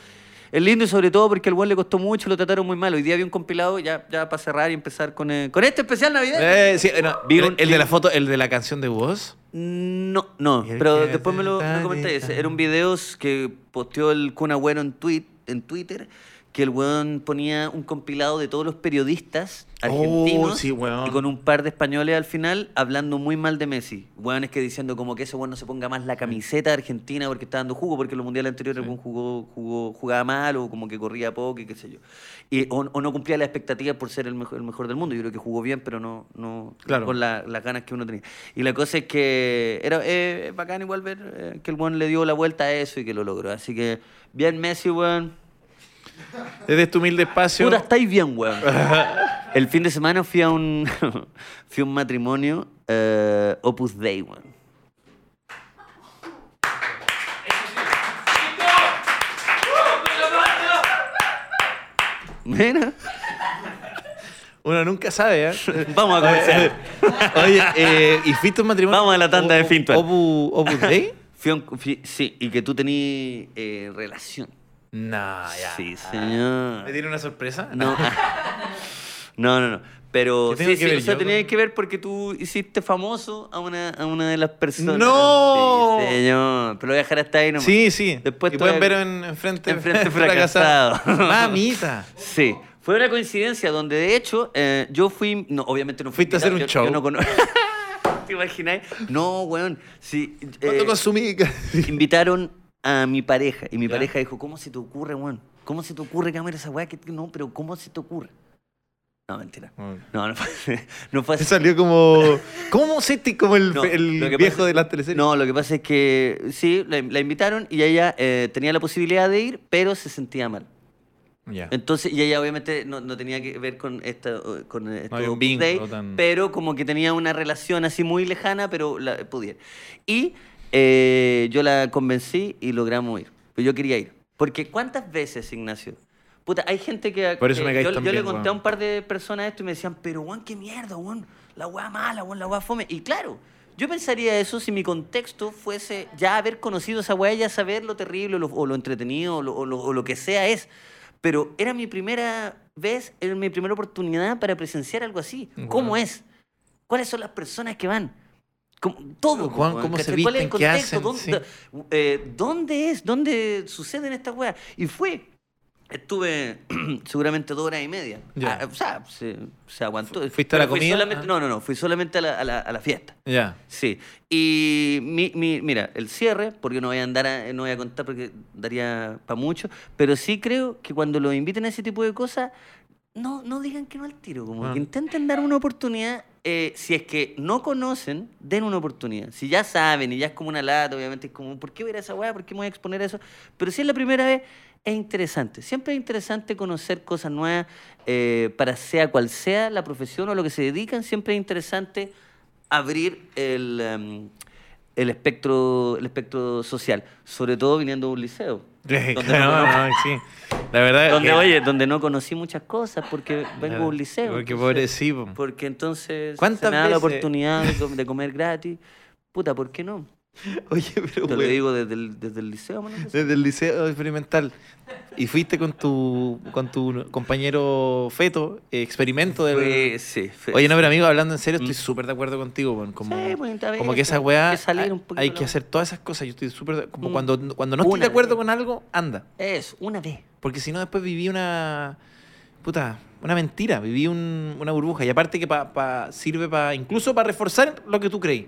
[SPEAKER 2] Es lindo y sobre todo porque al weón le costó mucho, lo trataron muy mal. Hoy día vi un compilado, ya, ya para cerrar y empezar con, eh, con este especial Navidad.
[SPEAKER 1] Eh, sí, no,
[SPEAKER 2] Vi
[SPEAKER 1] el,
[SPEAKER 2] un-
[SPEAKER 1] el
[SPEAKER 2] vi
[SPEAKER 1] de la
[SPEAKER 2] un-
[SPEAKER 1] foto, el de la canción de vos.
[SPEAKER 2] No, no,
[SPEAKER 1] Y el
[SPEAKER 2] pero
[SPEAKER 1] que
[SPEAKER 2] después me lo, me lo comenté.
[SPEAKER 1] se
[SPEAKER 2] Era un video que posteó el Kun Agüero en, tweet, en Twitter, que el weón ponía un compilado de todos los periodistas argentinos
[SPEAKER 1] Oh, sí, weón.
[SPEAKER 2] y con un par de españoles al final hablando muy mal de Messi. Weones que diciendo como que ese weón no se ponga más la camiseta de argentina porque está dando jugo, porque en los mundiales anteriores el weón jugó, jugó, jugaba mal o como que corría poco y qué sé yo. Y, o, o no cumplía las expectativas por ser el mejor, el mejor del mundo. Yo creo que jugó bien, pero no, no
[SPEAKER 1] Claro.
[SPEAKER 2] con la- las ganas que uno tenía. Y la cosa es que era eh, es bacán igual ver eh, que el weón le dio la vuelta a eso y que lo logró. Así que, bien Messi, weón.
[SPEAKER 1] Desde tu este humilde espacio.
[SPEAKER 2] Puta, estáis bien, weón. El fin de semana fui a un, fui a un matrimonio eh, Opus Day, weón. Mira,
[SPEAKER 1] Uno nunca sabe, ¿eh?
[SPEAKER 2] vamos a comenzar.
[SPEAKER 1] Oye, eh, ¿y fuiste a un matrimonio?
[SPEAKER 2] Vamos a la tanda de Fintual.
[SPEAKER 1] Obu, ¿Opus Dei?
[SPEAKER 2] Fui a un- fui- sí, y que tú tenías eh, relación.
[SPEAKER 1] No, Ah, ya.
[SPEAKER 2] Sí,
[SPEAKER 1] ¿Me
[SPEAKER 2] señor.
[SPEAKER 1] tiene una sorpresa?
[SPEAKER 2] Ah. No, no, no, no. Pero
[SPEAKER 1] ¿Qué tengo
[SPEAKER 2] sí,
[SPEAKER 1] que
[SPEAKER 2] sí,
[SPEAKER 1] ver
[SPEAKER 2] o sea,
[SPEAKER 1] yo
[SPEAKER 2] tenía
[SPEAKER 1] con-
[SPEAKER 2] que ver porque tú hiciste famoso a una, a una de las personas.
[SPEAKER 1] ¡No!
[SPEAKER 2] Sí, señor. Pero lo voy a dejar hasta ahí nomás.
[SPEAKER 1] Sí, sí.
[SPEAKER 2] Después
[SPEAKER 1] y
[SPEAKER 2] te voy
[SPEAKER 1] pueden
[SPEAKER 2] a-
[SPEAKER 1] ver en, en frente,
[SPEAKER 2] En Frente Fracasado.
[SPEAKER 1] Mamita.
[SPEAKER 2] Sí. Fue una coincidencia donde, de hecho, eh, yo fui... No, obviamente no fui
[SPEAKER 1] Fuiste a hacer
[SPEAKER 2] invitado,
[SPEAKER 1] un show.
[SPEAKER 2] yo- yo no cono- ¿Te imagináis? No, weón. Sí, eh,
[SPEAKER 1] ¿Cuánto consumí?
[SPEAKER 2] invitaron a mi pareja y mi
[SPEAKER 1] ¿Ya?
[SPEAKER 2] pareja dijo, ¿cómo se te ocurre, weón? ¿Cómo se te ocurre cámara esa weá? Que... No, pero ¿cómo se te ocurre? No, mentira. No, no fue, no fue
[SPEAKER 1] Te
[SPEAKER 2] así.
[SPEAKER 1] salió como. ¿Cómo se te- como el,
[SPEAKER 2] No,
[SPEAKER 1] el
[SPEAKER 2] lo que
[SPEAKER 1] viejo
[SPEAKER 2] pasa-
[SPEAKER 1] de las teleseries?
[SPEAKER 2] No, lo que pasa es que sí, la, la invitaron y ella eh, tenía la posibilidad de ir, pero se sentía mal.
[SPEAKER 1] Ya.
[SPEAKER 2] Entonces, y ella obviamente no, no tenía que ver con esta con eh,
[SPEAKER 1] No había
[SPEAKER 2] esto
[SPEAKER 1] un vínculo
[SPEAKER 2] Day,
[SPEAKER 1] tan-
[SPEAKER 2] pero como que tenía una relación así muy lejana, pero la pudiera. Y eh, yo la convencí y logramos ir. Pero yo quería ir. Porque ¿cuántas veces, Ignacio? Puta, hay gente que...
[SPEAKER 1] Por eso
[SPEAKER 2] que
[SPEAKER 1] me caes
[SPEAKER 2] yo,
[SPEAKER 1] tan
[SPEAKER 2] yo le
[SPEAKER 1] bien,
[SPEAKER 2] conté a
[SPEAKER 1] weón.
[SPEAKER 2] un par de personas esto y me decían, pero Juan, qué mierda, Juan. La weá mala, Juan, la weá fome. Y claro, yo pensaría eso si mi contexto fuese ya haber conocido esa weá, ya saber lo terrible lo- o lo entretenido o lo, o lo- o lo que sea es. Pero era mi primera vez, era mi primera oportunidad para presenciar algo así. ¿Cómo
[SPEAKER 1] Weón.
[SPEAKER 2] es? ¿Cuáles son las personas que van? Como- todo.
[SPEAKER 1] Juan,
[SPEAKER 2] weón,
[SPEAKER 1] ¿cómo se
[SPEAKER 2] ¿cachai? ¿Cuál es el
[SPEAKER 1] visten? ¿Qué
[SPEAKER 2] contexto?
[SPEAKER 1] hacen?
[SPEAKER 2] ¿Dónde, eh, ¿Dónde es? ¿Dónde suceden estas weas? Y fue. Estuve seguramente dos horas y media.
[SPEAKER 1] Ya.
[SPEAKER 2] Ah, o sea, se, se aguantó.
[SPEAKER 1] ¿Fuiste a la
[SPEAKER 2] Pero fui
[SPEAKER 1] comida?
[SPEAKER 2] solamente-
[SPEAKER 1] Ah.
[SPEAKER 2] No, no, no. Fui solamente a la, a la- a la fiesta.
[SPEAKER 1] Ya.
[SPEAKER 2] Sí. Y mi- mi- mira, el cierre, porque no voy a andar, a- no voy a contar porque daría para mucho, pero sí creo que cuando los inviten a ese tipo de cosas, no, no digan que no al tiro, como
[SPEAKER 1] Ah.
[SPEAKER 2] que intenten dar una oportunidad. eh, si es que no conocen, den una oportunidad. Si ya saben y ya es como una lata, obviamente es como, ¿por qué ver esa weá? ¿Por qué me voy a exponer a eso? Pero si es la primera vez, es interesante. Siempre es interesante conocer cosas nuevas, eh, para sea cual sea la profesión o lo que se dedican, siempre es interesante abrir el, em, el, espectro, el espectro social, sobre todo viniendo de un liceo. donde no-
[SPEAKER 1] no, no, sí. La verdad
[SPEAKER 2] Donde,
[SPEAKER 1] que-
[SPEAKER 2] oye, donde no conocí muchas cosas porque vengo de un liceo.
[SPEAKER 1] Porque
[SPEAKER 2] entonces-
[SPEAKER 1] pobre sí, po.
[SPEAKER 2] porque entonces
[SPEAKER 1] ¿Cuántas
[SPEAKER 2] se me da la
[SPEAKER 1] veces?
[SPEAKER 2] oportunidad de, com- de comer gratis. Puta, ¿por qué no?
[SPEAKER 1] Oye, pero
[SPEAKER 2] Te lo
[SPEAKER 1] weón,
[SPEAKER 2] digo desde el, desde el liceo, mano.
[SPEAKER 1] desde el liceo experimental. Y fuiste con tu con tu compañero Feto, eh, experimento del
[SPEAKER 2] Fue- sí, fue-
[SPEAKER 1] Oye, no, pero amigo, hablando en serio, estoy
[SPEAKER 2] Mm.
[SPEAKER 1] súper de acuerdo contigo, weón. Como,
[SPEAKER 2] Sí, pues, está bien,
[SPEAKER 1] como que esa
[SPEAKER 2] hay
[SPEAKER 1] weá.
[SPEAKER 2] que salir un
[SPEAKER 1] ha-
[SPEAKER 2] poquito
[SPEAKER 1] hay
[SPEAKER 2] la
[SPEAKER 1] que
[SPEAKER 2] weá.
[SPEAKER 1] hacer todas esas cosas. Yo estoy súper. de- Como
[SPEAKER 2] Mm.
[SPEAKER 1] cuando, cuando no estoy
[SPEAKER 2] Una
[SPEAKER 1] de acuerdo
[SPEAKER 2] vez.
[SPEAKER 1] con algo, anda.
[SPEAKER 2] Eso, una vez.
[SPEAKER 1] Porque si no, después viví una. Puta, una mentira. Viví un- una burbuja. Y aparte que pa- pa- sirve para. Incluso para reforzar lo que tú creí.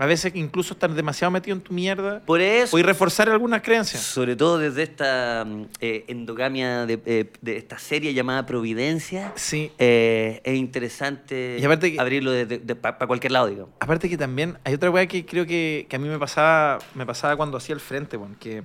[SPEAKER 1] A veces, incluso estar demasiado metido en tu mierda.
[SPEAKER 2] Por eso,
[SPEAKER 1] O y reforzar algunas creencias.
[SPEAKER 2] sobre todo desde esta mm, eh, endogamia de, eh, de esta serie llamada Providencia,
[SPEAKER 1] Sí.
[SPEAKER 2] eh, es interesante
[SPEAKER 1] Y aparte que-
[SPEAKER 2] abrirlo para cualquier lado, digamos.
[SPEAKER 1] Aparte que también hay otra weá que creo que, que a mí me pasaba, me pasaba cuando hacía el frente, weón, que,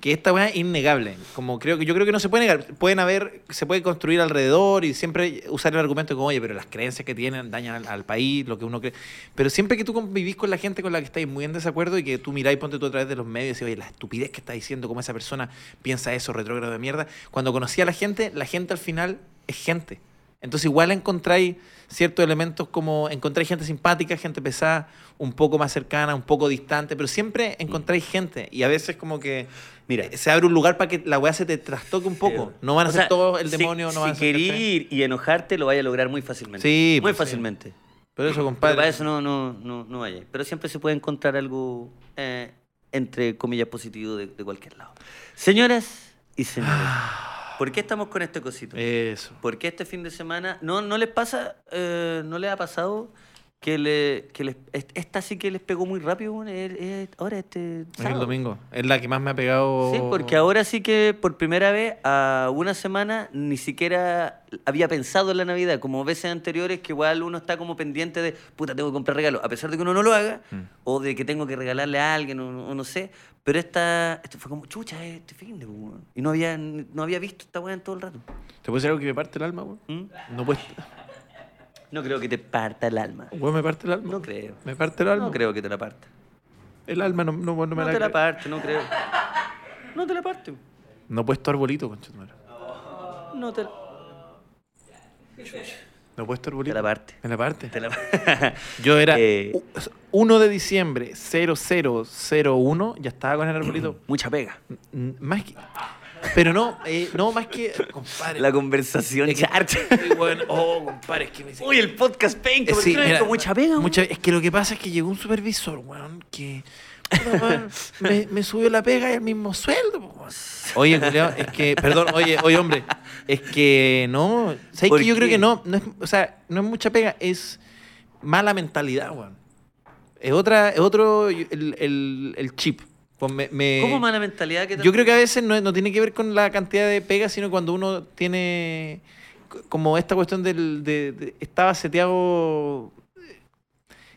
[SPEAKER 1] que esta weá es innegable. Como creo que, yo creo que no se puede negar. Pueden haber, se puede construir alrededor y siempre usar el argumento como, oye, pero las creencias que tienen dañan al, al país, lo que uno cree. Pero siempre que tú convivís con la gente con la que estáis muy en desacuerdo y que tú miráis, ponte tú a través de los medios y decís, oye, la estupidez que está diciendo, cómo esa persona piensa eso, retrógrado de mierda. Cuando conocí a la gente, la gente al final es gente. Entonces igual encontráis ciertos elementos como encontráis gente simpática, gente pesada, un poco más cercana, un poco distante, pero siempre encontráis gente y a veces como que
[SPEAKER 2] Mm.
[SPEAKER 1] eh,
[SPEAKER 2] Mira.
[SPEAKER 1] se abre un lugar para que la weá se te trastoque un poco. No van a
[SPEAKER 2] O
[SPEAKER 1] ser
[SPEAKER 2] sea,
[SPEAKER 1] todos el
[SPEAKER 2] si-
[SPEAKER 1] demonio,
[SPEAKER 2] si,
[SPEAKER 1] no van a ser...
[SPEAKER 2] querís
[SPEAKER 1] ¿cachai?
[SPEAKER 2] y enojarte, lo vaya a lograr muy fácilmente.
[SPEAKER 1] Sí,
[SPEAKER 2] muy
[SPEAKER 1] pues, sí.
[SPEAKER 2] fácilmente.
[SPEAKER 1] Pero eso,
[SPEAKER 2] Pero
[SPEAKER 1] compadre.
[SPEAKER 2] para eso no, no, no, no vaya. Pero siempre se puede encontrar algo, eh, entre comillas, positivo de, de cualquier lado. Señoras y señores,
[SPEAKER 1] Ah.
[SPEAKER 2] ¿por qué estamos con este cosito?
[SPEAKER 1] Eh. Eso.
[SPEAKER 2] ¿Por qué este fin de semana? ¿No, no les pasa, eh, no les ha pasado que, le, que les, est- esta sí que les pegó muy rápido? bueno, es- es ahora este
[SPEAKER 1] En el
[SPEAKER 2] sábado.
[SPEAKER 1] domingo. Es la que más me ha pegado...
[SPEAKER 2] Sí, porque ahora sí que por primera vez a una semana ni siquiera había pensado en la Navidad, como veces anteriores que igual uno está como pendiente de, puta, tengo que comprar regalo, a pesar de que uno no lo haga,
[SPEAKER 1] Mm.
[SPEAKER 2] o de que tengo que regalarle a alguien, o, no- o no sé, pero esta, esto fue como, chucha, este fin de, weón". y no había, no había visto esta weá en todo el rato.
[SPEAKER 1] ¿Te puedo decir algo que me parte el alma, weón?
[SPEAKER 2] ¿Mm?
[SPEAKER 1] No puedes...
[SPEAKER 2] No creo que te parta el alma.
[SPEAKER 1] Weón, me parte el alma.
[SPEAKER 2] No creo.
[SPEAKER 1] Me parte el alma.
[SPEAKER 2] No creo que te la parta.
[SPEAKER 1] El alma no, no, no me
[SPEAKER 2] No,
[SPEAKER 1] la
[SPEAKER 2] te la
[SPEAKER 1] creo.
[SPEAKER 2] parte, no creo. No te la parte.
[SPEAKER 1] No puedes tu arbolito, conchetumare.
[SPEAKER 2] No te la...
[SPEAKER 1] No puedes tu arbolito.
[SPEAKER 2] Te la parte.
[SPEAKER 1] En la parte.
[SPEAKER 2] Te la...
[SPEAKER 1] Yo era
[SPEAKER 2] Eh,
[SPEAKER 1] u- 1 de diciembre 0001, ya estaba con el arbolito.
[SPEAKER 2] Mucha pega.
[SPEAKER 1] N- más que. Pero no, eh, no, más que. Compadre.
[SPEAKER 2] La conversación charcha.
[SPEAKER 1] Uy, bueno, oh, compadre, es que me dice-
[SPEAKER 2] Uy, el podcast penca.
[SPEAKER 1] Eh,
[SPEAKER 2] ¿por
[SPEAKER 1] sí,
[SPEAKER 2] qué no hay
[SPEAKER 1] mira,
[SPEAKER 2] como mucha pega.
[SPEAKER 1] mucha- es que lo que pasa es que llegó un supervisor, weón, que puta, weón, me, me subió la pega y el mismo sueldo. po, weón. Oye, culiao, es que, perdón, oye, oye, hombre, es que no, ¿sabes
[SPEAKER 2] ¿Por
[SPEAKER 1] que yo creo
[SPEAKER 2] qué?
[SPEAKER 1] que no, no es, o sea, no es mucha pega, es mala mentalidad, weón. Es otra, es otro, el, el- el chip. Pues me- me-
[SPEAKER 2] ¿Cómo mala mentalidad que
[SPEAKER 1] yo creo que a veces no, no tiene que ver con la cantidad de pegas, sino cuando uno tiene c- como esta cuestión del de, de- estaba seteado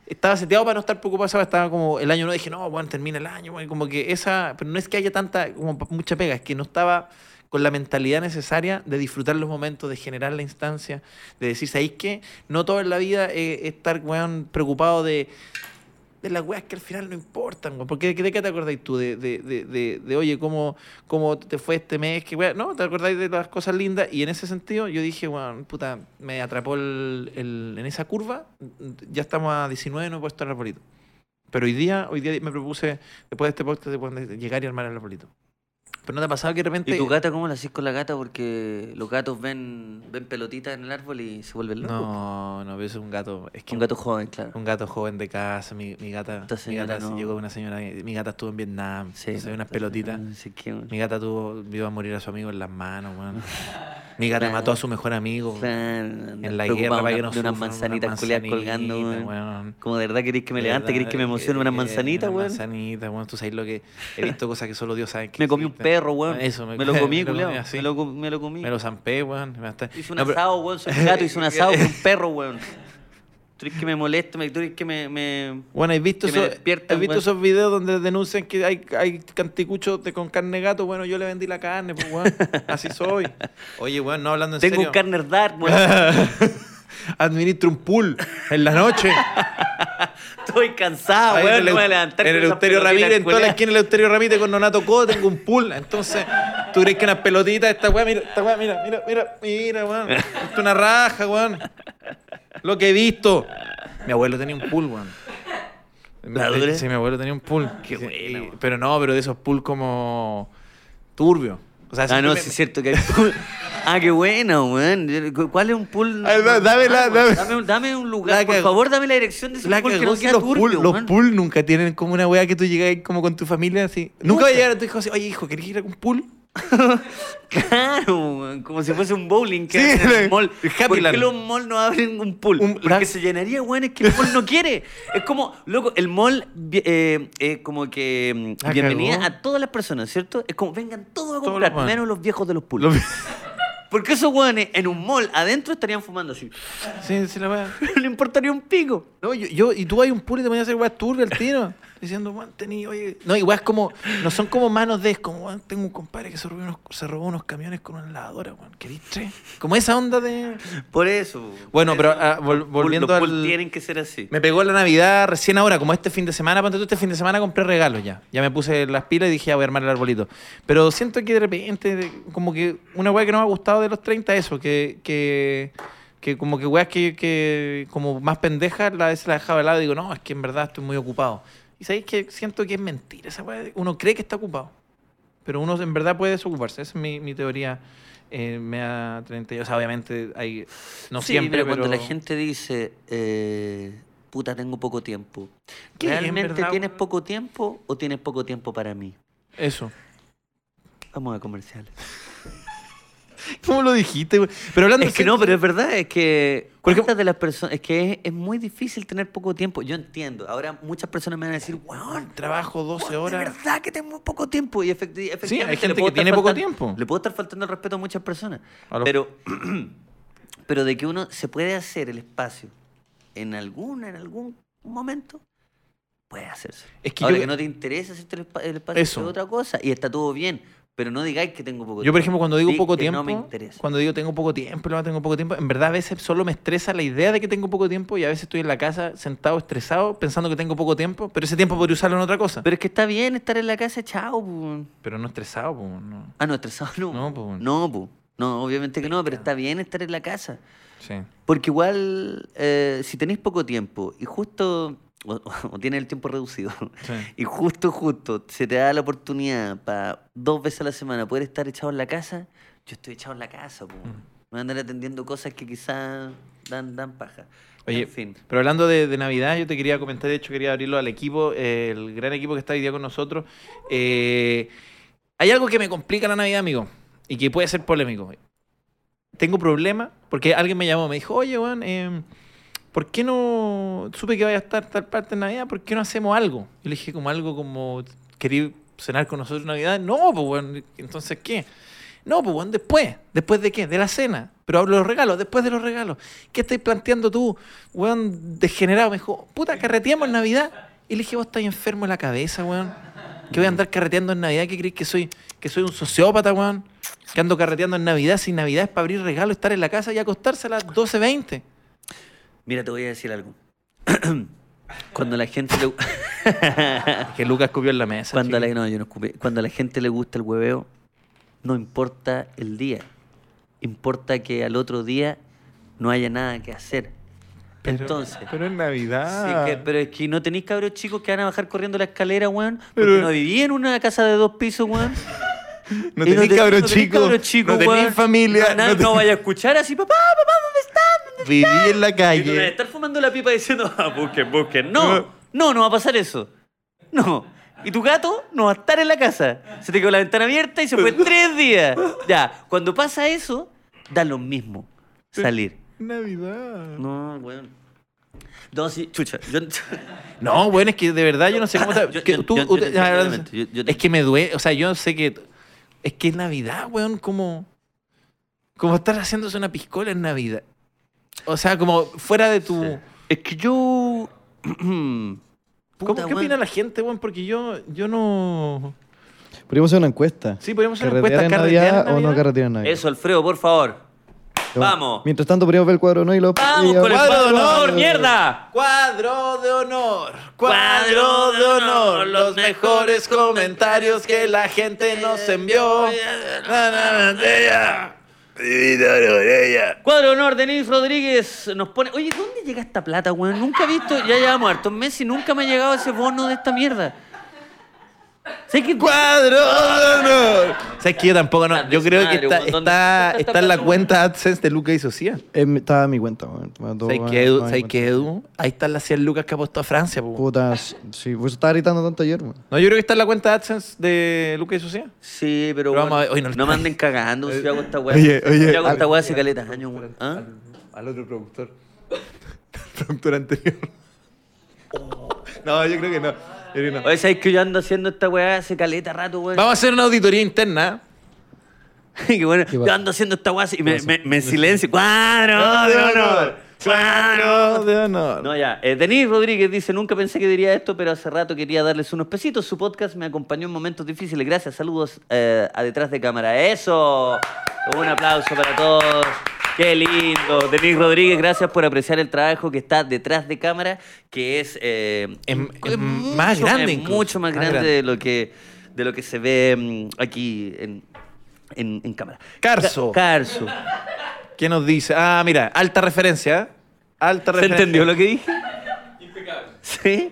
[SPEAKER 1] estaba seteado para no estar preocupado, ¿sabes? estaba como el año no dije, no, bueno, termina el año, bueno, como que esa, pero no es que haya tanta como pa- mucha pega, es que no estaba con la mentalidad necesaria de disfrutar los momentos, de generar la instancia, de decir, ¿sabéis qué? No todo en la vida es es estar, weón, preocupado de, de las weas que al final no importan, weón. Porque ¿de qué te acordáis tú? De, de, de, de, de, oye, ¿cómo, ¿cómo te fue este mes? que wea? No, te acordáis de las cosas lindas. Y en ese sentido, yo dije, weón, puta, me atrapó el, el- en esa curva. Ya estamos a 19, no he puesto el arbolito. Pero hoy día, hoy día me propuse, después de este podcast, de poner- de llegar y armar el arbolito. Pero no te ha pasado que de repente.
[SPEAKER 2] ¿Y tu gata cómo la haces con la gata? Porque los gatos ven, ven pelotitas en el árbol y se vuelven locos.
[SPEAKER 1] No, no, pero es un gato. Es que
[SPEAKER 2] Un gato joven, claro.
[SPEAKER 1] Un gato joven de casa, mi, mi gata.
[SPEAKER 2] Esta
[SPEAKER 1] mi
[SPEAKER 2] señora
[SPEAKER 1] gata
[SPEAKER 2] no.
[SPEAKER 1] llegó una señora. Mi gata estuvo en Vietnam.
[SPEAKER 2] Sí,
[SPEAKER 1] entonces hay unas
[SPEAKER 2] entonces,
[SPEAKER 1] pelotitas.
[SPEAKER 2] no sé qué, bueno.
[SPEAKER 1] Mi gata tuvo, vio a morir a su amigo en las manos, weón. Mi gata
[SPEAKER 2] Claro.
[SPEAKER 1] mató a su mejor amigo.
[SPEAKER 2] Claro,
[SPEAKER 1] En la
[SPEAKER 2] preocupado
[SPEAKER 1] guerra, para
[SPEAKER 2] una-
[SPEAKER 1] que no
[SPEAKER 2] de unas
[SPEAKER 1] sufran,
[SPEAKER 2] manzanitas
[SPEAKER 1] unas
[SPEAKER 2] culiadas
[SPEAKER 1] manzanitas,
[SPEAKER 2] colgando, weón.
[SPEAKER 1] weón.
[SPEAKER 2] Como de verdad querés que me levante, querés que me emocione unas
[SPEAKER 1] Eh,
[SPEAKER 2] manzanitas,
[SPEAKER 1] unas
[SPEAKER 2] weón.
[SPEAKER 1] manzanitas, weón. Tú sabes lo que. He visto cosas que solo Dios sabe. que
[SPEAKER 2] Me comí un
[SPEAKER 1] existen.
[SPEAKER 2] perro, weón.
[SPEAKER 1] Eso,
[SPEAKER 2] me, lo comí,
[SPEAKER 1] me lo
[SPEAKER 2] culiao.
[SPEAKER 1] comí así.
[SPEAKER 2] Me lo, com- me lo comí.
[SPEAKER 1] Me lo zampé, weón. Me hasta-
[SPEAKER 2] Hice un
[SPEAKER 1] No, pero-
[SPEAKER 2] asado, weón. Soy un gato, hice un asado con un perro, weón. tú eres que me molesta, me- tú eres que me... me-
[SPEAKER 1] Bueno, ¿has visto,
[SPEAKER 2] Que me
[SPEAKER 1] esos-
[SPEAKER 2] despiertan,
[SPEAKER 1] has visto
[SPEAKER 2] weón.
[SPEAKER 1] esos videos donde denuncian que hay, hay canticuchos de- con carne de gato? Bueno, yo le vendí la carne, pues, weón. Así soy. Oye, weón, no hablando en
[SPEAKER 2] Tengo
[SPEAKER 1] serio.
[SPEAKER 2] un carner dark, weón.
[SPEAKER 1] Administro un pool en la noche.
[SPEAKER 2] Estoy cansado,
[SPEAKER 1] Ahí
[SPEAKER 2] weón.
[SPEAKER 1] en el
[SPEAKER 2] No me voy a
[SPEAKER 1] Eu-
[SPEAKER 2] levantar
[SPEAKER 1] en
[SPEAKER 2] con
[SPEAKER 1] el
[SPEAKER 2] esas
[SPEAKER 1] Euterio
[SPEAKER 2] pelotitas
[SPEAKER 1] Ramírez, en toda la
[SPEAKER 2] culeadas.
[SPEAKER 1] esquina del Euterio Ramírez con Nonato Co, tengo un pool. Entonces, tú crees que unas pelotitas, esta weá, mira, esta weá, mira, mira, mira, mira, weón. Esto es una raja, weón. Lo que he visto. Mi abuelo tenía un pool, weón.
[SPEAKER 2] ¿La dura?
[SPEAKER 1] Sí, mi abuelo tenía un pool.
[SPEAKER 2] Qué
[SPEAKER 1] Sí,
[SPEAKER 2] buena,
[SPEAKER 1] y-
[SPEAKER 2] weón.
[SPEAKER 1] Pero no, pero de esos pool como turbio. O sea,
[SPEAKER 2] Ah, no,
[SPEAKER 1] simplemente-
[SPEAKER 2] sí es cierto que hay pool. Ah, qué bueno, weón. ¿Cu- ¿Cuál es un pool?
[SPEAKER 1] Ay, da-
[SPEAKER 2] normal,
[SPEAKER 1] dame la-
[SPEAKER 2] weón?
[SPEAKER 1] dame-
[SPEAKER 2] dame, un- dame un lugar,
[SPEAKER 1] La
[SPEAKER 2] por
[SPEAKER 1] cagó.
[SPEAKER 2] favor, dame la dirección de ese
[SPEAKER 1] La
[SPEAKER 2] pool que
[SPEAKER 1] cagó
[SPEAKER 2] no
[SPEAKER 1] que
[SPEAKER 2] sea
[SPEAKER 1] los
[SPEAKER 2] turbio,
[SPEAKER 1] pool, los
[SPEAKER 2] weón.
[SPEAKER 1] pool nunca tienen como una weá que tú llegas ahí como con tu familia así. Nunca va a
[SPEAKER 2] Puta.
[SPEAKER 1] llegar a tu hijo así, oye hijo, ¿querés ir a un pool?
[SPEAKER 2] Claro, weón, como si fuese un bowling que
[SPEAKER 1] Sí,
[SPEAKER 2] hacen en el
[SPEAKER 1] el-
[SPEAKER 2] mall.
[SPEAKER 1] el Happy
[SPEAKER 2] ¿Por qué
[SPEAKER 1] Land.
[SPEAKER 2] los malls no abren un pool?
[SPEAKER 1] Un-
[SPEAKER 2] Lo
[SPEAKER 1] la-
[SPEAKER 2] que se llenaría, weón, es que el mall no quiere. Es como, loco, el mall vi- eh, eh, como que mm,
[SPEAKER 1] La
[SPEAKER 2] bienvenida
[SPEAKER 1] Ah, cagó.
[SPEAKER 2] a todas las personas, ¿cierto? Es como vengan todos a
[SPEAKER 1] Todos
[SPEAKER 2] comprar,
[SPEAKER 1] los weones.
[SPEAKER 2] menos los viejos de los pools.
[SPEAKER 1] Lo-
[SPEAKER 2] Porque esos weones en un mall adentro estarían fumando así.
[SPEAKER 1] Sí, sí, la weá.
[SPEAKER 2] No le importaría un pico.
[SPEAKER 1] No, yo, yo- y tú hay un pool y te ponías a hacer weas turbias al tiro. Diciendo, weón, tení, oye. No, y weas como, no son como manos de, es como, weón, tengo un compadre que se robó unos, se robó unos camiones con una lavadora, weón, ¿qué diste? Como esa onda de.
[SPEAKER 2] Por eso.
[SPEAKER 1] Bueno,
[SPEAKER 2] por
[SPEAKER 1] pero
[SPEAKER 2] eso.
[SPEAKER 1] ah, vol-
[SPEAKER 2] Los
[SPEAKER 1] volviendo
[SPEAKER 2] pool- los
[SPEAKER 1] al-
[SPEAKER 2] pool tienen que ser así.
[SPEAKER 1] Me pegó la Navidad recién ahora, como este fin de semana. Ponte tú, este fin de semana compré regalos ya. Ya me puse las pilas y dije, ya voy a armar el arbolito. Pero siento que de repente, de- como que una weá que no me ha gustado de los 30, eso, que. que que como que weas que, que como más pendejas, la vez la dejaba de lado y digo, no, es que en verdad estoy muy ocupado. Y sabéis que siento que es mentira esa wea. de- Uno cree que está ocupado, pero uno en verdad puede desocuparse. Esa es mi, mi teoría. Eh, me ha 30 y- O sea, obviamente hay. No
[SPEAKER 2] Sí,
[SPEAKER 1] siempre,
[SPEAKER 2] pero cuando
[SPEAKER 1] pero-
[SPEAKER 2] la gente dice, eh, puta, tengo poco tiempo.
[SPEAKER 1] ¿Qué? En
[SPEAKER 2] ¿Realmente
[SPEAKER 1] verdad,
[SPEAKER 2] tienes
[SPEAKER 1] weón.
[SPEAKER 2] poco tiempo o tienes poco tiempo para mí?
[SPEAKER 1] Eso.
[SPEAKER 2] Vamos a comerciales.
[SPEAKER 1] ¿Cómo lo dijiste, güey? Pero hablando
[SPEAKER 2] Es que
[SPEAKER 1] en serio-
[SPEAKER 2] no, pero es verdad, es que
[SPEAKER 1] Por ejemplo-
[SPEAKER 2] ¿cuántas de las personas, es que es, es muy difícil tener poco tiempo. Yo entiendo. Ahora muchas personas me van a decir, weón,
[SPEAKER 1] Trabajo 12
[SPEAKER 2] de
[SPEAKER 1] horas.
[SPEAKER 2] verdad que tengo poco tiempo. Y efecti- efectivamente,
[SPEAKER 1] hay gente
[SPEAKER 2] le puedo
[SPEAKER 1] que
[SPEAKER 2] estar
[SPEAKER 1] tiene poco
[SPEAKER 2] faltando-
[SPEAKER 1] tiempo.
[SPEAKER 2] Le puedo estar faltando el respeto a muchas personas.
[SPEAKER 1] A los-
[SPEAKER 2] Pero, pero de que uno se puede hacer el espacio en alguna, en algún momento, puede hacerse.
[SPEAKER 1] Es que
[SPEAKER 2] Ahora
[SPEAKER 1] yo-
[SPEAKER 2] que no te interesa hacerte el, espa- el espacio
[SPEAKER 1] Eso.
[SPEAKER 2] es otra cosa y está todo bien. Pero no digáis que tengo poco
[SPEAKER 1] Yo, por ejemplo, cuando digo
[SPEAKER 2] Di
[SPEAKER 1] poco
[SPEAKER 2] que
[SPEAKER 1] tiempo,
[SPEAKER 2] No me interesa.
[SPEAKER 1] cuando digo tengo poco tiempo, luego tengo poco tiempo, en verdad a veces solo me estresa la idea de que tengo poco tiempo y a veces estoy en la casa sentado, estresado, pensando que tengo poco tiempo, pero ese tiempo podría usarlo en otra cosa.
[SPEAKER 2] Pero es que está bien estar en la casa, chao. pu.
[SPEAKER 1] Pero no estresado, pues, no.
[SPEAKER 2] Ah, no, estresado no.
[SPEAKER 1] No, pu.
[SPEAKER 2] No, pu. No, obviamente que no, pero está bien estar en la casa.
[SPEAKER 1] Sí.
[SPEAKER 2] Porque igual, eh, si tenéis poco tiempo y justo, o, o tienes el tiempo reducido,
[SPEAKER 1] Sí.
[SPEAKER 2] y justo, justo, se te da la oportunidad para dos veces a la semana poder estar echado en la casa, yo estoy echado en la casa, po.
[SPEAKER 1] Mm.
[SPEAKER 2] voy a andar atendiendo cosas que quizás dan, dan paja.
[SPEAKER 1] Oye,
[SPEAKER 2] en fin.
[SPEAKER 1] pero hablando de, de Navidad, yo te quería comentar, de hecho quería abrirlo al equipo, eh, el gran equipo que está hoy día con nosotros. Eh, hay algo que me complica la Navidad, amigo, y que puede ser polémico. Tengo problema, porque alguien me llamó, me dijo, oye, Juan, ¿por qué no supe que vaya a estar tal parte en Navidad? ¿Por qué no hacemos algo? Yo le dije como algo como, ¿querí cenar con nosotros en Navidad? No, pues, weón, entonces, ¿qué? No, pues, weón, después. ¿Después de qué? De la cena. Pero hablo de los regalos, después de los regalos. ¿Qué estáis planteando tú, weón, degenerado? Me dijo, puta, carreteamos en Navidad. Y le dije, vos estáis enfermo en la cabeza, weón. Que voy a andar carreteando en Navidad, ¿qué crees que soy? Que soy un sociópata, weón. Que ando carreteando en Navidad, si Navidad es para abrir regalos, estar en la casa y acostarse a las 12.20.
[SPEAKER 2] Mira, te voy a decir algo. Cuando a la gente le...
[SPEAKER 1] Que Lucas copió en la mesa.
[SPEAKER 2] Cuando a la,
[SPEAKER 1] chiquillo.
[SPEAKER 2] no, yo no escupí. Cuando a la gente le gusta el hueveo, no importa el día. Importa que al otro día no haya nada que hacer. Entonces,
[SPEAKER 1] Pero en
[SPEAKER 2] sí
[SPEAKER 1] Navidad.
[SPEAKER 2] que- pero es que no tenéis cabros chicos que van a bajar corriendo la escalera, weón. Porque no viví en una casa de dos pisos, weón.
[SPEAKER 1] No
[SPEAKER 2] Y
[SPEAKER 1] tenéis
[SPEAKER 2] te-
[SPEAKER 1] cabros
[SPEAKER 2] no tenéis
[SPEAKER 1] chicos,
[SPEAKER 2] cabros chicos,
[SPEAKER 1] no tenéis
[SPEAKER 2] weón.
[SPEAKER 1] familia,
[SPEAKER 2] No, na-
[SPEAKER 1] no te-
[SPEAKER 2] no vaya a escuchar así, papá, papá, ¿dónde estás?
[SPEAKER 1] Viví en la
[SPEAKER 2] Y tú vas a
[SPEAKER 1] calle.
[SPEAKER 2] estar fumando la pipa diciendo, "Ah, busquen, busquen. No, no, no va a pasar eso. No. Y tu gato no va a estar en la casa. Se te quedó la ventana abierta y se fue tres días. Ya, cuando pasa eso, da lo mismo salir.
[SPEAKER 1] Navidad.
[SPEAKER 2] No, bueno. No, sí, chucha. Yo,
[SPEAKER 1] No, bueno, es que de verdad yo no sé cómo está.
[SPEAKER 2] Yo-
[SPEAKER 1] que
[SPEAKER 2] yo-
[SPEAKER 1] tú-
[SPEAKER 2] yo- yo
[SPEAKER 1] usted-
[SPEAKER 2] te-
[SPEAKER 1] ah,
[SPEAKER 2] yo te
[SPEAKER 1] es-
[SPEAKER 2] lamento, yo- yo te-
[SPEAKER 1] es que me duele, o sea, yo sé que es que es Navidad, weón, como como estar haciéndose una piscola en Navidad. O sea, como fuera de tu
[SPEAKER 2] Sí. Es que yo.
[SPEAKER 1] ¿Cómo-
[SPEAKER 2] Puta,
[SPEAKER 1] ¿Qué
[SPEAKER 2] weón.
[SPEAKER 1] opina la gente, weón? Porque yo, yo no.
[SPEAKER 3] Podríamos hacer una encuesta.
[SPEAKER 1] Sí, podríamos hacer una
[SPEAKER 3] ¿Carretear
[SPEAKER 1] encuesta,
[SPEAKER 3] en
[SPEAKER 1] ¿carretear en
[SPEAKER 3] Navidad o
[SPEAKER 1] Navidad?
[SPEAKER 3] no carretear en Navidad?
[SPEAKER 2] Eso, Alfredo, por favor.
[SPEAKER 3] Ya,
[SPEAKER 2] vamos.
[SPEAKER 3] Mientras tanto, podríamos ver el cuadro, ¿no? Y lo...
[SPEAKER 2] ¡Vamos
[SPEAKER 3] y-
[SPEAKER 2] con
[SPEAKER 1] cuadro
[SPEAKER 2] el cuadro de
[SPEAKER 1] de
[SPEAKER 2] honor,
[SPEAKER 1] honor.
[SPEAKER 2] mierda!
[SPEAKER 1] Cuadro de honor,
[SPEAKER 2] Cuadro de honor, los mejores
[SPEAKER 1] comentarios que la gente nos envió.
[SPEAKER 2] Cuadro de honor, Denis Rodríguez nos pone. Oye, ¿dónde llega esta plata, weón? Nunca he visto. Ya llevamos hartos meses y nunca me ha llegado ese bono de esta mierda. ¿Sabes qué?
[SPEAKER 1] Cuadro de honor. ¿Sabes que yo tampoco no? Yo creo que está, está,
[SPEAKER 2] ¿Dónde está esta
[SPEAKER 1] está en la
[SPEAKER 2] plata?
[SPEAKER 1] cuenta AdSense de Luca y Socia.
[SPEAKER 3] Em, estaba en mi cuenta, weón. Me mandó,
[SPEAKER 1] ¿Sabes
[SPEAKER 3] weón,
[SPEAKER 1] qué, Edu?
[SPEAKER 3] estaba en
[SPEAKER 1] ¿Sabes
[SPEAKER 3] mi
[SPEAKER 1] qué, Edu? Ahí están las 100 lucas que ha puesto a Francia, po.
[SPEAKER 3] cuenta. Puta, sí, pues estaba gritando tanto ayer, weón.
[SPEAKER 1] No, yo creo que está en la cuenta AdSense de Luca y Socia.
[SPEAKER 2] Sí,
[SPEAKER 1] Pero
[SPEAKER 2] pero, weón,
[SPEAKER 1] vamos a ver- oye,
[SPEAKER 2] no,
[SPEAKER 1] no-
[SPEAKER 2] me anden cagando si yo hago esta weá.
[SPEAKER 3] Oye, oye,
[SPEAKER 2] Yo hago esta
[SPEAKER 3] al-
[SPEAKER 2] weá hace caleta de años, weón. ¿Ah?
[SPEAKER 1] Al otro productor. Al productor anterior. No, yo creo que no. Yo creo que no.
[SPEAKER 2] Oye, ¿sabes que yo ando haciendo esta weá hace caleta rato, weón?
[SPEAKER 1] Vamos a hacer una auditoría interna.
[SPEAKER 2] que bueno,
[SPEAKER 3] ¿Qué
[SPEAKER 2] yo
[SPEAKER 3] pasa?
[SPEAKER 2] ando haciendo esta weá así y me, me, me silencio. ¡Cuadro de honor!
[SPEAKER 1] Cuadro de honor.
[SPEAKER 2] No, ya. Eh, Denis Rodríguez dice, nunca pensé que diría esto, pero hace rato quería darles unos pesitos. Su podcast me acompañó en momentos difíciles. Gracias, saludos eh, a detrás de cámara. ¡Eso! Un aplauso para todos. ¡Qué lindo! Denis Rodríguez, gracias por apreciar el trabajo que está detrás de cámara, que es... eh,
[SPEAKER 1] Es-
[SPEAKER 2] inc-
[SPEAKER 1] es más grande
[SPEAKER 2] es
[SPEAKER 1] incluso,
[SPEAKER 2] mucho más
[SPEAKER 1] más
[SPEAKER 2] grande,
[SPEAKER 1] grande.
[SPEAKER 2] de lo que, de lo que se ve mm, aquí en, en- en cámara.
[SPEAKER 1] Carso.
[SPEAKER 2] Ca- Carso.
[SPEAKER 1] ¿Qué nos dice? Ah, mira, alta referencia. ¿eh? Alta
[SPEAKER 2] ¿Se
[SPEAKER 1] referencia.
[SPEAKER 2] entendió lo que dije? Sí.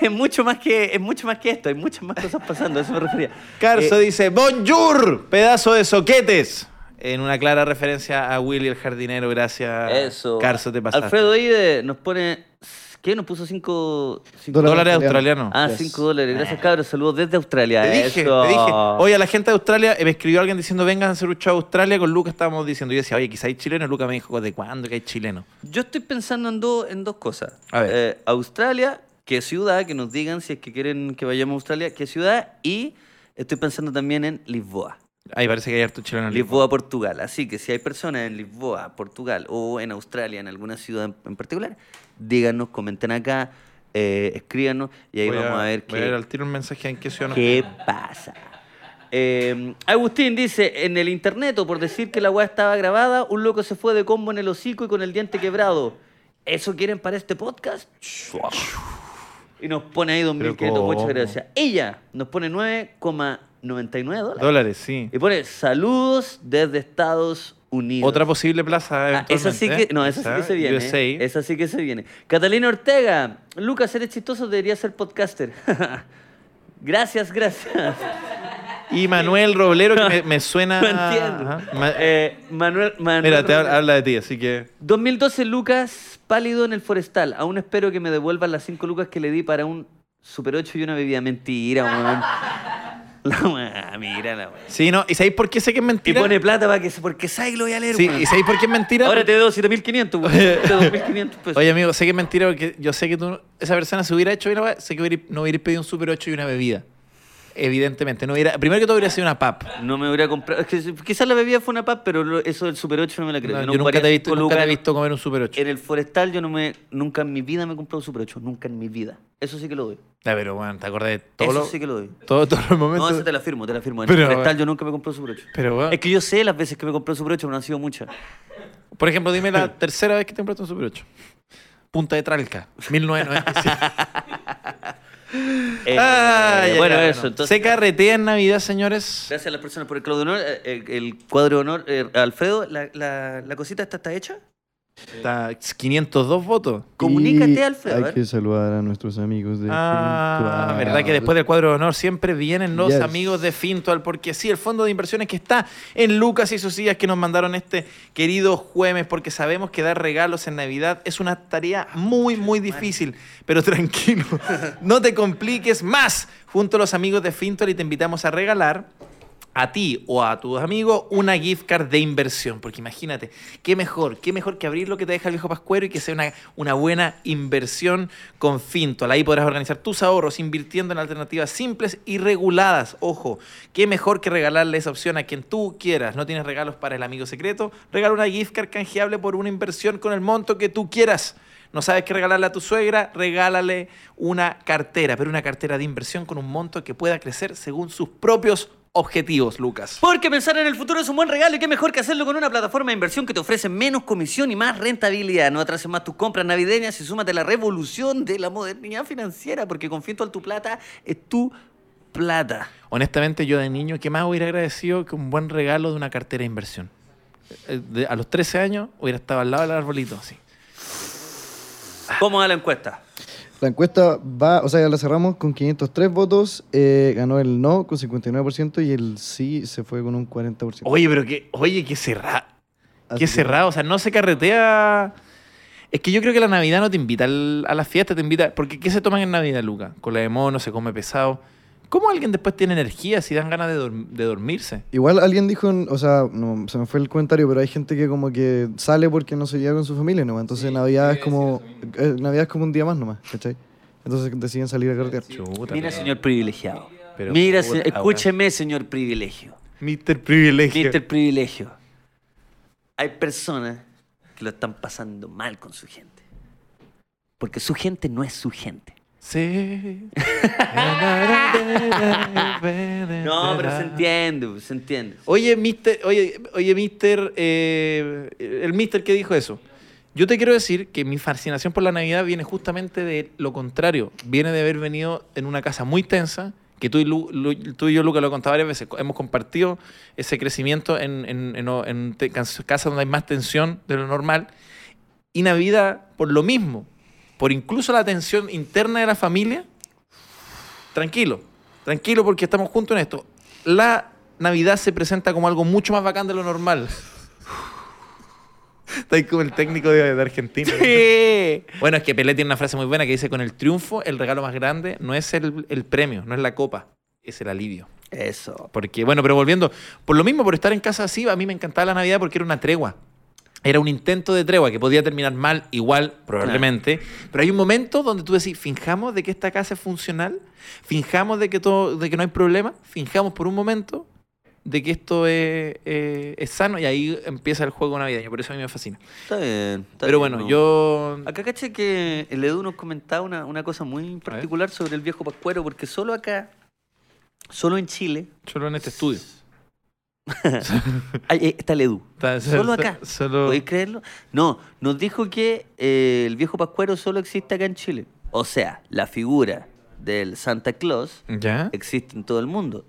[SPEAKER 2] Es mucho más que, es mucho más que esto, hay muchas más cosas pasando, a eso me refería.
[SPEAKER 1] Carso
[SPEAKER 2] Eh,
[SPEAKER 1] dice, bonjour, pedazo de soquetes. En una clara referencia a Willy el jardinero,
[SPEAKER 2] ah,
[SPEAKER 1] gracias.
[SPEAKER 2] eso.
[SPEAKER 1] Carso, te pasaste.
[SPEAKER 2] Alfredo Ide nos pone. ¿Qué? Nos puso 5
[SPEAKER 1] Dólares
[SPEAKER 3] Australiano.
[SPEAKER 1] australianos.
[SPEAKER 2] Ah,
[SPEAKER 3] Yes.
[SPEAKER 2] 5 dólares. Gracias, cabros. Saludos desde Australia.
[SPEAKER 1] Te dije,
[SPEAKER 2] Eso.
[SPEAKER 1] te dije. Oye, a la gente de Australia, eh, me escribió alguien diciendo, vengan a hacer un show a Australia, con Lucas estábamos diciendo. Yo decía, oye, quizá hay chilenos. Lucas me dijo, ¿de cuándo que hay chilenos?
[SPEAKER 2] Yo estoy pensando en, dos en dos cosas.
[SPEAKER 1] A ver.
[SPEAKER 2] Eh, Australia, qué ciudad, que nos digan si es que quieren que vayamos a Australia, qué ciudad. Y estoy pensando también en Lisboa.
[SPEAKER 1] Ahí parece que hay harto chileno. en
[SPEAKER 2] Lisboa, Portugal. Así que si hay personas en Lisboa, Portugal o en Australia, en alguna ciudad en- en particular, díganos, comenten acá, eh, escríbanos y ahí
[SPEAKER 1] Voy
[SPEAKER 2] vamos a, ver
[SPEAKER 1] voy a ver
[SPEAKER 2] qué,
[SPEAKER 1] al tiro un mensaje en qué ciudad nos
[SPEAKER 2] qué pasa. Eh, Agustín dice, en el internet, o por decir que la weá estaba grabada, un loco se fue de combo en el hocico y con el diente quebrado. ¿Eso quieren para este podcast? Y nos pone ahí 2.500, muchas
[SPEAKER 1] cómo.
[SPEAKER 2] gracias. Ella nos pone 9,99 dólares.
[SPEAKER 1] Dólares, sí.
[SPEAKER 2] Y pone saludos desde Estados Unidos.
[SPEAKER 1] Otra posible plaza.
[SPEAKER 2] Ah, esa sí que,
[SPEAKER 1] eventualmente,
[SPEAKER 2] no, esa sí que se viene.
[SPEAKER 1] USA.
[SPEAKER 2] eh. Esa sí que se viene. Catalina Ortega, Lucas, eres chistoso, debería ser podcaster. gracias, gracias.
[SPEAKER 1] Y Manuel Roblero, que me, me suena.
[SPEAKER 2] No entiendo.
[SPEAKER 1] Ajá. Ma-
[SPEAKER 2] Eh, Manuel, Manuel
[SPEAKER 1] Mira, te
[SPEAKER 2] Rodríguez.
[SPEAKER 1] habla, habla de ti, así que.
[SPEAKER 2] 2012, Lucas, pálido en el forestal. Aún espero que me devuelvan las 5 lucas que le di para un Super 8 y una bebida. Mentira, weón. La weá, mira la weá.
[SPEAKER 1] Sí, no. ¿Y sabéis por qué sé que es
[SPEAKER 2] Y
[SPEAKER 1] mentira?
[SPEAKER 2] pone plata para que, porque sabe que lo voy a leer,
[SPEAKER 1] Sí,
[SPEAKER 2] weón.
[SPEAKER 1] ¿y sabéis por qué es mentira?
[SPEAKER 2] Ahora te doy 7500, güey. Te doy 2500 pesos.
[SPEAKER 1] pues. Oye, amigo, sé que es mentira porque yo sé que tú, esa persona se hubiera hecho bien, la weá, sé que hubiera- no hubiera pedido un Super 8 y una bebida. Evidentemente. No hubiera, primero que todo hubiera sido una pap.
[SPEAKER 2] No me hubiera comprado. Es que quizás la bebida fue una paz, pero lo- eso del Super 8 no me la creo.
[SPEAKER 1] No,
[SPEAKER 2] Yo
[SPEAKER 1] yo
[SPEAKER 2] no
[SPEAKER 1] nunca te,
[SPEAKER 2] pagaría
[SPEAKER 1] he visto,
[SPEAKER 2] cinco
[SPEAKER 1] nunca te he
[SPEAKER 2] lucas
[SPEAKER 1] visto comer un Super 8.
[SPEAKER 2] En el forestal yo no me. Nunca en mi vida me he comprado un Super 8. Nunca en mi vida. Eso sí que lo doy.
[SPEAKER 1] Ya, pero bueno, te acordás de todo
[SPEAKER 2] Eh, eso
[SPEAKER 1] lo-
[SPEAKER 2] sí que lo doy.
[SPEAKER 1] todo- todos los momentos.
[SPEAKER 2] No, eso te la firmo, te la firmo. En el
[SPEAKER 1] Pero-
[SPEAKER 2] forestal yo nunca me compré un Super 8.
[SPEAKER 1] Pero, weón. Ah,
[SPEAKER 2] Es que yo sé las veces que me compré un Super 8, pero no han sido muchas.
[SPEAKER 1] Por ejemplo, dime la tercera vez que te compraste un Super 8. Punta de Tralca, 1997.
[SPEAKER 2] Eh,
[SPEAKER 1] Ay, ay,
[SPEAKER 2] bueno,
[SPEAKER 1] ay,
[SPEAKER 2] eso.
[SPEAKER 1] bueno.
[SPEAKER 2] Entonces,
[SPEAKER 1] Se carretea en Navidad, señores.
[SPEAKER 2] gracias a las personas por el cuadro de honor. eh, eh, el cuadro de honor. eh, Alfredo, la, la- la cosita esta está hecha.
[SPEAKER 1] Está 502 votos.
[SPEAKER 2] Comunícate,
[SPEAKER 3] Y
[SPEAKER 2] Alfredo, a ver.
[SPEAKER 3] Hay que saludar a nuestros amigos de.
[SPEAKER 1] Ah,
[SPEAKER 3] Fintual.
[SPEAKER 1] verdad que después del cuadro de honor siempre vienen los
[SPEAKER 3] Yes.
[SPEAKER 1] amigos de Fintual, porque sí, el fondo de inversiones que está en Lucas y sus sillas que nos mandaron este querido jueves, porque sabemos que dar regalos en Navidad es una tarea muy, muy difícil, pero tranquilo, no te compliques más. Junto a los amigos de Fintual y te invitamos a regalar a ti o a tus amigos una gift card de inversión. Porque imagínate, qué mejor, qué mejor que abrir lo que te deja el viejo Pascuero y que sea una, una buena inversión con Fintual. Ahí podrás organizar tus ahorros invirtiendo en alternativas simples y reguladas. Ojo, qué mejor que regalarle esa opción a quien tú quieras. No tienes regalos para el amigo secreto, regala una gift card canjeable por una inversión con el monto que tú quieras. no sabes qué regalarle a tu suegra, regálale una cartera, pero una cartera de inversión con un monto que pueda crecer según sus propios objetivos, Lucas.
[SPEAKER 2] Porque pensar en el futuro es un buen regalo y qué mejor que hacerlo con una plataforma de inversión que te ofrece menos comisión y más rentabilidad. No atrases más tus compras navideñas y súmate a la revolución de la modernidad financiera porque confía en toda tu plata, es tu plata.
[SPEAKER 1] Honestamente, yo de niño, ¿qué más hubiera agradecido que un buen regalo de una cartera de inversión? Eh, de- a los 13 años hubiera estado al lado del arbolito, así.
[SPEAKER 2] ¿Cómo va la encuesta?
[SPEAKER 3] La encuesta va, o sea, ya la cerramos con 503 votos, eh, ganó el no con 59% y el sí se fue con un 40%.
[SPEAKER 1] Oye, pero que, oye, qué cerrado.
[SPEAKER 3] Así
[SPEAKER 1] Oh, Qué
[SPEAKER 3] que-
[SPEAKER 1] cerrado, o sea, no se carretea. Es que yo creo que la Navidad no te invita al- a las fiestas, te invita. Porque ¿qué se toman en Navidad, Luca? Cola de mono, se come pesado. ¿Cómo alguien después tiene energía si dan ganas de, dorm- de dormirse?
[SPEAKER 3] Igual alguien dijo, en- o sea, no, se me fue el comentario, pero hay gente que como que sale porque no se lleva con su familia, ¿no? Entonces
[SPEAKER 4] Sí,
[SPEAKER 3] Navidad es
[SPEAKER 4] quería
[SPEAKER 3] como
[SPEAKER 4] decir
[SPEAKER 3] eh, Navidad es como un día más nomás, ¿cachai? Entonces deciden salir a carretear.
[SPEAKER 1] Chuta, pero-
[SPEAKER 2] Mira, señor privilegiado.
[SPEAKER 1] Pero,
[SPEAKER 2] Mira,
[SPEAKER 1] puta,
[SPEAKER 2] se-
[SPEAKER 1] weón.
[SPEAKER 2] escúcheme, señor privilegio.
[SPEAKER 1] Mr. Privilegio.
[SPEAKER 2] Mister privilegio. Hay personas que lo están pasando mal con su gente. Porque su gente no es su gente.
[SPEAKER 1] Sí.
[SPEAKER 2] No, pero se entiende, pues, se entiende.
[SPEAKER 1] Oye, mister, oye, oye, mister, eh, el mister que dijo eso. Yo te quiero decir que mi fascinación por la Navidad viene justamente de lo contrario. Viene de haber venido en una casa muy tensa, que tú y, Lu- Lu- tú y yo, Luca, lo he contado varias veces. Hemos compartido ese crecimiento en, en- en- en te- casas donde hay más tensión de lo normal. Y Navidad, por lo mismo, por incluso la tensión interna de la familia, tranquilo, tranquilo porque estamos juntos en esto. La Navidad se presenta como algo mucho más bacán de lo normal. Está ahí como el técnico de, de Argentina. Bueno, es que Pelé tiene una frase muy buena que dice, con el triunfo, el regalo más grande no es el, el premio, no es la copa, es el alivio.
[SPEAKER 2] Eso.
[SPEAKER 1] Porque, bueno, pero volviendo, por lo mismo, por estar en casa así, a mí me encantaba la Navidad porque era una tregua. Era un intento de tregua que podía terminar mal, igual, probablemente. Pero hay un momento donde tú decís, finjamos de que esta casa es funcional, finjamos de que, todo, de que no hay problema, finjamos por un momento de que esto es, eh, es sano y ahí empieza el juego navideño. Por eso a mí me fascina.
[SPEAKER 2] Está bien. está
[SPEAKER 1] Pero
[SPEAKER 2] bien,
[SPEAKER 1] bueno,
[SPEAKER 2] ¿no? Ah,
[SPEAKER 1] yo...
[SPEAKER 2] Acá caché que el Edu nos comentaba una, una cosa muy particular sobre el viejo Pascuero, porque solo acá, solo en Chile,
[SPEAKER 1] Solo en este estudio.
[SPEAKER 2] ay, eh, está el Edu.
[SPEAKER 1] Está-
[SPEAKER 2] Solo
[SPEAKER 1] so-
[SPEAKER 2] acá.
[SPEAKER 1] Solo...
[SPEAKER 2] ¿Podéis creerlo? No, nos dijo que eh, el viejo Pascuero solo existe acá en Chile. O sea, la figura del Santa Claus
[SPEAKER 1] ¿Ya?
[SPEAKER 2] existe en todo el mundo.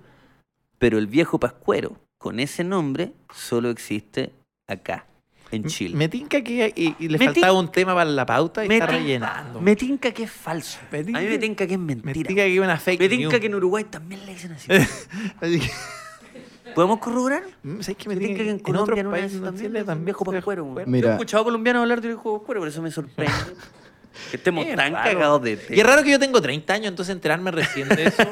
[SPEAKER 2] Pero el viejo Pascuero, con ese nombre, solo existe acá, en
[SPEAKER 1] Mm,
[SPEAKER 2] Chile.
[SPEAKER 1] Me tinca que y, y le
[SPEAKER 2] Me
[SPEAKER 1] faltaba un tema para la pauta y
[SPEAKER 2] Me
[SPEAKER 1] está
[SPEAKER 2] tinca-
[SPEAKER 1] rellenando.
[SPEAKER 2] Me tinca que es falso.
[SPEAKER 1] Me
[SPEAKER 2] A mí me
[SPEAKER 1] tinca-
[SPEAKER 2] tinca que es
[SPEAKER 1] Me
[SPEAKER 2] mentira.
[SPEAKER 1] tinca que hay una fake
[SPEAKER 2] Me tinca
[SPEAKER 1] news.
[SPEAKER 2] que en Uruguay también le dicen así.
[SPEAKER 1] Así que-
[SPEAKER 2] ¿Podemos corroborar?
[SPEAKER 1] Mm, ¿Sabes qué?
[SPEAKER 2] Me
[SPEAKER 1] Me
[SPEAKER 2] tinca que en Colombia en una de esas también le dicen viejo Pascuero. weón.
[SPEAKER 3] Mira.
[SPEAKER 2] Yo he escuchado colombianos hablar de viejo Pascuero, por eso me sorprende. que estemos
[SPEAKER 1] Es
[SPEAKER 2] tan
[SPEAKER 1] raro.
[SPEAKER 2] cagados de...
[SPEAKER 1] Y es raro que yo tengo 30 años, entonces enterarme recién de eso.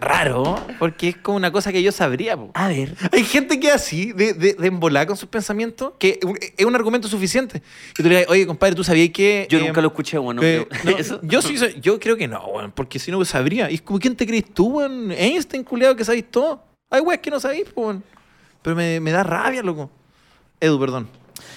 [SPEAKER 1] raro, porque es como una cosa que yo sabría. po.
[SPEAKER 2] A ver.
[SPEAKER 1] Hay gente que es así, de, de, de embolada con sus pensamientos, que un- es un argumento suficiente. Y tú le digas, oye, compadre, ¿tú sabías que...?
[SPEAKER 2] Yo
[SPEAKER 1] em,
[SPEAKER 2] nunca lo escuché, bueno.
[SPEAKER 1] que-
[SPEAKER 2] pero-
[SPEAKER 1] no,
[SPEAKER 2] eso-
[SPEAKER 1] yo sí soy- yo creo que no, weón, porque si no pues, sabría. ¿Y como, quién te crees tú, weón? Einstein, culiado, que sabéis todo. Hay weas que no sabéis, po, weón. Pero me, me da rabia, loco. Edu, perdón,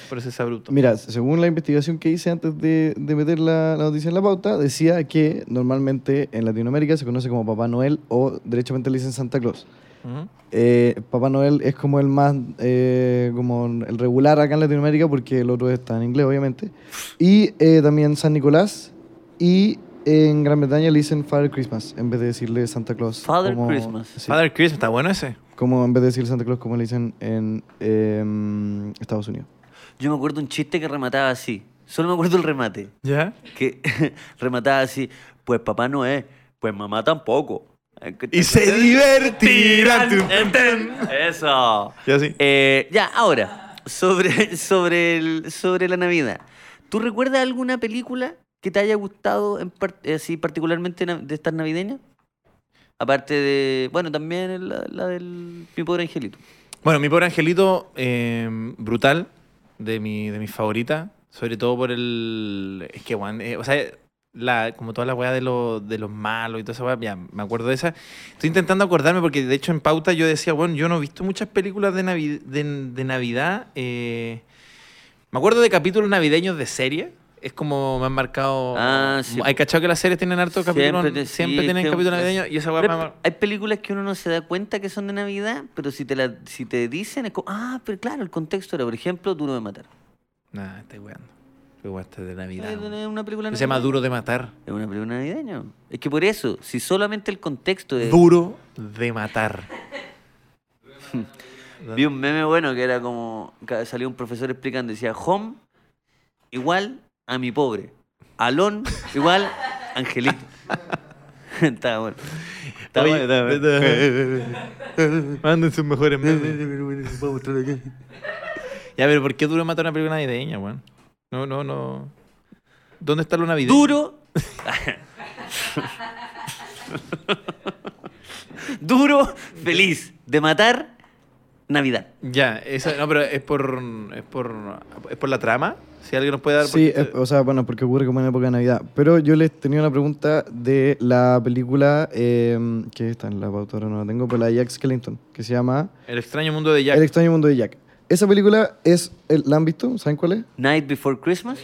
[SPEAKER 1] por ese sabruto.
[SPEAKER 3] Mira, según la investigación que hice antes de, de meter la, la noticia en la pauta, decía que normalmente en Latinoamérica se conoce como Papá Noel o derechamente le dicen Santa Claus.
[SPEAKER 1] Ujú.
[SPEAKER 3] Eh, Papá Noel es como el más, eh, como el regular acá en Latinoamérica porque el otro está en inglés, obviamente. Y eh, también San Nicolás y eh, en Gran Bretaña le dicen Father Christmas en vez de decirle Santa Claus.
[SPEAKER 2] Father Christmas.
[SPEAKER 3] sí,
[SPEAKER 1] Father Christmas, está bueno ese.
[SPEAKER 3] como en vez de decir Santa Claus como le dicen en em, Estados Unidos.
[SPEAKER 2] Yo me acuerdo un chiste que remataba así. Solo me acuerdo el remate.
[SPEAKER 1] ¿Ya?
[SPEAKER 2] Que remataba así. Pues papá no es. Pues mamá tampoco.
[SPEAKER 1] Y se divertirán.
[SPEAKER 2] Eso.
[SPEAKER 1] Ya sí.
[SPEAKER 2] Eh, ya, ahora. Sobre, sobre, el- sobre la Navidad. ¿Tú recuerdas alguna película que te haya gustado en par- eh, así particularmente na- de estas navideñas? Aparte de. Bueno, también la, la del Mi Pobre Angelito.
[SPEAKER 1] Bueno, mi pobre angelito, eh, brutal, de mi, de mis favoritas, sobre todo por el... Es que, weón, eh, o sea, la, como toda la weá de, los de los malos y toda esa weá, ya, me acuerdo de esa. Estoy intentando acordarme porque, de hecho, en pauta yo decía, bueno, yo no he visto muchas películas de, Navi- de, de Navidad. eh, me acuerdo de capítulos navideños de serie. es como me han marcado.
[SPEAKER 2] Ah, sí,
[SPEAKER 1] Hay
[SPEAKER 2] po.
[SPEAKER 1] cachado que las series tienen harto capítulo. Siempre,
[SPEAKER 2] te- sí,
[SPEAKER 1] tienen
[SPEAKER 2] que-
[SPEAKER 1] capítulo navideño y esa weá me
[SPEAKER 2] Pero
[SPEAKER 1] ha mar-
[SPEAKER 2] Hay películas que uno no se da cuenta que son de Navidad, pero si te, la, si te dicen, es como, ah, pero claro, el contexto era, por ejemplo, Duro de Matar.
[SPEAKER 1] Nah, estoy weando. Estoy weando, esta es de
[SPEAKER 2] Eh,
[SPEAKER 1] Navidad.
[SPEAKER 2] Es
[SPEAKER 1] weón.
[SPEAKER 2] una película
[SPEAKER 1] Se llama
[SPEAKER 2] navideña.
[SPEAKER 1] Duro de Matar.
[SPEAKER 2] Es una película navideña. Es que por eso, si solamente el contexto es...
[SPEAKER 1] Duro de Matar.
[SPEAKER 2] Vi un meme bueno que era como, que salió un profesor explicando, decía, home igual a mi pobre, alón igual a angelito. Estaba bueno. Estaba
[SPEAKER 1] Oye,
[SPEAKER 2] bueno, estaba
[SPEAKER 1] está- Manden sus mejores memes.
[SPEAKER 2] bueno.
[SPEAKER 1] Ya, pero ¿por qué duro matar una película navideña, weón? No, no, no. ¿Dónde está lo navideño?
[SPEAKER 2] Duro. Duro, feliz, de matar Navidad.
[SPEAKER 1] Ya, esa, no, pero es por, es por es por la trama. Si alguien nos puede dar.
[SPEAKER 3] Sí,
[SPEAKER 1] porque-
[SPEAKER 3] es- o sea, bueno, porque ocurre como en época de Navidad. Pero yo les tenía una pregunta de la película eh, que está en la pauta, ahora no la tengo, pero la de Jack Skellington, que se llama
[SPEAKER 1] El extraño mundo de Jack.
[SPEAKER 3] El extraño mundo de Jack. Esa película es, el- ¿la han visto? ¿Saben cuál es?
[SPEAKER 2] Night before Christmas.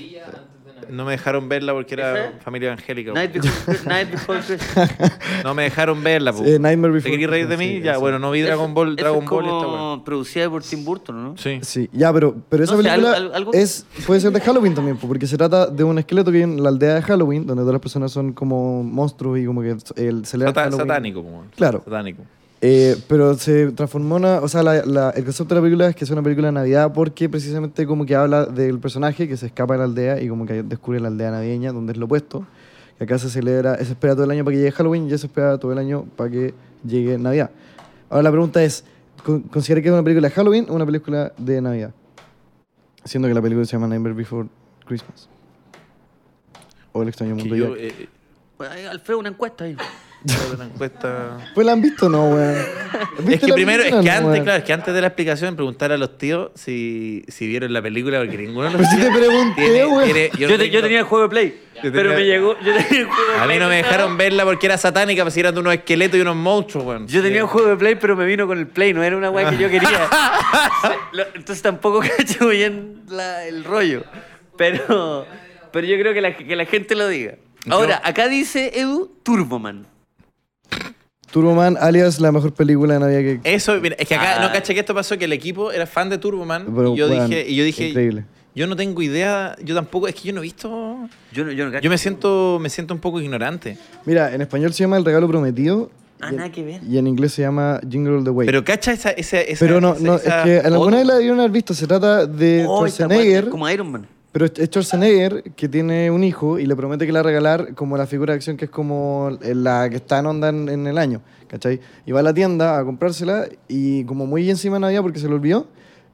[SPEAKER 1] No me dejaron verla porque era
[SPEAKER 2] ¿Esa?
[SPEAKER 1] familia evangélica.
[SPEAKER 2] Night
[SPEAKER 1] weón.
[SPEAKER 2] before, Night before Christmas.
[SPEAKER 1] No me dejaron verla, po.
[SPEAKER 3] Eh, Nightmare
[SPEAKER 1] ¿Te querías reír de mí?
[SPEAKER 3] Christmas, sí,
[SPEAKER 1] ya,
[SPEAKER 3] esa.
[SPEAKER 1] bueno, no vi Dragon
[SPEAKER 2] Eso-
[SPEAKER 1] Ball,
[SPEAKER 2] eso
[SPEAKER 1] Dragon
[SPEAKER 2] es
[SPEAKER 1] Ball esta
[SPEAKER 2] como
[SPEAKER 1] weón.
[SPEAKER 2] Producida por Tim Burton, ¿no?
[SPEAKER 1] Sí.
[SPEAKER 3] Sí, ya, pero, pero esa
[SPEAKER 2] No sé,
[SPEAKER 3] película
[SPEAKER 2] algo- algo- algo-
[SPEAKER 3] es, puede ser de Halloween también, po, porque se trata de un esqueleto que vive en la aldea de Halloween, donde todas las personas son como monstruos y como que el, se le da
[SPEAKER 1] Sata-
[SPEAKER 3] Halloween.
[SPEAKER 1] satánico, po, weón.
[SPEAKER 3] Claro.
[SPEAKER 1] Satánico.
[SPEAKER 3] Eh, pero se transformó en una, o sea, la- la- el concepto de la película es que es una película de Navidad porque precisamente como que habla del personaje que se escapa de la aldea y como que descubre la aldea navideña, donde es lo opuesto, que acá se celebra, se espera todo el año para que llegue Halloween y se espera todo el año para que llegue Navidad. Ahora la pregunta es, ¿con- ¿considera que es una película de Halloween o una película de Navidad? Siendo que la película se llama Nightmare Before Christmas. O El extraño
[SPEAKER 1] Que
[SPEAKER 3] mundo de
[SPEAKER 1] yo,
[SPEAKER 3] Jack.
[SPEAKER 1] eh, eh,
[SPEAKER 2] Bueno, Pues ahí, Alfredo, una encuesta ahí.
[SPEAKER 1] hago una encuesta.
[SPEAKER 3] Pues la han visto, o no, weón.
[SPEAKER 1] Es
[SPEAKER 3] ¿Viste
[SPEAKER 1] que
[SPEAKER 3] la
[SPEAKER 1] primero, es
[SPEAKER 3] película o
[SPEAKER 1] que
[SPEAKER 3] no,
[SPEAKER 1] antes,
[SPEAKER 3] weón?
[SPEAKER 1] claro, es que antes de la explicación preguntar a los tíos si, si vieron la película, porque ninguno de los
[SPEAKER 3] Pero Pues si
[SPEAKER 1] tíos
[SPEAKER 3] te pregunté, weón.
[SPEAKER 1] no
[SPEAKER 2] Yo, te- yo
[SPEAKER 1] tengo-
[SPEAKER 2] tenía el juego de Play,
[SPEAKER 1] Yo
[SPEAKER 2] pero
[SPEAKER 1] tenía-
[SPEAKER 2] me llegó. Yo tenía el juego de
[SPEAKER 1] A mí
[SPEAKER 2] Play
[SPEAKER 1] no me
[SPEAKER 2] prestado.
[SPEAKER 1] dejaron verla porque era satánica, pues si eran de unos esqueletos y unos monstruos, weón.
[SPEAKER 2] Yo tenía un juego de Play, pero me vino con el Play, no era una guay que yo quería. Sí, lo- Entonces tampoco cacho bien la- el rollo. Pero, pero yo creo que la, que la gente lo diga. Ahora, acá dice Edu Turboman.
[SPEAKER 3] Turboman, alias la mejor película de Navidad que.
[SPEAKER 1] Eso, mira, es que acá,
[SPEAKER 2] Ah.
[SPEAKER 1] no caché que esto pasó, que el equipo era fan de Turboman.
[SPEAKER 3] Pero,
[SPEAKER 1] y yo
[SPEAKER 3] weón,
[SPEAKER 1] dije, y yo dije,
[SPEAKER 3] Increíble.
[SPEAKER 1] yo no tengo idea, yo tampoco, es que yo no he visto.
[SPEAKER 2] Yo no, yo no cacho.
[SPEAKER 1] Yo me siento, me siento un poco ignorante.
[SPEAKER 3] Mira, en español se llama El Regalo Prometido.
[SPEAKER 2] Ah,
[SPEAKER 3] y en-
[SPEAKER 2] nada que ver.
[SPEAKER 3] Y en inglés se llama Jingle All the Way.
[SPEAKER 1] Pero cacha esa, esa, esa-
[SPEAKER 3] Pero no,
[SPEAKER 1] esa-
[SPEAKER 3] no,
[SPEAKER 1] esa-
[SPEAKER 3] es que en alguna
[SPEAKER 1] Oh,
[SPEAKER 3] de la debieron haber visto. Se trata de
[SPEAKER 2] Oh, esta guay,
[SPEAKER 3] Schwarzenegger.
[SPEAKER 2] Como Iron Man.
[SPEAKER 3] Pero es es Schwarzenegger que tiene un hijo y le promete que le va a regalar como la figura de acción que es como la que está en onda en, en el año, ¿cachai? Y va a la tienda a comprársela y como muy encima de Navidad porque se lo olvidó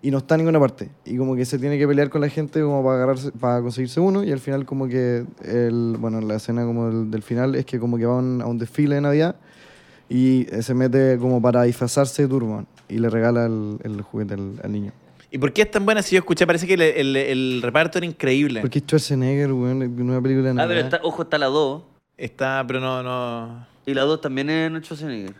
[SPEAKER 3] y no está en ninguna parte. Y como que se tiene que pelear con la gente como para, agarrarse, para conseguirse uno y al final como que, el, bueno, la escena como del, del final es que como que va a un, a un desfile de Navidad y eh, se mete como para disfrazarse de Turban y le regala el, el juguete al, al niño.
[SPEAKER 1] ¿Y por qué es tan buena si yo escuché? Parece que el, el- el reparto era increíble.
[SPEAKER 3] Porque es Schwarzenegger, weón, en una película de
[SPEAKER 2] Ah,
[SPEAKER 3] Navidad.
[SPEAKER 2] pero está- ojo, está la 2.
[SPEAKER 1] Está, pero no, no.
[SPEAKER 2] Y la 2 también es en Schwarzenegger.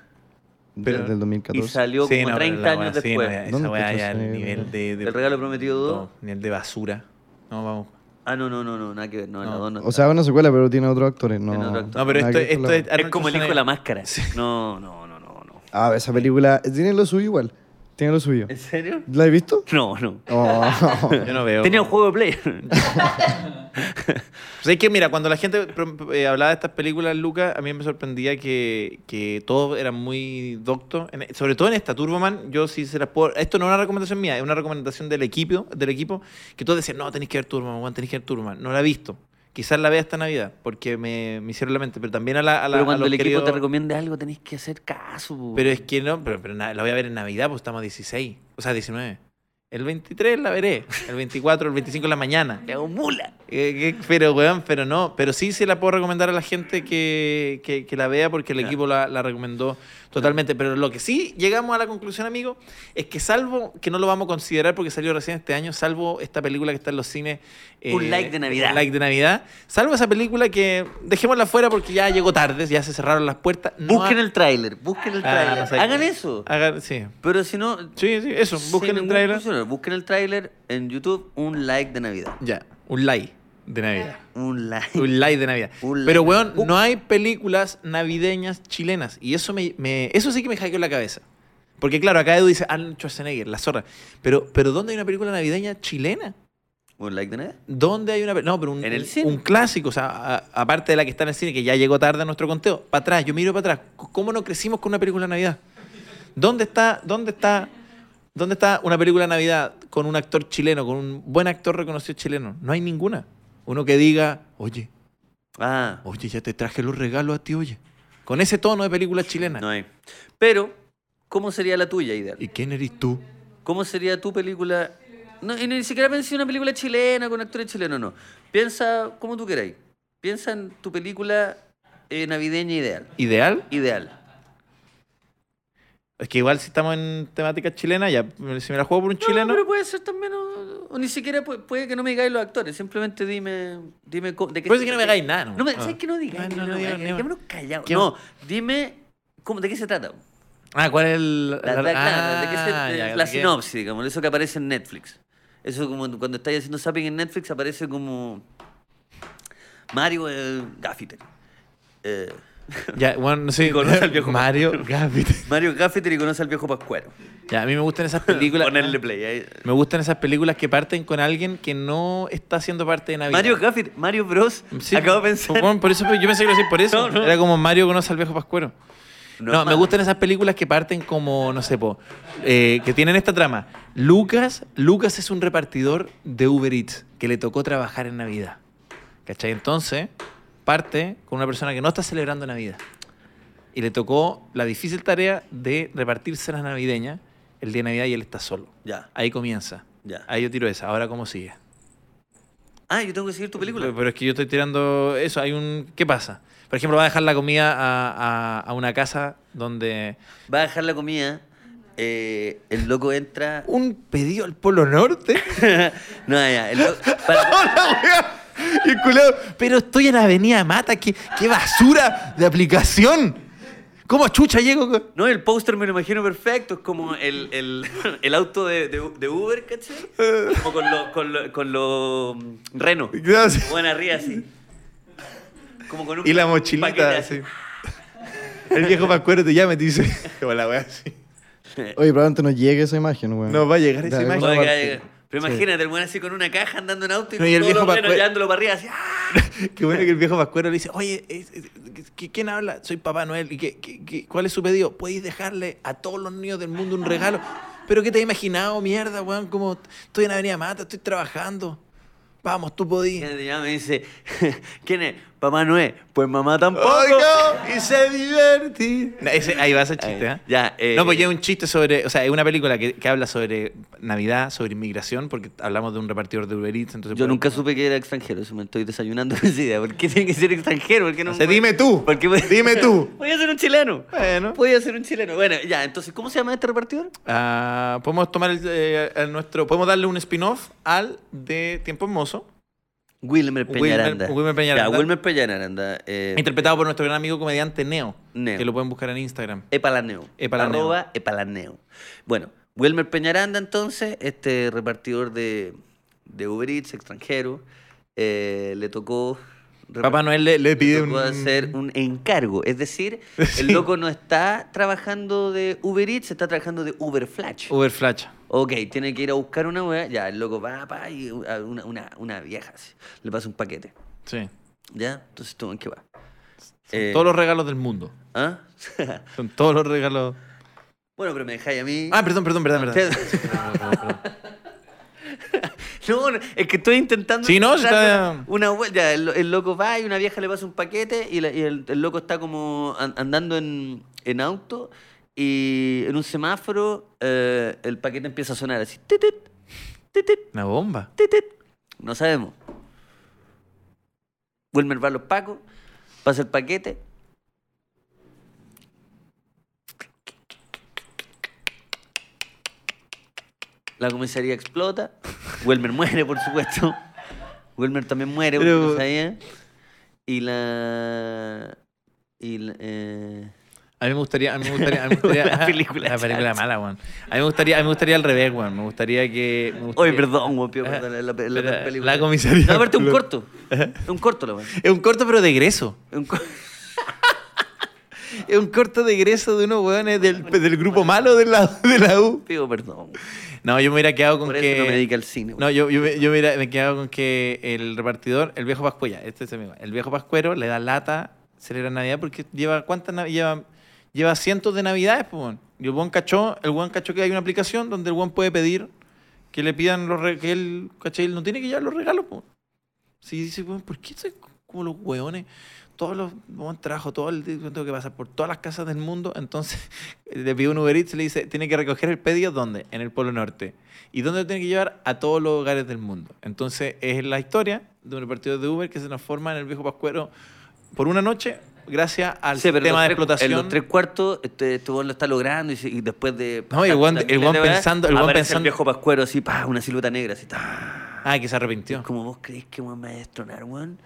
[SPEAKER 1] Pero-
[SPEAKER 3] desde el
[SPEAKER 2] Y
[SPEAKER 3] 2014.
[SPEAKER 2] salió
[SPEAKER 1] Sí,
[SPEAKER 2] como
[SPEAKER 1] no, pero
[SPEAKER 2] 30
[SPEAKER 1] la
[SPEAKER 2] años
[SPEAKER 1] weá, sí,
[SPEAKER 2] después.
[SPEAKER 1] no, ya,
[SPEAKER 3] ¿Dónde
[SPEAKER 1] esa weá
[SPEAKER 3] escuchó
[SPEAKER 1] ya
[SPEAKER 3] ese-
[SPEAKER 1] el nivel de, de-
[SPEAKER 2] El regalo prometido dos.
[SPEAKER 1] No, nivel de basura. No, vamos.
[SPEAKER 2] Ah, no, no, no, no, nada que ver. No,
[SPEAKER 1] No.
[SPEAKER 2] la 2 no.
[SPEAKER 3] O sea, una secuela, pero tiene otros actores. No,
[SPEAKER 2] Tiene otro actor.
[SPEAKER 1] No, pero
[SPEAKER 3] nada
[SPEAKER 1] esto,
[SPEAKER 3] que ver con
[SPEAKER 1] esto
[SPEAKER 3] la-
[SPEAKER 1] es.
[SPEAKER 2] es como el hijo de la
[SPEAKER 1] máscara.
[SPEAKER 2] máscara. No, no, no, no, no.
[SPEAKER 3] Ah, esa película tiene lo suyo igual. Tiene lo suyo.
[SPEAKER 2] ¿En serio?
[SPEAKER 3] ¿La has visto?
[SPEAKER 2] No, no.
[SPEAKER 3] Oh.
[SPEAKER 1] Yo no veo.
[SPEAKER 2] Tenía un juego de Play.
[SPEAKER 1] O sea, Pues es que mira, cuando la gente pro- eh, hablaba de estas películas, Lucas, a mí me sorprendía que, que todos eran muy doctos. en- sobre todo en esta, Turboman, yo sí se las puedo... Esto no es una recomendación mía, es una recomendación del equipo, del equipo que todos decían, no, tenéis que ver Turboman, Juan, tenéis que ver Turboman. No la he visto. Quizás la vea esta Navidad, porque me, me hicieron la mente. Pero también a la... A la
[SPEAKER 2] Pero
[SPEAKER 1] a
[SPEAKER 2] cuando
[SPEAKER 1] los
[SPEAKER 2] el equipo
[SPEAKER 1] queridos-
[SPEAKER 2] te recomienda algo, tenés que hacer caso. po.
[SPEAKER 1] Pero es que no, pero, pero na- la voy a ver en Navidad, pues estamos a 16, o sea, 19. El 23 la veré, el 24, el 25 en la mañana.
[SPEAKER 2] Te hago mula.
[SPEAKER 1] Eh, que- pero, weón, pero no. Pero sí se la puedo recomendar a la gente que, que- que la vea porque el
[SPEAKER 2] Claro.
[SPEAKER 1] equipo la, la recomendó totalmente. Pero lo que sí llegamos a la conclusión, amigo, es que salvo que no lo vamos a considerar porque salió recién este año, salvo esta película que está en los cines. eh,
[SPEAKER 2] Un like de Navidad.
[SPEAKER 1] Un like de Navidad. Salvo esa película que dejémosla fuera porque ya llegó tarde, ya se cerraron las puertas. No
[SPEAKER 2] busquen
[SPEAKER 1] ha-
[SPEAKER 2] el tráiler, busquen el
[SPEAKER 1] Ah,
[SPEAKER 2] tráiler.
[SPEAKER 1] no sé.
[SPEAKER 2] Hagan eso.
[SPEAKER 1] Hagan- sí.
[SPEAKER 2] Pero si no...
[SPEAKER 1] sí, sí, eso.
[SPEAKER 2] sin
[SPEAKER 1] Busquen el
[SPEAKER 2] ningún
[SPEAKER 1] trailer.
[SPEAKER 2] funcionario, Busquen el tráiler en YouTube, un like de Navidad.
[SPEAKER 1] Ya, un like. de Navidad.
[SPEAKER 2] Un like.
[SPEAKER 1] Un live de Navidad.
[SPEAKER 2] Un
[SPEAKER 1] Pero,
[SPEAKER 2] live.
[SPEAKER 1] weón,
[SPEAKER 2] Uh.
[SPEAKER 1] no hay películas navideñas chilenas. Y eso me, me- eso sí que me hackeó la cabeza. Porque, claro, acá Edu dice Arnold Schwarzenegger, la zorra. Pero, pero ¿dónde hay una película navideña chilena?
[SPEAKER 2] Un like de nada.
[SPEAKER 1] ¿Dónde hay una pe- No, pero un,
[SPEAKER 2] En el
[SPEAKER 1] un-
[SPEAKER 2] cine.
[SPEAKER 1] un clásico, o sea, a- aparte de la que está en el cine, que ya llegó tarde a nuestro conteo. Para atrás, yo miro para atrás. C- ¿Cómo no crecimos con una película de Navidad? ¿Dónde está, dónde está, dónde está una película de Navidad con un actor chileno, con un buen actor reconocido chileno? No hay ninguna. Uno que diga, oye,
[SPEAKER 2] Ah,
[SPEAKER 1] oye, ya te traje los regalos a ti, oye. Con ese tono de película chilena.
[SPEAKER 2] no hay. Pero, ¿cómo sería la tuya, ideal?
[SPEAKER 1] ¿Y quién eres tú?
[SPEAKER 2] ¿Cómo sería tu película? No, y ni siquiera pensé en una película chilena con actores chilenos, no. Piensa como tú queráis. Piensa en tu película eh, navideña ideal.
[SPEAKER 1] ¿Ideal?
[SPEAKER 2] Ideal.
[SPEAKER 1] Es que igual si estamos en temática chilena, ya me- si me la juego por un
[SPEAKER 2] No,
[SPEAKER 1] chileno.
[SPEAKER 2] pero puede ser también, o, o ni siquiera pu- puede, que no me digáis los actores. Simplemente dime, dime co- de qué.
[SPEAKER 1] Puede ser que no me hagáis nada, ¿no?
[SPEAKER 2] No me,
[SPEAKER 1] Ah.
[SPEAKER 2] ¿sabes que no digáis?
[SPEAKER 1] No,
[SPEAKER 2] No,
[SPEAKER 1] no, no digo ni una.
[SPEAKER 2] callado.
[SPEAKER 1] ¿Qué-
[SPEAKER 2] No, dime cómo, de qué se trata.
[SPEAKER 1] Ah, ¿cuál es el.
[SPEAKER 2] La, la- claro, de qué se-
[SPEAKER 1] Ah,
[SPEAKER 2] de-
[SPEAKER 1] ya,
[SPEAKER 2] la
[SPEAKER 1] de qué-
[SPEAKER 2] sinopsis, digamos, eso que aparece en Netflix. Eso como cuando estáis haciendo zapping en Netflix aparece como Mario eh, Gaffiter. Eh,
[SPEAKER 1] Ya, bueno, no sé.
[SPEAKER 2] Y conoce al viejo
[SPEAKER 1] Mario Gaffiter.
[SPEAKER 2] Mario Gaffiter y conoce al viejo Pascuero. ah.
[SPEAKER 1] Ya, a mí me gustan esas películas.
[SPEAKER 2] Ponerle play. ahí.
[SPEAKER 1] Me gustan esas películas que parten con alguien que no está siendo parte de Navidad.
[SPEAKER 2] Mario Gaffiter, Mario Bros.
[SPEAKER 1] Sí, pues,
[SPEAKER 2] acabo de pensar.
[SPEAKER 1] bueno, por eso, yo pensé que lo hacía por eso.
[SPEAKER 2] No, no.
[SPEAKER 1] Era como Mario conoce al viejo Pascuero. No,
[SPEAKER 2] es
[SPEAKER 1] me
[SPEAKER 2] malo.
[SPEAKER 1] gustan esas películas que parten como, no sé, po, eh, que tienen esta trama. Lucas, Lucas es un repartidor de Uber Eats que le tocó trabajar en Navidad. ¿Cachai? Entonces, parte con una persona que no está celebrando Navidad. Y le tocó la difícil tarea de repartirse las navideñas el día de Navidad y él está solo.
[SPEAKER 2] Ya,
[SPEAKER 1] Ahí comienza.
[SPEAKER 2] ya.
[SPEAKER 1] Ahí yo tiro esa. Ahora, ¿cómo sigue?
[SPEAKER 2] Ah, yo tengo que seguir tu película.
[SPEAKER 1] Pero, pero es que yo estoy tirando eso. Hay un. ¿Qué pasa? Por ejemplo, va a dejar la comida a, a- a una casa donde.
[SPEAKER 2] Va a dejar la comida. eh, el loco entra.
[SPEAKER 1] Un pedido al Polo Norte.
[SPEAKER 2] no, ya, el loco. para-
[SPEAKER 1] Hola, weón. Y el culiao, Pero estoy en Avenida Mata. ¿Qué, qué basura de aplicación. ¿Cómo chucha llego? con-
[SPEAKER 2] No, el póster me lo imagino perfecto. Es como el, el, el auto de, de, de Uber, ¿cachai? Como con los con lo, con lo, mm, renos.
[SPEAKER 1] Gracias.
[SPEAKER 2] Bueno, arriba así. Como con un
[SPEAKER 1] Y la
[SPEAKER 2] paquete
[SPEAKER 1] mochilita. así. El viejo Pascuero te llama y te dice. Hola, weón. sí.
[SPEAKER 3] Oye, probablemente no llegue esa imagen, weón.
[SPEAKER 1] No va a llegar esa
[SPEAKER 3] De alguna
[SPEAKER 2] Como
[SPEAKER 1] imagen.
[SPEAKER 2] que-
[SPEAKER 3] parte.
[SPEAKER 2] Pero imagínate, el buen así con una caja andando en auto y,
[SPEAKER 1] No, y el
[SPEAKER 2] todos
[SPEAKER 1] viejo
[SPEAKER 2] los
[SPEAKER 1] pa-
[SPEAKER 2] renos
[SPEAKER 1] pues-
[SPEAKER 2] llevándolo para arriba así. ¡ah!
[SPEAKER 1] Qué bueno que el viejo Pascuero le dice, oye, es- es- ¿qui- ¿quién habla? Soy Papá Noel. ¿Y qué, qué- qué- cuál es su pedido? ¿Podéis dejarle a todos los niños del mundo un regalo? ¿Pero qué te has imaginado, mierda, weón? Como estoy en Avenida Mata, estoy trabajando. Vamos, tú
[SPEAKER 2] Y
[SPEAKER 1] podías.
[SPEAKER 2] el día me dice, ¿quién es? Papá no es. Pues mamá tampoco.
[SPEAKER 1] Y se divertir. ahí va ese chiste, ¿eh?
[SPEAKER 2] Ya, eh,
[SPEAKER 1] No, pues ya es un chiste sobre, o sea, es una película que, que habla sobre Navidad, sobre inmigración, porque hablamos de un repartidor de Uber Eats, entonces...
[SPEAKER 2] Yo
[SPEAKER 1] por-
[SPEAKER 2] nunca supe que era extranjero, eso me estoy desayunando con esa idea. ¿Por qué tiene que ser extranjero? ¿Por qué no
[SPEAKER 1] O sea, dime tú,
[SPEAKER 2] ¿Por qué puede-
[SPEAKER 1] dime tú.
[SPEAKER 2] Podía ser un chileno.
[SPEAKER 1] Bueno.
[SPEAKER 2] Podía ser un chileno. Bueno, ya, entonces, ¿cómo se llama este repartidor?
[SPEAKER 1] Ah, podemos tomar el, eh, el nuestro. Podemos darle un spin-off al de Tiempo Hermoso,
[SPEAKER 2] Wilmer Peñaranda.
[SPEAKER 1] Wilmer- Wilmer Peñaranda.
[SPEAKER 2] Ya, Wilmer Peñaranda. Eh,
[SPEAKER 1] interpretado por nuestro gran amigo comediante Neo,
[SPEAKER 2] Neo.
[SPEAKER 1] que lo pueden buscar en Instagram.
[SPEAKER 2] Epalaneo.
[SPEAKER 1] Epalaneo.
[SPEAKER 2] Arroba Epalaneo. Bueno, Wilmer Peñaranda, entonces, este repartidor de, de Uber Eats, extranjero, eh, le tocó.
[SPEAKER 1] Papá Noel le, le pide
[SPEAKER 2] le
[SPEAKER 1] un.
[SPEAKER 2] tocó hacer un encargo. Es decir, el loco no está trabajando de Uber Eats, está trabajando de Uber Flash.
[SPEAKER 1] Uber Flash.
[SPEAKER 2] Ok, tiene que ir a buscar una weá. Ya, el loco va, pa, y a una, una, una vieja así. Le pasa un paquete.
[SPEAKER 1] Sí.
[SPEAKER 2] ¿Ya? Entonces, ¿tú en qué va?
[SPEAKER 1] Son
[SPEAKER 2] Eh,
[SPEAKER 1] todos los regalos del mundo.
[SPEAKER 2] ¿Ah?
[SPEAKER 1] Son todos los regalos.
[SPEAKER 2] bueno, pero me dejáis a mí.
[SPEAKER 1] Ah, perdón, perdón, perdón, perdón.
[SPEAKER 2] no, no, es que estoy intentando.
[SPEAKER 1] Sí, no,
[SPEAKER 2] encontrar
[SPEAKER 1] está-
[SPEAKER 2] una- Una wea- ya, el, el loco va y una vieja le pasa un paquete y, la- y el, el loco está como an- andando en, en auto y en un semáforo eh, el paquete empieza a sonar así. tit, tit, tit, tit.
[SPEAKER 1] Una bomba.
[SPEAKER 2] Tit, tit. No sabemos. Wilmer va a los pacos, pasa el paquete. La comisaría explota. Wilmer muere, por supuesto. Wilmer también muere, porque
[SPEAKER 1] Pero-
[SPEAKER 2] no sabía. Y la. Y la, eh,
[SPEAKER 1] A mí me gustaría, a mí me gustaría, a mí me gustaría
[SPEAKER 2] La película
[SPEAKER 1] la película
[SPEAKER 2] chanta.
[SPEAKER 1] mala, weón. A mí me gustaría, a mí me gustaría al revés, weón. Me gustaría que me gustaría-
[SPEAKER 2] Oye, perdón, weón, pido
[SPEAKER 1] Ajá.
[SPEAKER 2] perdón, la, la- la-
[SPEAKER 1] Pero,
[SPEAKER 2] la película.
[SPEAKER 1] la comisaría.
[SPEAKER 2] No, aparte un
[SPEAKER 1] Lo-
[SPEAKER 2] corto. Es un corto, la weón.
[SPEAKER 1] Es un corto pero de egreso.
[SPEAKER 2] Un corto.
[SPEAKER 1] Es un corto de egreso de unos weones del, del grupo malo de la, de la U.
[SPEAKER 2] Pido perdón.
[SPEAKER 1] No, yo me hubiera quedado con
[SPEAKER 2] Por
[SPEAKER 1] que.
[SPEAKER 2] eso no me dedica al cine.
[SPEAKER 1] No, yo, yo, me- yo me, hubiera- me quedaba con que el repartidor, el viejo Pascuella, este es amigo, el viejo Pascuero le da lata celebra Navidad porque lleva cuántas nav- lleva, lleva cientos de Navidades, pues, weón. Y el buen cachó, el buen cachó que hay una aplicación donde el buen puede pedir que le pidan los re- que él, ¿cachai? Él no tiene que llevar los regalos, pues. Sí, dice, weón, ¿por qué soy como los hueones? Todos los weón, trabajo, todo el yo tengo que pasar por todas las casas del mundo. Entonces le pide un Uber Eats y le dice, tiene que recoger el pedido ¿dónde? En el Polo Norte. ¿Y dónde lo tiene que llevar? A todos los hogares del mundo. Entonces es la historia de un repartidor de Uber que se transforma en el viejo Pascuero por una noche gracias al
[SPEAKER 2] Sí, pero en
[SPEAKER 1] tema de
[SPEAKER 2] los tres-
[SPEAKER 1] explotación.
[SPEAKER 2] En los tres cuartos, este, este weón lo está logrando y, se- y después de.
[SPEAKER 1] No, y el weón- el
[SPEAKER 2] tantas
[SPEAKER 1] weón
[SPEAKER 2] miles de horas,
[SPEAKER 1] pensando- el weón
[SPEAKER 2] aparece
[SPEAKER 1] pensando-
[SPEAKER 2] viejo pascuero así, pa, una silueta negra así, ta.
[SPEAKER 1] Ah, que se arrepintió.
[SPEAKER 2] Como vos crees que weón me va a destronar, weón.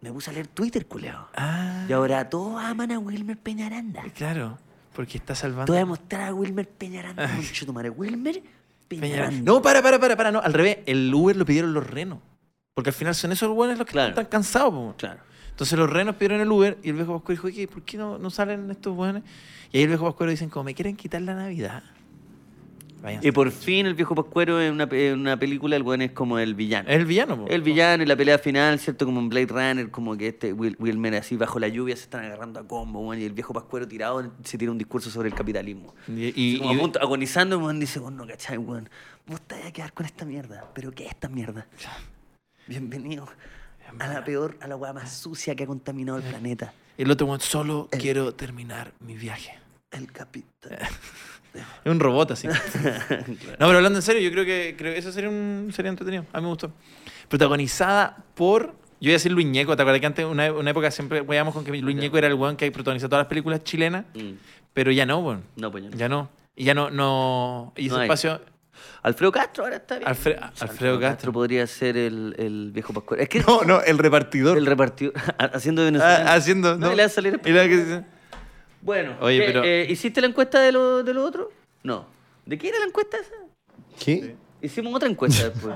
[SPEAKER 2] Me puse a leer Twitter, culeado.
[SPEAKER 1] Ah,
[SPEAKER 2] Y ahora todos aman a Wilmer Peñaranda.
[SPEAKER 1] claro. Porque está
[SPEAKER 2] Te
[SPEAKER 1] salvando.
[SPEAKER 2] voy a mostrar a Wilmer Peñaranda. Concho tu madre. Wilmer
[SPEAKER 1] Peñaranda.
[SPEAKER 2] Peñaranda.
[SPEAKER 1] No, para, para, para, para, no. Al revés, el Uber lo pidieron los renos. Porque al final son esos buenos los que
[SPEAKER 2] Claro.
[SPEAKER 1] están cansados. po.
[SPEAKER 2] Claro.
[SPEAKER 1] Entonces los renos pidieron el Uber y el viejo Pascuero dijo, oye, ¿por qué no, no salen estos buenos? Y ahí el viejo Pascuero dicen, como me quieren quitar la Navidad. Váyanse.
[SPEAKER 2] Y por fin el viejo Pascuero en una, en una película, el weón es como el villano.
[SPEAKER 1] Es el villano. po.
[SPEAKER 2] El villano y la pelea final, ¿cierto? Como en Blade Runner, como que este Wil- Wilmer así bajo la lluvia se están agarrando a combo, weón, y el viejo Pascuero tirado se tira un discurso sobre el capitalismo.
[SPEAKER 1] Y,
[SPEAKER 2] Y,
[SPEAKER 1] y- y-
[SPEAKER 2] agonizando, weón, dice, vos no cachai, weón, vos te vas a quedar con esta mierda, pero ¿qué es esta mierda? Bienvenido a la peor, a la weá más sucia que ha contaminado el planeta,
[SPEAKER 1] el otro, weón, solo quiero terminar mi viaje.
[SPEAKER 2] el capitalismo.
[SPEAKER 1] Es un robot así. No, pero hablando en serio, yo creo que, creo que eso sería, un, sería entretenido. A mí me gustó. Protagonizada por. Yo voy a decir Luis Ñeco. ¿Te acuerdas que antes, una, una época, siempre veíamos con que Luis Ñeco era el weón que protagonizaba todas las películas chilenas?
[SPEAKER 2] Mm.
[SPEAKER 1] Pero ya no, weón.
[SPEAKER 2] No, pues yo no.
[SPEAKER 1] Ya no. Y ya no. no y ese
[SPEAKER 2] No hay.
[SPEAKER 1] espacio.
[SPEAKER 2] Alfredo Castro ahora está bien.
[SPEAKER 1] Alfre-
[SPEAKER 2] O sea,
[SPEAKER 1] Alfredo Castro.
[SPEAKER 2] podría ser el, el viejo Pascuero. Es que
[SPEAKER 1] No, no, el repartidor.
[SPEAKER 2] el repartidor, haciendo venezolano.
[SPEAKER 1] Ah, haciendo.
[SPEAKER 2] No,
[SPEAKER 1] No,
[SPEAKER 2] y le va a salir-
[SPEAKER 1] Y le va a que-
[SPEAKER 2] Bueno,
[SPEAKER 1] Oye,
[SPEAKER 2] ¿qué,
[SPEAKER 1] pero-
[SPEAKER 2] eh, ¿hiciste la encuesta de lo, de lo otro? No. ¿De qué era la encuesta esa?
[SPEAKER 3] ¿Qué?
[SPEAKER 2] Hicimos otra encuesta después.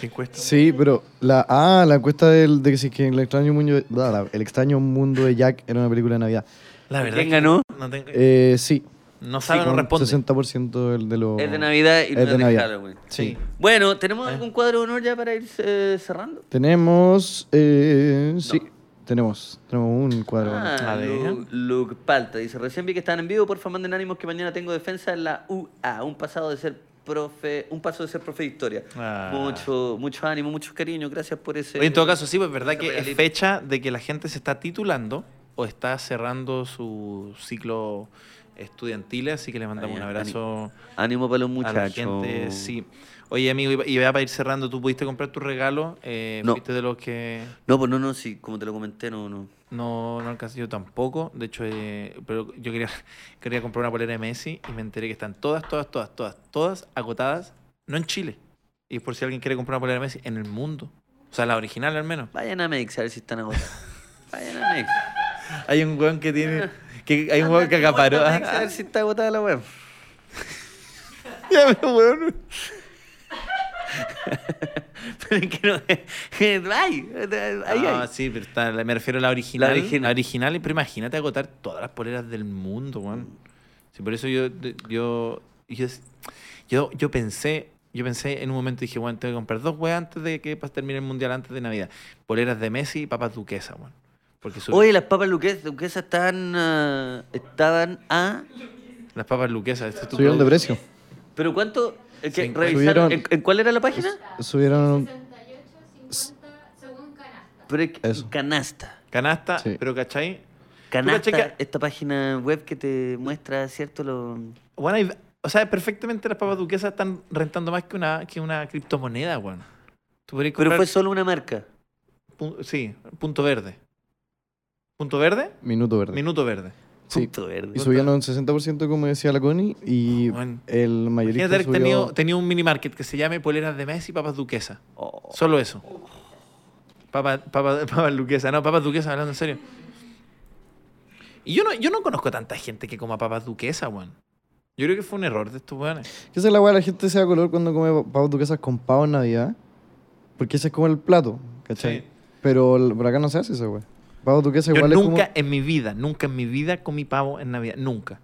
[SPEAKER 1] ¿Qué cuesta?
[SPEAKER 3] Sí, pero la ah, la encuesta del, de que si que el extraño mundo da, la- el extraño mundo de Jack era una película de Navidad.
[SPEAKER 1] La verdad.
[SPEAKER 2] ¿Quién
[SPEAKER 1] que
[SPEAKER 2] ganó?
[SPEAKER 1] No, tengo-
[SPEAKER 3] Eh, sí.
[SPEAKER 1] no sabe, no
[SPEAKER 3] con
[SPEAKER 1] responde.
[SPEAKER 3] 60% del- de los
[SPEAKER 2] Es de Navidad y
[SPEAKER 3] es
[SPEAKER 2] no es
[SPEAKER 3] de
[SPEAKER 2] de
[SPEAKER 3] Navidad.
[SPEAKER 2] Halloween.
[SPEAKER 3] Sí.
[SPEAKER 2] Bueno, ¿tenemos algún cuadro de honor ya para ir eh, cerrando?
[SPEAKER 3] Tenemos eh, sí, tenemos tenemos un cuadro.
[SPEAKER 2] Ah,
[SPEAKER 1] A ver.
[SPEAKER 2] Lu- Luke Palta dice, recién vi que estaban en vivo, por favor manden ánimos que mañana tengo defensa en la UA, un pasado de ser profe, un paso de ser profe de historia.
[SPEAKER 1] Ah.
[SPEAKER 2] Mucho, mucho ánimo, mucho cariño, gracias por ese...
[SPEAKER 1] Oye, en todo caso, sí, pues es verdad que es
[SPEAKER 2] regalito.
[SPEAKER 1] fecha de que la gente se está titulando o está cerrando su ciclo estudiantil, así que les mandamos
[SPEAKER 2] Vaya,
[SPEAKER 1] un abrazo
[SPEAKER 2] Ánimo para los
[SPEAKER 1] a la
[SPEAKER 2] muchachos.
[SPEAKER 1] gente. Sí. Oye, amigo, y- y ya para ir cerrando, ¿tú pudiste comprar tu regalo? Eh,
[SPEAKER 2] No.
[SPEAKER 1] ¿Fuiste de los que
[SPEAKER 2] No, pues no, no, sí, como te lo comenté, no, no.
[SPEAKER 1] no, no alcancé yo tampoco? De hecho, eh, pero yo quería, quería comprar una polera de Messi y me enteré que están todas, todas, todas, todas, todas agotadas, no en Chile. Y por si alguien quiere comprar una polera de Messi, en el mundo. O sea, la original al menos.
[SPEAKER 2] Vayan a Mex a ver si están agotados. Vayan a Mex.
[SPEAKER 1] Hay un weón que tiene. Que hay un
[SPEAKER 2] Anda
[SPEAKER 1] weón que
[SPEAKER 2] a tu
[SPEAKER 1] acaparó. Ah,
[SPEAKER 2] puerta, Mex, A ver si está agotada la web.
[SPEAKER 1] Ya, pero weón.
[SPEAKER 2] Pero es que no. Ay, ay,
[SPEAKER 1] Ah,
[SPEAKER 2] ay.
[SPEAKER 1] sí, pero está- me refiero a la original. La
[SPEAKER 2] La
[SPEAKER 1] original.
[SPEAKER 2] original.
[SPEAKER 1] pero imagínate agotar todas las poleras del mundo, weón. Sí, por eso yo. Yo. Yo, yo, yo pensé. Yo pensé en un momento, dije, weón, tengo que comprar dos weas antes de que pas- termine el mundial, antes de Navidad. Poleras de Messi y papas duquesa, weón. Porque su-
[SPEAKER 2] Oye, las papas luques- duquesas estaban, ah, estaban a.
[SPEAKER 1] las papas duquesas. este es tu
[SPEAKER 3] Subieron de
[SPEAKER 1] producto.
[SPEAKER 3] precio.
[SPEAKER 2] ¿Pero cuánto? Es que
[SPEAKER 1] Sí.
[SPEAKER 2] revisaron-
[SPEAKER 3] Subieron.
[SPEAKER 2] ¿en, en cuál era la página?
[SPEAKER 3] Subieron
[SPEAKER 5] 68, 50 según canasta.
[SPEAKER 2] Pero es que-
[SPEAKER 3] Eso.
[SPEAKER 2] Canasta.
[SPEAKER 1] Canasta,
[SPEAKER 3] Sí.
[SPEAKER 1] pero ¿cachai?
[SPEAKER 2] Canasta,
[SPEAKER 1] checa-
[SPEAKER 2] esta página web que te muestra, ¿cierto? Lo...
[SPEAKER 1] Bueno, hay- o sea, perfectamente las papas duquesas están rentando más que una, que una criptomoneda, weón. Tú podrías
[SPEAKER 2] Pero
[SPEAKER 1] comprar
[SPEAKER 2] fue solo una marca.
[SPEAKER 1] pu- sí, punto verde. ¿Punto verde?
[SPEAKER 3] minuto verde.
[SPEAKER 1] Minuto verde.
[SPEAKER 3] Sí.
[SPEAKER 2] Punto verde.
[SPEAKER 3] Y subieron un 60% como decía la Connie y
[SPEAKER 1] Bueno.
[SPEAKER 3] el mayorista
[SPEAKER 1] Imagínate haber
[SPEAKER 3] subió-
[SPEAKER 1] tenido, tenido un mini market que se llame Poleras de Messi y Papas Duquesa.
[SPEAKER 2] Oh.
[SPEAKER 1] Solo eso. Papas papa, papas Duquesa, no, Papas Duquesa, hablando en serio. Y yo no, yo no conozco tanta gente que coma papas duquesa, weón. Yo creo que fue un error de estos weones.
[SPEAKER 3] ¿Qué es la weá? La gente se da color cuando come pavo duquesas con pavo en Navidad. Porque ese es como el plato, ¿cachai?
[SPEAKER 1] Sí.
[SPEAKER 3] Pero el- por acá no se hace esa weá. Pavo duquesa
[SPEAKER 1] Yo
[SPEAKER 3] igual es como...
[SPEAKER 1] nunca en mi vida, nunca en mi vida comí pavo en Navidad. Nunca.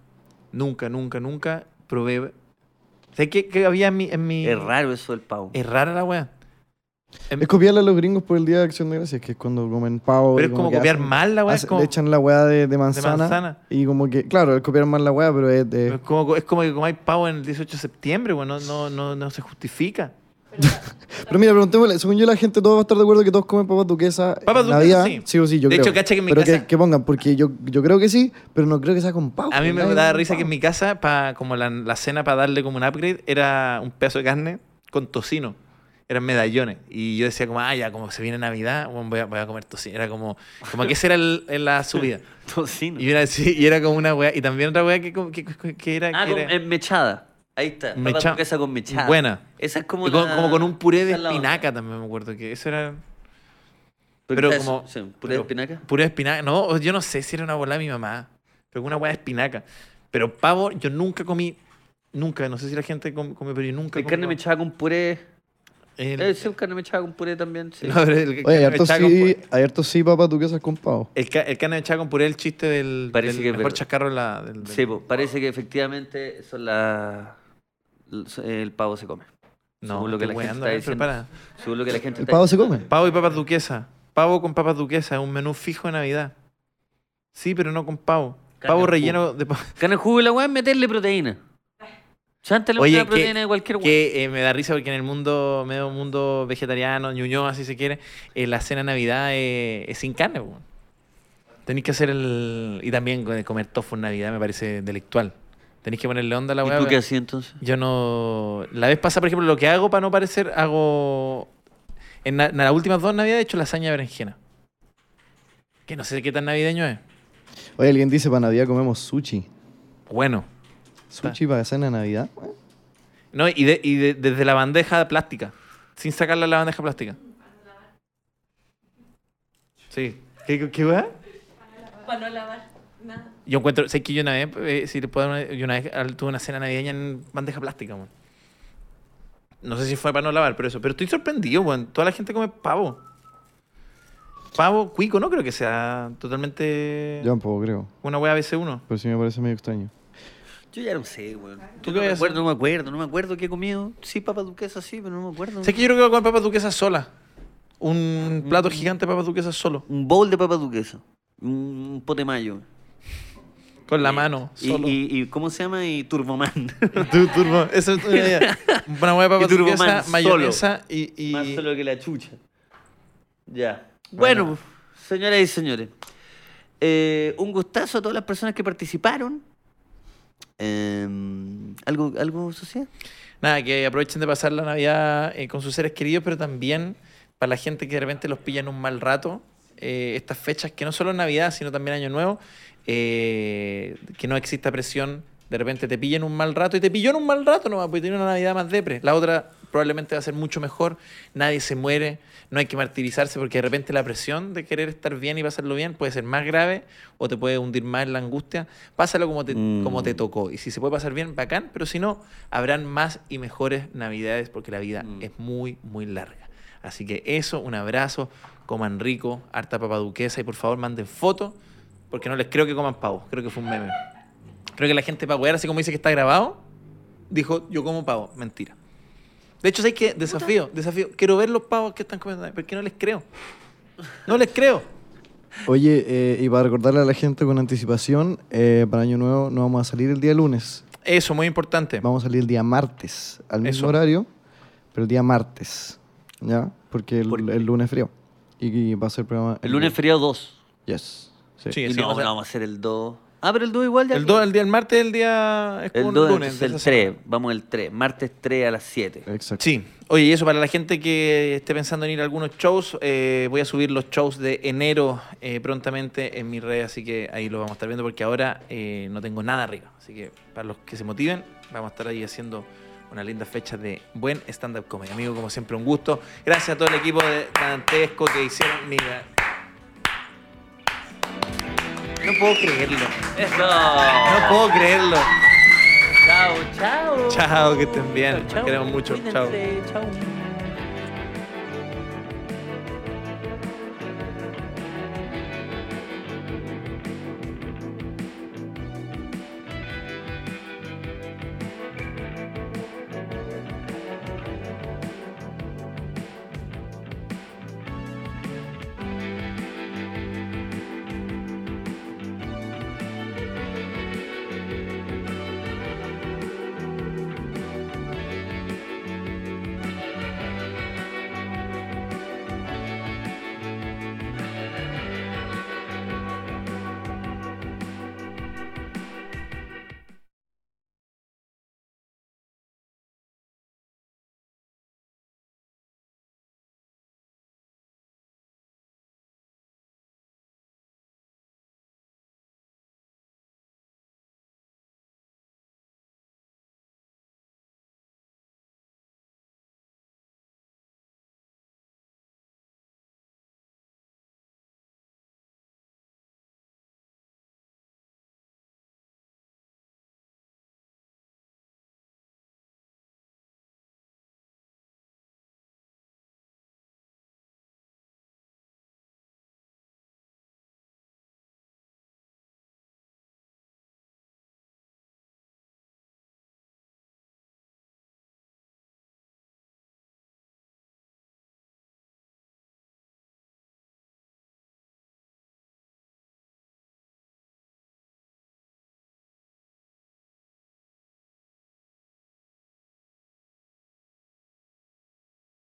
[SPEAKER 1] Nunca, nunca, nunca probé. ¿Sabes qué, qué había en mi, en mi.
[SPEAKER 2] Es raro eso del pavo.
[SPEAKER 1] Es rara la weá. En-
[SPEAKER 3] Es copiarle a los gringos por el Día de Acción de Gracias, que es cuando comen pavo.
[SPEAKER 1] Pero
[SPEAKER 3] y
[SPEAKER 1] es como
[SPEAKER 3] que
[SPEAKER 1] copiar
[SPEAKER 3] hacen-
[SPEAKER 1] mal la weá. Es
[SPEAKER 3] hacen-
[SPEAKER 1] como,
[SPEAKER 3] Le echan la weá de, de manzana,
[SPEAKER 1] manzana.
[SPEAKER 3] Y como que, claro, es copiar mal la weá, pero es de...
[SPEAKER 1] es como, es como que comáis pavo en el 18 de septiembre, weón. No, no, no, no se justifica.
[SPEAKER 3] Pero mira, preguntémosle, según yo la gente todo va a estar de acuerdo que todos comen papas duquesa
[SPEAKER 1] Papas
[SPEAKER 3] en
[SPEAKER 1] duquesas,
[SPEAKER 3] Navidad.
[SPEAKER 1] sí.
[SPEAKER 3] sí o sí, yo
[SPEAKER 1] De
[SPEAKER 3] creo.
[SPEAKER 1] hecho, cacha que en mi
[SPEAKER 3] pero
[SPEAKER 1] casa-
[SPEAKER 3] que, que pongan, porque yo, yo creo que sí, pero no creo que sea con pavo.
[SPEAKER 1] A mí me
[SPEAKER 3] nadie
[SPEAKER 1] daba
[SPEAKER 3] come
[SPEAKER 1] risa que en
[SPEAKER 3] pavo.
[SPEAKER 1] mi casa, pa, como la, la cena para darle como un upgrade, era un pedazo de carne con tocino. Eran medallones. Y yo decía como, ah, ya, como se viene Navidad, bueno, voy, a, voy a comer tocino. Era como, como que esa era el- en la subida.
[SPEAKER 2] Tocino.
[SPEAKER 1] Y era, así, y era como una weá. Y también otra weá que, como- que, que- que era...
[SPEAKER 2] Ah,
[SPEAKER 1] que
[SPEAKER 2] con,
[SPEAKER 1] era-
[SPEAKER 2] en mechada. Ahí está.
[SPEAKER 1] Mecha-
[SPEAKER 2] Mecha... Esa con mechada.
[SPEAKER 1] Buena.
[SPEAKER 2] Esa es
[SPEAKER 1] y
[SPEAKER 2] como
[SPEAKER 1] con- como,
[SPEAKER 2] la-
[SPEAKER 1] con un puré de
[SPEAKER 2] esa es la onda.
[SPEAKER 1] espinaca también me acuerdo que eso era...
[SPEAKER 2] Porque
[SPEAKER 1] Pero
[SPEAKER 2] eso,
[SPEAKER 1] como...
[SPEAKER 2] sí, ¿Puré
[SPEAKER 1] pero-
[SPEAKER 2] de espinaca?
[SPEAKER 1] Puré de espinaca. No, yo no sé si era una bola de mi mamá. Pero una hueá de espinaca. Pero pavo, yo nunca comí. Nunca, no sé si la gente com- come, pero yo nunca
[SPEAKER 2] El
[SPEAKER 1] comí
[SPEAKER 2] carne
[SPEAKER 1] pavo.
[SPEAKER 2] mechada con puré.
[SPEAKER 1] El-
[SPEAKER 2] Eh, sí, un carne mechada con puré también. Sí.
[SPEAKER 1] no, pero el
[SPEAKER 3] Oye, hay
[SPEAKER 1] carne
[SPEAKER 3] hartos
[SPEAKER 1] mechada con
[SPEAKER 3] sí,
[SPEAKER 1] puré-
[SPEAKER 3] hay hartos sí papas duquesas con pavo.
[SPEAKER 1] El, ca- el carne mechada con puré el chiste del,
[SPEAKER 2] Parece
[SPEAKER 1] del
[SPEAKER 2] que es
[SPEAKER 1] mejor
[SPEAKER 2] verdad.
[SPEAKER 1] chacarro la, del, del-
[SPEAKER 2] Sí, po, parece que efectivamente son las- el pavo se come.
[SPEAKER 1] No,
[SPEAKER 2] según
[SPEAKER 1] lo
[SPEAKER 2] lo
[SPEAKER 1] que
[SPEAKER 2] que la gente
[SPEAKER 1] weando,
[SPEAKER 2] está
[SPEAKER 1] eh,
[SPEAKER 2] diciendo.
[SPEAKER 1] prepara.
[SPEAKER 2] Según lo que la gente
[SPEAKER 3] ¿El
[SPEAKER 2] está
[SPEAKER 3] pavo se
[SPEAKER 2] diciendo.
[SPEAKER 3] come?
[SPEAKER 1] Pavo y papas duquesa. Pavo con papas duquesa es un menú fijo de Navidad. Sí, pero no con pavo.
[SPEAKER 2] Carne
[SPEAKER 1] pavo
[SPEAKER 2] al jugo.
[SPEAKER 1] relleno de pa-
[SPEAKER 2] Gana el jugo de la weá es meterle proteína. Chántale
[SPEAKER 1] Oye,
[SPEAKER 2] una
[SPEAKER 1] que-
[SPEAKER 2] proteína de cualquier weá.
[SPEAKER 1] Que eh, me da risa porque en el mundo, medio mundo vegetariano, ñuñoa, si se quiere, eh, la cena de Navidad eh, es sin carne, po. Tenéis que hacer el. Y también co- comer tofu en Navidad me parece delictual. Tenéis que ponerle onda a la
[SPEAKER 2] ¿Y
[SPEAKER 1] weá.
[SPEAKER 2] tú qué
[SPEAKER 1] weá.
[SPEAKER 2] hacías entonces?
[SPEAKER 1] Yo no. La vez pasada, por ejemplo, lo que hago para no parecer, hago. En, na- en las últimas dos Navidades he hecho lasaña de berenjena. Que no sé qué tan navideño es.
[SPEAKER 3] Oye, alguien dice, para Navidad comemos sushi.
[SPEAKER 1] Bueno.
[SPEAKER 3] ¿Sushi para cena de Navidad?
[SPEAKER 1] No, y, de- y de- desde la bandeja plástica. Sin sacarla de la bandeja plástica. Sí. ¿Qué, qué, qué weá?
[SPEAKER 5] Para no lavar nada.
[SPEAKER 1] Yo encuentro, sé que yo una vez, eh, si le puedo dar una, yo una vez al- tuve una cena navideña en bandeja plástica, weón. No sé si fue para no lavar, pero eso. Pero estoy sorprendido, weón. Toda la gente come pavo. Pavo, cuico, no creo que sea totalmente
[SPEAKER 3] Yo tampoco creo,
[SPEAKER 1] una wea ABC1.
[SPEAKER 3] pero sí me parece medio extraño.
[SPEAKER 2] Yo ya no sé, weón.
[SPEAKER 1] ¿Tú qué
[SPEAKER 2] Yo no me
[SPEAKER 1] hacías?
[SPEAKER 2] acuerdo, no me acuerdo, no me acuerdo qué he comido. Sí, papa duquesa, sí, pero no me acuerdo.
[SPEAKER 1] Sé que yo creo que voy a comer papas duquesas sola. Un
[SPEAKER 5] Mm.
[SPEAKER 1] plato gigante de papas duquesas solo.
[SPEAKER 2] Un bowl de papa duquesa. Un pote mayo.
[SPEAKER 1] Con la mano.
[SPEAKER 2] Y,
[SPEAKER 1] Solo.
[SPEAKER 2] y- y- ¿Cómo se llama? Y turboman.
[SPEAKER 1] Tu- turbo, eso es una idea. Una hueá de
[SPEAKER 2] Y
[SPEAKER 1] papas
[SPEAKER 2] Turbo
[SPEAKER 1] turquesa,
[SPEAKER 2] Man solo.
[SPEAKER 1] mayonesa y, y-
[SPEAKER 2] Más solo que la chucha. Ya.
[SPEAKER 1] Bueno.
[SPEAKER 2] Bueno, pues, señoras y señores. eh, un gustazo a todas las personas que participaron. Em, ¿Algo, algo social?
[SPEAKER 1] nada, que aprovechen de pasar la Navidad eh, con sus seres queridos, pero también para la gente que de repente los pilla en un mal rato, eh, estas fechas que no solo es Navidad, sino también Año Nuevo, eh, que no exista presión, de repente te pilla en un mal rato y te pilló en un mal rato nomás, porque tiene una Navidad más depre. La otra probablemente va a ser mucho mejor, nadie se muere, no hay que martirizarse porque de repente la presión de querer estar bien y pasarlo bien puede ser más grave o te puede hundir más en la angustia. Pásalo como te,
[SPEAKER 2] Mm.
[SPEAKER 1] como te tocó. Y si se puede pasar bien, bacán, pero si no, habrán más y mejores navidades porque la vida
[SPEAKER 2] Mm.
[SPEAKER 1] es muy, muy larga. Así que eso, un abrazo, coman rico, harta papaduquesa y por favor manden fotos porque no les creo que coman pavo, creo que fue un meme. Creo que la gente para wear, así como dice que está grabado, dijo yo como pavo, mentira. De hecho, ¿sabes qué? Desafío, desafío. Quiero ver los pavos que están comiendo, porque no les creo. No les creo.
[SPEAKER 3] Oye, eh, y para recordarle a la gente con anticipación, eh, para Año Nuevo no vamos a salir el día lunes,
[SPEAKER 1] Eso, muy importante.
[SPEAKER 3] vamos a salir el día martes, al mismo
[SPEAKER 1] Eso.
[SPEAKER 3] horario, pero el día martes, ¿ya? Porque el,
[SPEAKER 2] ¿Por qué?
[SPEAKER 3] el lunes es frío. Y, y va a ser programa...
[SPEAKER 2] El lunes feriado 2.
[SPEAKER 3] Yes. Sí.
[SPEAKER 1] Sí,
[SPEAKER 2] Y
[SPEAKER 1] así
[SPEAKER 2] no,
[SPEAKER 1] vamos a-
[SPEAKER 2] no, vamos a hacer el 2. Ah, pero el 2 igual ya.
[SPEAKER 1] El, do- el día el martes, el día es como
[SPEAKER 2] El
[SPEAKER 1] un
[SPEAKER 2] 2
[SPEAKER 1] lunes.
[SPEAKER 2] entonces
[SPEAKER 1] de
[SPEAKER 2] el
[SPEAKER 1] esa semana.
[SPEAKER 2] 3. Vamos el 3. Martes 3 a las 7.
[SPEAKER 3] Exacto.
[SPEAKER 1] Sí. Oye, y eso para la gente que esté pensando en ir a algunos shows, eh, voy a subir los shows de enero eh, prontamente en mi red, así que ahí lo vamos a estar viendo porque ahora eh, no tengo nada arriba. Así que para los que se motiven, vamos a estar ahí haciendo una linda fecha de buen stand-up comedy. Amigo, como siempre, un gusto. Gracias a todo el equipo de Dantesco que hicieron mi... No puedo creerlo. Eso.
[SPEAKER 2] No puedo creerlo.
[SPEAKER 1] Chao, chao.
[SPEAKER 2] Chao, que estén bien. Los
[SPEAKER 1] Chao,
[SPEAKER 2] queremos mucho. Chao.
[SPEAKER 1] cuídense, chao.